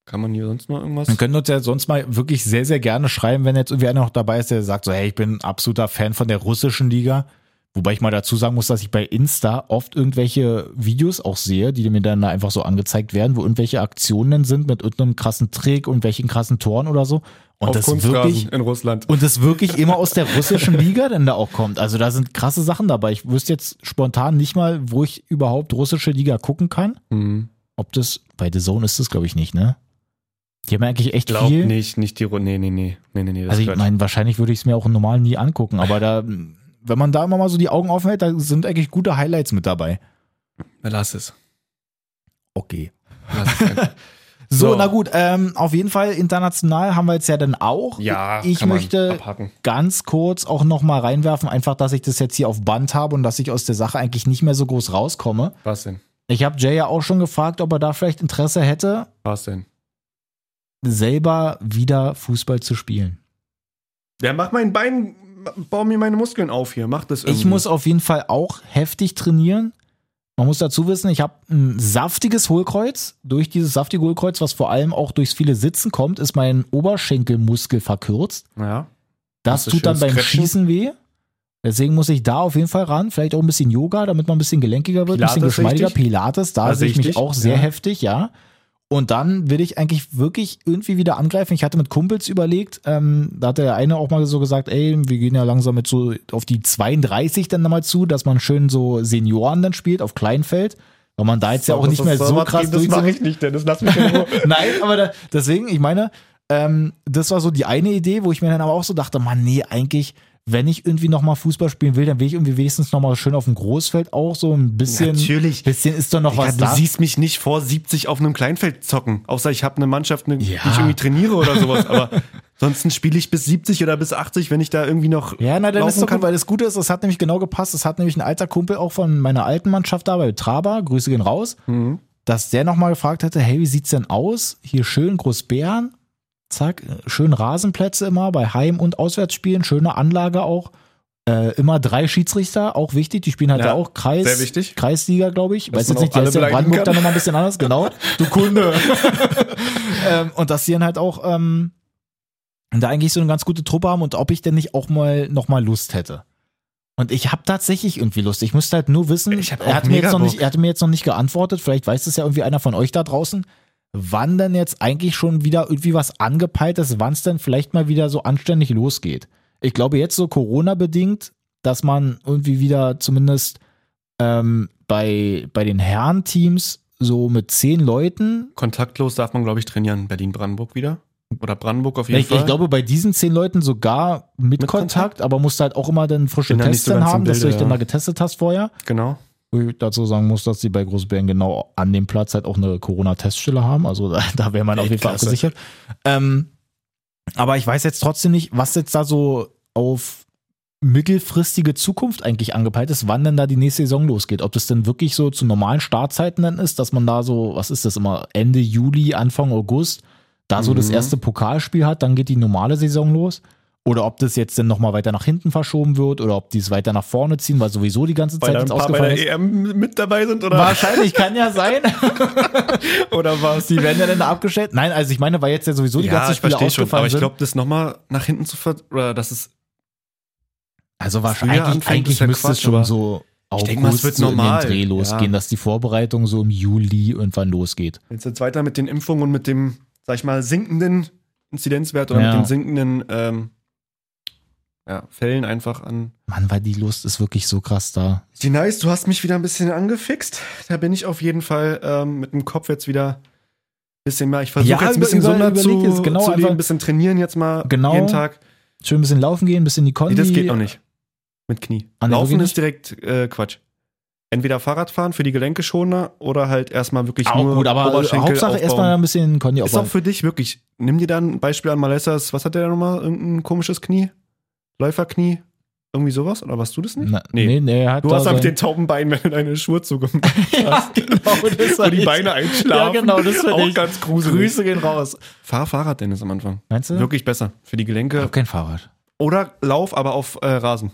Speaker 3: Kann man hier sonst noch irgendwas?
Speaker 2: Man könnte uns ja sonst mal wirklich sehr, sehr gerne schreiben, wenn jetzt irgendwie einer noch dabei ist, der sagt so, hey, ich bin ein absoluter Fan von der russischen Liga. Wobei ich mal dazu sagen muss, dass ich bei Insta oft irgendwelche Videos auch sehe, die mir dann einfach so angezeigt werden, wo irgendwelche Aktionen sind mit irgendeinem krassen Trick und welchen krassen Toren oder so. Und
Speaker 3: Auf
Speaker 2: das
Speaker 3: Kunstrasen
Speaker 2: wirklich,
Speaker 3: in Russland.
Speaker 2: und das wirklich immer aus der russischen Liga dann da auch kommt. Also da sind krasse Sachen dabei. Ich wüsste jetzt spontan nicht mal, wo ich überhaupt russische Liga gucken kann.
Speaker 3: Mhm.
Speaker 2: Ob das, bei The Zone ist das glaube ich nicht, ne? Die haben ja eigentlich echt
Speaker 3: Glaub
Speaker 2: viel.
Speaker 3: nicht, nicht die Runde. Nee, nee, nee. Nee, nee, nee. das
Speaker 2: Also ich
Speaker 3: Quatsch.
Speaker 2: meine, wahrscheinlich würde ich es mir auch im Normalen nie angucken, aber da, wenn man da immer mal so die Augen offen hält, da sind eigentlich gute Highlights mit dabei.
Speaker 3: Na, lass es.
Speaker 2: Okay.
Speaker 3: Lass es einfach.
Speaker 2: So,
Speaker 3: So.
Speaker 2: na gut, ähm, auf jeden Fall international haben wir jetzt ja dann auch.
Speaker 3: ja,
Speaker 2: ich
Speaker 3: kann man
Speaker 2: möchte
Speaker 3: abhaken.
Speaker 2: ganz kurz auch nochmal reinwerfen, einfach, dass ich das jetzt hier auf Band habe und dass ich aus der Sache eigentlich nicht mehr so groß rauskomme.
Speaker 3: Was denn?
Speaker 2: Ich habe Jay ja auch schon gefragt, ob er da vielleicht Interesse hätte,
Speaker 3: Was denn?
Speaker 2: selber wieder Fußball zu spielen.
Speaker 3: Ja, mach mein Bein, bau mir meine Muskeln auf hier, mach das irgendwie.
Speaker 2: Ich muss auf jeden Fall auch heftig trainieren. Man muss dazu wissen, ich habe ein saftiges Hohlkreuz. Durch dieses saftige Hohlkreuz, was vor allem auch durchs viele Sitzen kommt, ist mein Oberschenkelmuskel verkürzt.
Speaker 3: Ja.
Speaker 2: Das
Speaker 3: Hast du
Speaker 2: tut dann
Speaker 3: schönes
Speaker 2: beim
Speaker 3: Stretchen?
Speaker 2: Schießen weh. Deswegen muss ich da auf jeden Fall ran. Vielleicht auch ein bisschen Yoga, damit man ein bisschen gelenkiger wird, ein bisschen
Speaker 3: Pilates
Speaker 2: geschmeidiger.
Speaker 3: richtig?
Speaker 2: Pilates, da
Speaker 3: Ja,
Speaker 2: sehe ich mich
Speaker 3: richtig,
Speaker 2: auch sehr
Speaker 3: ja.
Speaker 2: heftig, ja. Und dann will ich eigentlich wirklich irgendwie wieder angreifen. Ich hatte mit Kumpels überlegt, ähm, da hat der eine auch mal so gesagt, ey, wir gehen ja langsam mit so auf die 32 dann nochmal zu, dass man schön so Senioren dann spielt auf Kleinfeld, weil man da jetzt ja auch nicht mehr so krass
Speaker 3: Das
Speaker 2: durchs-
Speaker 3: mache ich nicht, Dennis, lass mich in Ruhe.
Speaker 2: Nein, aber da, deswegen, ich meine, ähm, das war so die eine Idee, wo ich mir dann aber auch so dachte, Mann, nee, eigentlich, wenn ich irgendwie nochmal Fußball spielen will, dann will ich irgendwie wenigstens nochmal schön auf dem Großfeld auch so ein bisschen.
Speaker 3: Natürlich.
Speaker 2: Bisschen ist doch noch
Speaker 3: Digga,
Speaker 2: was
Speaker 3: du
Speaker 2: da.
Speaker 3: siehst mich nicht vor 70 auf einem Kleinfeld zocken. Außer ich habe eine Mannschaft, eine, die
Speaker 2: Ja.
Speaker 3: ich irgendwie trainiere oder sowas. Aber sonst spiele ich bis 70 oder bis 80, wenn ich da irgendwie noch.
Speaker 2: ja, na dann
Speaker 3: laufen
Speaker 2: ist doch gut,
Speaker 3: kann.
Speaker 2: weil das Gute ist, das hat nämlich genau gepasst. Das hat nämlich ein alter Kumpel auch von meiner alten Mannschaft da bei Traber, Grüße gehen raus,
Speaker 3: Mhm.
Speaker 2: dass der nochmal gefragt hätte, hey, wie sieht's denn aus? Hier schön Großbären, zack, schön Rasenplätze immer bei Heim- und Auswärtsspielen, schöne Anlage auch. Äh, immer drei Schiedsrichter, auch wichtig. Die spielen halt
Speaker 3: Ja,
Speaker 2: ja auch Kreis,
Speaker 3: sehr wichtig.
Speaker 2: Kreisliga, glaube ich. Weiß
Speaker 3: man
Speaker 2: jetzt nicht,
Speaker 3: auch
Speaker 2: der ist ja
Speaker 3: alle
Speaker 2: in Brandenburg dann
Speaker 3: beleidigen kann.
Speaker 2: nochmal ein bisschen anders, genau. Du Kunde. ähm, und dass sie dann halt auch ähm, da eigentlich so eine ganz gute Truppe haben und ob ich denn nicht auch mal nochmal Lust hätte. Und ich habe tatsächlich irgendwie Lust. Ich müsste halt nur wissen,
Speaker 3: Ich hab auch
Speaker 2: er, hat mir
Speaker 3: mega
Speaker 2: jetzt noch
Speaker 3: Bock.
Speaker 2: nicht, er hatte mir jetzt noch nicht geantwortet, vielleicht weiß es ja irgendwie einer von euch da draußen, wann denn jetzt eigentlich schon wieder irgendwie was angepeilt ist, wann es denn vielleicht mal wieder so anständig losgeht. Ich glaube jetzt so Corona-bedingt, dass man irgendwie wieder zumindest ähm, bei, bei den Herrenteams so mit zehn Leuten,
Speaker 3: Kontaktlos darf man, glaube ich, trainieren. Berlin-Brandenburg wieder. Oder Brandenburg auf jeden
Speaker 2: ich,
Speaker 3: Fall.
Speaker 2: ich glaube bei diesen zehn Leuten sogar mit,
Speaker 3: Mit
Speaker 2: Kontakt,
Speaker 3: Kontakt?
Speaker 2: aber musst halt auch immer dann frische
Speaker 3: Bin da nicht
Speaker 2: Tests
Speaker 3: so
Speaker 2: dann
Speaker 3: ganz im
Speaker 2: haben, dass du
Speaker 3: Bilde,
Speaker 2: dich dann
Speaker 3: ja.
Speaker 2: mal getestet hast vorher.
Speaker 3: Genau.
Speaker 2: Wo ich dazu sagen muss, dass die bei Großbären genau an dem Platz halt auch eine Corona-Teststelle haben. Also da, da wäre man auf jeden Fall
Speaker 3: Weltklasse.
Speaker 2: abgesichert. Ähm, aber ich weiß jetzt trotzdem nicht, was jetzt da so auf mittelfristige Zukunft eigentlich angepeilt ist, wann denn da die nächste Saison losgeht. Ob das denn wirklich so zu normalen Startzeiten dann ist, dass man da so, was ist das immer, Ende Juli, Anfang August, da so das
Speaker 3: Mhm.
Speaker 2: erste Pokalspiel hat, dann geht die normale Saison los. Oder ob das jetzt dann nochmal weiter nach hinten verschoben wird oder ob die es weiter nach vorne ziehen, weil sowieso die ganze Zeit
Speaker 3: Weil da ein
Speaker 2: jetzt
Speaker 3: paar bei
Speaker 2: ausgefallen ist.
Speaker 3: der EM mit dabei sind oder,
Speaker 2: Wahrscheinlich kann ja sein.
Speaker 3: oder was?
Speaker 2: Die werden ja dann abgestellt. Nein, also ich meine, weil jetzt ja sowieso die ganzen
Speaker 3: Ja, ich
Speaker 2: Spiele
Speaker 3: verstehe schon. Aber
Speaker 2: ausgefallen
Speaker 3: ich
Speaker 2: sind.
Speaker 3: glaube, das nochmal nach hinten zu ver... Oder das ist...
Speaker 2: Also
Speaker 3: früher
Speaker 2: wahrscheinlich
Speaker 3: anfängt,
Speaker 2: eigentlich
Speaker 3: ist ja
Speaker 2: müsste es
Speaker 3: Quatsch,
Speaker 2: schon
Speaker 3: aber
Speaker 2: so August
Speaker 3: denk mal, es wird
Speaker 2: so in
Speaker 3: normal.
Speaker 2: den Dreh losgehen,
Speaker 3: Ja.
Speaker 2: dass die Vorbereitung so im Juli irgendwann losgeht.
Speaker 3: Jetzt jetzt weiter mit den Impfungen und mit dem, sag ich mal, sinkenden Inzidenzwert oder
Speaker 2: Ja.
Speaker 3: mit den sinkenden ähm, ja, Fällen einfach an.
Speaker 2: Mann, weil die Lust ist wirklich so krass da.
Speaker 3: Die Nice, du hast mich wieder ein bisschen angefixt. Da bin ich auf jeden Fall ähm, mit dem Kopf jetzt wieder ein bisschen mehr. Ich versuche
Speaker 2: Ja,
Speaker 3: jetzt ein
Speaker 2: über-
Speaker 3: bisschen
Speaker 2: über-
Speaker 3: gesünder
Speaker 2: überleg
Speaker 3: zu,
Speaker 2: jetzt, genau,
Speaker 3: zu leben,
Speaker 2: einfach-
Speaker 3: ein bisschen trainieren jetzt mal
Speaker 2: Genau.
Speaker 3: jeden Tag.
Speaker 2: Schön ein bisschen laufen gehen, ein bisschen die Kondi.
Speaker 3: Nee, das geht noch nicht. Mit Knie.
Speaker 2: Ah, nee,
Speaker 3: Laufen
Speaker 2: wirklich
Speaker 3: ist direkt äh, Quatsch. Entweder Fahrradfahren für die Gelenke schoner oder halt erstmal wirklich
Speaker 2: Auch
Speaker 3: nur
Speaker 2: gut, aber also
Speaker 3: Oberschenkel
Speaker 2: Hauptsache
Speaker 3: aufbauen.
Speaker 2: erstmal ein bisschen Kondi
Speaker 3: Ist auch
Speaker 2: aufbauen.
Speaker 3: für dich wirklich. Nimm dir dann ein Beispiel an Malessas. Was hat der da nochmal? Irgendein komisches Knie? Läuferknie? Irgendwie sowas? Oder warst du das nicht?
Speaker 2: Na,
Speaker 3: nee.
Speaker 2: nee, nee, er hat
Speaker 3: Du hast
Speaker 2: da
Speaker 3: da mit
Speaker 2: sein-
Speaker 3: den tauben Beinen, wenn du deine Schuhe zugemacht hast.
Speaker 2: genau, das
Speaker 3: Wo die
Speaker 2: ich.
Speaker 3: Beine einschlafen.
Speaker 2: Ja, genau, das war
Speaker 3: Auch
Speaker 2: ich.
Speaker 3: ganz gruselig.
Speaker 2: Grüße gehen raus.
Speaker 3: Fahr Fahrrad, Dennis, am Anfang.
Speaker 2: Meinst du?
Speaker 3: Wirklich besser. Für die
Speaker 2: Ich
Speaker 3: Gelenke.
Speaker 2: hab kein Fahrrad.
Speaker 3: Oder Lauf, aber auf äh, Rasen.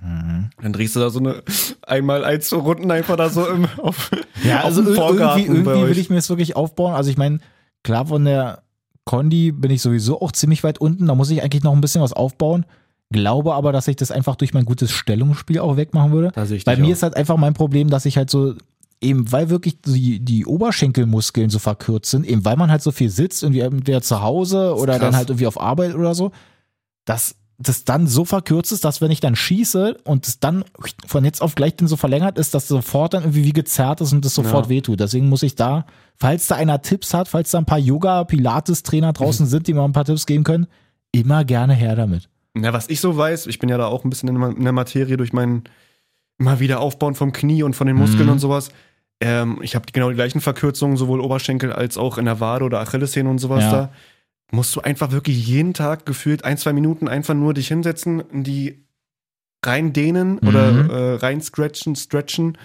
Speaker 2: Mhm.
Speaker 3: Dann drehst du da so eine einmal eins so Runden einfach da so im, auf,
Speaker 2: Ja,
Speaker 3: auf
Speaker 2: also
Speaker 3: dem
Speaker 2: ir- irgendwie,
Speaker 3: Vorgarten
Speaker 2: irgendwie
Speaker 3: bei euch.
Speaker 2: will ich mir das wirklich aufbauen. Also ich meine, klar von der Condi bin ich sowieso auch ziemlich weit unten. Da muss ich eigentlich noch ein bisschen was aufbauen. Glaube aber, dass ich das einfach durch mein gutes Stellungsspiel auch wegmachen würde.
Speaker 3: Da sehe ich
Speaker 2: Bei
Speaker 3: dich
Speaker 2: mir
Speaker 3: auch.
Speaker 2: ist halt einfach mein Problem, dass ich halt so eben, weil wirklich die, die Oberschenkelmuskeln so verkürzt sind, eben weil man halt so viel sitzt, irgendwie entweder zu Hause oder
Speaker 3: krass.
Speaker 2: dann halt irgendwie auf Arbeit oder so, dass das dann so verkürzt ist, dass wenn ich dann schieße und es dann von jetzt auf gleich dann so verlängert ist, dass sofort dann irgendwie wie gezerrt ist und das sofort
Speaker 3: Ja.
Speaker 2: wehtut. Deswegen muss ich da, falls da einer Tipps hat, falls da ein paar Yoga-Pilates-Trainer draußen sind, die mir ein paar Tipps geben können, immer gerne her damit.
Speaker 3: Na, was ich so weiß, ich bin ja da auch ein bisschen in der- in der Materie durch meinen immer wieder Aufbauen vom Knie und von den Muskeln
Speaker 2: Mhm.
Speaker 3: und sowas. Ähm, ich habe genau die gleichen Verkürzungen, sowohl Oberschenkel als auch in der Wade oder Achillessehne und sowas
Speaker 2: Ja.
Speaker 3: da. Musst du einfach wirklich jeden Tag gefühlt ein, zwei Minuten einfach nur dich hinsetzen, in die rein dehnen
Speaker 2: Mhm.
Speaker 3: oder äh, rein scratchen, stretchen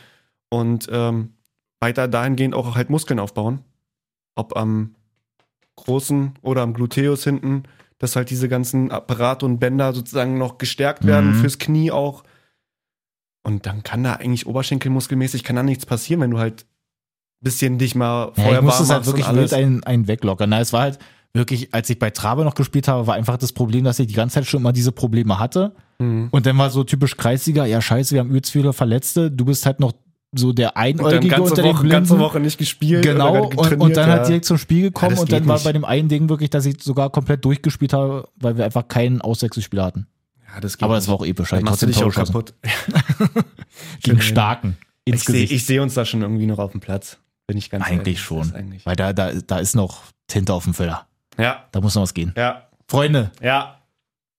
Speaker 3: und ähm, weiter dahingehend auch halt Muskeln aufbauen. Ob am großen oder am Gluteus hinten, dass halt diese ganzen Apparate und Bänder sozusagen noch gestärkt werden,
Speaker 2: Mhm.
Speaker 3: fürs Knie auch. Und dann kann da eigentlich oberschenkelmuskelmäßig kann da nichts passieren, wenn du halt ein bisschen dich mal
Speaker 2: Ja,
Speaker 3: vorher
Speaker 2: ich
Speaker 3: warm
Speaker 2: musste es
Speaker 3: machst
Speaker 2: halt wirklich
Speaker 3: und alles.
Speaker 2: wild einen, einen weglockern. Na, es war halt wirklich, als ich bei Trabe noch gespielt habe, war einfach das Problem, dass ich die ganze Zeit schon immer diese Probleme hatte.
Speaker 3: Mhm.
Speaker 2: Und dann war so typisch Kreisliga, ja scheiße, wir haben übelst viele Verletzte, du bist halt noch so der
Speaker 3: Und dann
Speaker 2: Einäugige
Speaker 3: ganze
Speaker 2: unter den
Speaker 3: Woche,
Speaker 2: Blinden.
Speaker 3: ganze Woche nicht gespielt.
Speaker 2: Genau,
Speaker 3: oder
Speaker 2: und,
Speaker 3: getrainiert,
Speaker 2: und dann
Speaker 3: ja.
Speaker 2: halt direkt zum Spiel gekommen
Speaker 3: das
Speaker 2: und dann
Speaker 3: geht
Speaker 2: war
Speaker 3: nicht.
Speaker 2: bei dem einen Ding wirklich, dass ich sogar komplett durchgespielt habe, weil wir einfach keinen Auswechselspieler hatten.
Speaker 3: Ja, das geht
Speaker 2: Aber
Speaker 3: nicht.
Speaker 2: das war auch episch.
Speaker 3: Dann
Speaker 2: ich
Speaker 3: machst du
Speaker 2: trotzdem
Speaker 3: dich auch genau.
Speaker 2: Tore geschossen.
Speaker 3: kaputt.
Speaker 2: Gegen
Speaker 3: Schön.
Speaker 2: Starken ins
Speaker 3: Ich sehe
Speaker 2: Gesicht.
Speaker 3: ich seh uns da schon irgendwie noch auf dem Platz. Bin ich ganz
Speaker 2: Eigentlich
Speaker 3: ehrlich.
Speaker 2: schon.
Speaker 3: Das Eigentlich.
Speaker 2: Weil da, da, da ist noch Tinte auf dem Füller.
Speaker 3: Ja,
Speaker 2: Da muss noch was gehen.
Speaker 3: ja,
Speaker 2: Freunde,
Speaker 3: ja,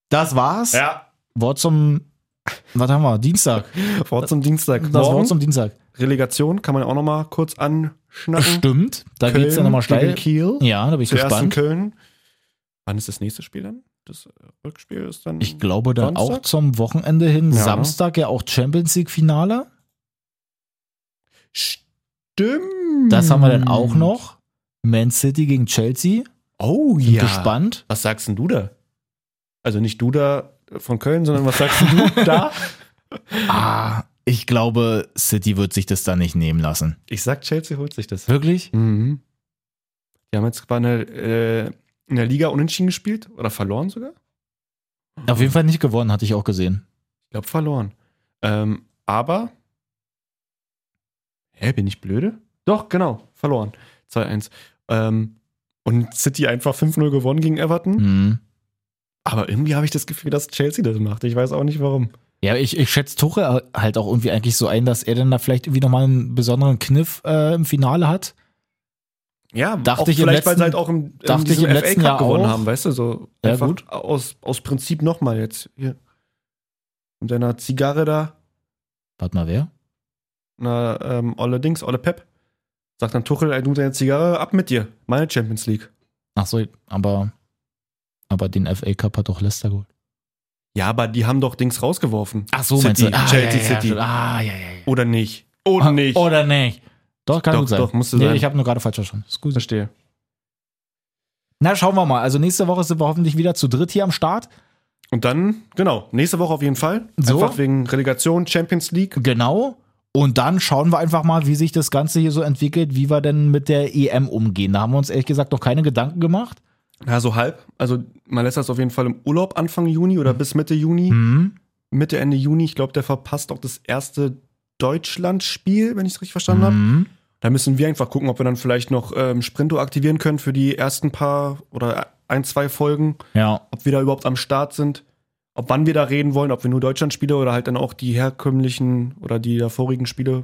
Speaker 2: das war's.
Speaker 3: ja.
Speaker 2: Wort zum, was haben wir? Dienstag.
Speaker 3: Vor zum Dienstag.
Speaker 2: Das
Speaker 3: Äh, Morgen
Speaker 2: Wort zum Dienstag.
Speaker 3: Relegation kann man auch noch mal kurz anschnacken.
Speaker 2: Stimmt. Da
Speaker 3: Mhm. Köln
Speaker 2: geht's ja nochmal
Speaker 3: gegen
Speaker 2: steil.
Speaker 3: Kiel.
Speaker 2: Ja, da bin ich
Speaker 3: Zuerst in
Speaker 2: gespannt.
Speaker 3: Köln. Wann ist das nächste Spiel dann? Das äh, Rückspiel ist dann.
Speaker 2: Ich glaube dann auch
Speaker 3: Samstag?
Speaker 2: zum Wochenende hin.
Speaker 3: Ja.
Speaker 2: Samstag ja auch Champions League Finale.
Speaker 3: Stimmt.
Speaker 2: Das haben wir
Speaker 3: Mhm.
Speaker 2: dann auch noch. Man City gegen Chelsea.
Speaker 3: Oh
Speaker 2: Bin
Speaker 3: ja.
Speaker 2: gespannt.
Speaker 3: Was sagst denn du da? Also nicht du da von Köln, sondern was sagst denn du da?
Speaker 2: Ah, ich glaube, City wird sich das da nicht nehmen lassen.
Speaker 3: Ich sag, Chelsea holt sich das.
Speaker 2: Wirklich?
Speaker 3: Mhm. Die haben jetzt bei einer, äh, in der Liga unentschieden gespielt oder verloren sogar?
Speaker 2: Auf jeden Fall nicht gewonnen, hatte ich auch gesehen.
Speaker 3: Ich glaube verloren. Ähm, aber. Hä, bin ich blöde? Doch, genau, verloren. 2-1. Ähm, und City einfach 5-0 gewonnen gegen Everton.
Speaker 2: Mhm.
Speaker 3: Aber irgendwie habe ich das Gefühl, dass Chelsea das macht. Ich weiß auch nicht warum.
Speaker 2: Ja, ich, ich schätze Tuchel halt auch irgendwie eigentlich so ein, dass er dann da vielleicht irgendwie nochmal einen besonderen Kniff äh, im Finale hat.
Speaker 3: Ja,
Speaker 2: Dachte
Speaker 3: auch
Speaker 2: ich im
Speaker 3: vielleicht,
Speaker 2: letzten-
Speaker 3: weil sie halt auch im, in
Speaker 2: dachte ich
Speaker 3: diesem
Speaker 2: im letzten Jahr
Speaker 3: gewonnen
Speaker 2: auch.
Speaker 3: haben, weißt du? So
Speaker 2: Ja,
Speaker 3: einfach
Speaker 2: gut.
Speaker 3: Aus, aus Prinzip nochmal jetzt. Hier. Mit deiner Zigarre da.
Speaker 2: Warte mal, wer?
Speaker 3: Na, ähm, Olle Dings, Olle Pep. Sagt dann Tuchel, ey, du mit deiner Zigarre, ab mit dir. Meine Champions League.
Speaker 2: Ach so, aber, aber den FA Cup hat doch Leicester geholt.
Speaker 3: Ja, aber die haben doch Dings rausgeworfen.
Speaker 2: Ach so,
Speaker 3: City,
Speaker 2: meinst du? Ah,
Speaker 3: Chelsea
Speaker 2: ja, ja, ja,
Speaker 3: City.
Speaker 2: stimmt. Ah, ja, ja, ja.
Speaker 3: Oder nicht. Oder nicht.
Speaker 2: Ah, Oder nicht. Doch, kann
Speaker 3: Doch,
Speaker 2: gut sein.
Speaker 3: doch, musste
Speaker 2: nee,
Speaker 3: sein.
Speaker 2: ich habe nur gerade falsch verstanden. Excuse.
Speaker 3: Verstehe.
Speaker 2: Na, schauen wir mal. Also nächste Woche sind wir hoffentlich wieder zu dritt hier am Start.
Speaker 3: Und dann, genau, nächste Woche auf jeden Fall.
Speaker 2: So.
Speaker 3: Einfach wegen Relegation, Champions League.
Speaker 2: Genau. Und dann schauen wir einfach mal, wie sich das Ganze hier so entwickelt, wie wir denn mit der EM umgehen. Da haben wir uns ehrlich gesagt noch keine Gedanken gemacht.
Speaker 3: Ja, so halb. Also man lässt das auf jeden Fall im Urlaub Anfang Juni oder bis Mitte Juni.
Speaker 2: Mhm.
Speaker 3: Mitte, Ende Juni. Ich glaube, der verpasst auch das erste Deutschland-Spiel, wenn ich es richtig verstanden habe.
Speaker 2: Mhm.
Speaker 3: Da müssen wir einfach gucken, ob wir dann vielleicht noch ähm, Sprinto aktivieren können für die ersten paar oder ein, zwei Folgen.
Speaker 2: Ja.
Speaker 3: Ob wir da überhaupt am Start sind. Ob wann wir da reden wollen, ob wir nur Deutschland-Spiele oder halt dann auch die herkömmlichen oder die davorigen Spiele.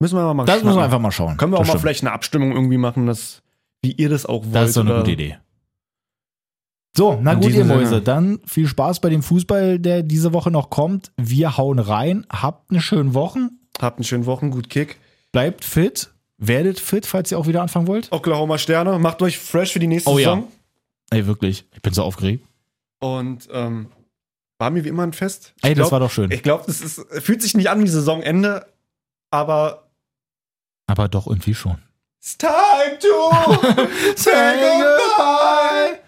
Speaker 3: Müssen wir mal
Speaker 2: Das
Speaker 3: schnacken.
Speaker 2: müssen wir einfach mal schauen.
Speaker 3: Können wir auch
Speaker 2: das
Speaker 3: mal vielleicht eine Abstimmung irgendwie machen, dass, wie ihr das auch wollt.
Speaker 2: Das ist doch eine
Speaker 3: oder-
Speaker 2: gute Idee. So, na
Speaker 3: In
Speaker 2: gut, ihr
Speaker 3: diesem
Speaker 2: Mäuse.
Speaker 3: Sinne.
Speaker 2: Dann viel Spaß bei dem Fußball, der diese Woche noch kommt. Wir hauen rein. Habt eine schöne Woche.
Speaker 3: Habt einen schönen Wochen, gut Kick.
Speaker 2: Bleibt fit. Werdet fit, falls ihr auch wieder anfangen wollt.
Speaker 3: Oklahoma Sterne, macht euch fresh für die nächste
Speaker 2: Oh ja.
Speaker 3: Saison.
Speaker 2: Ey, wirklich. Ich bin so aufgeregt.
Speaker 3: Und ähm, war mir wie immer ein Fest.
Speaker 2: Ey,
Speaker 3: ich
Speaker 2: das war doch schön.
Speaker 3: Ich glaube, das ist, fühlt sich nicht an wie Saisonende, aber
Speaker 2: Aber doch irgendwie schon.
Speaker 3: it's time to say goodbye.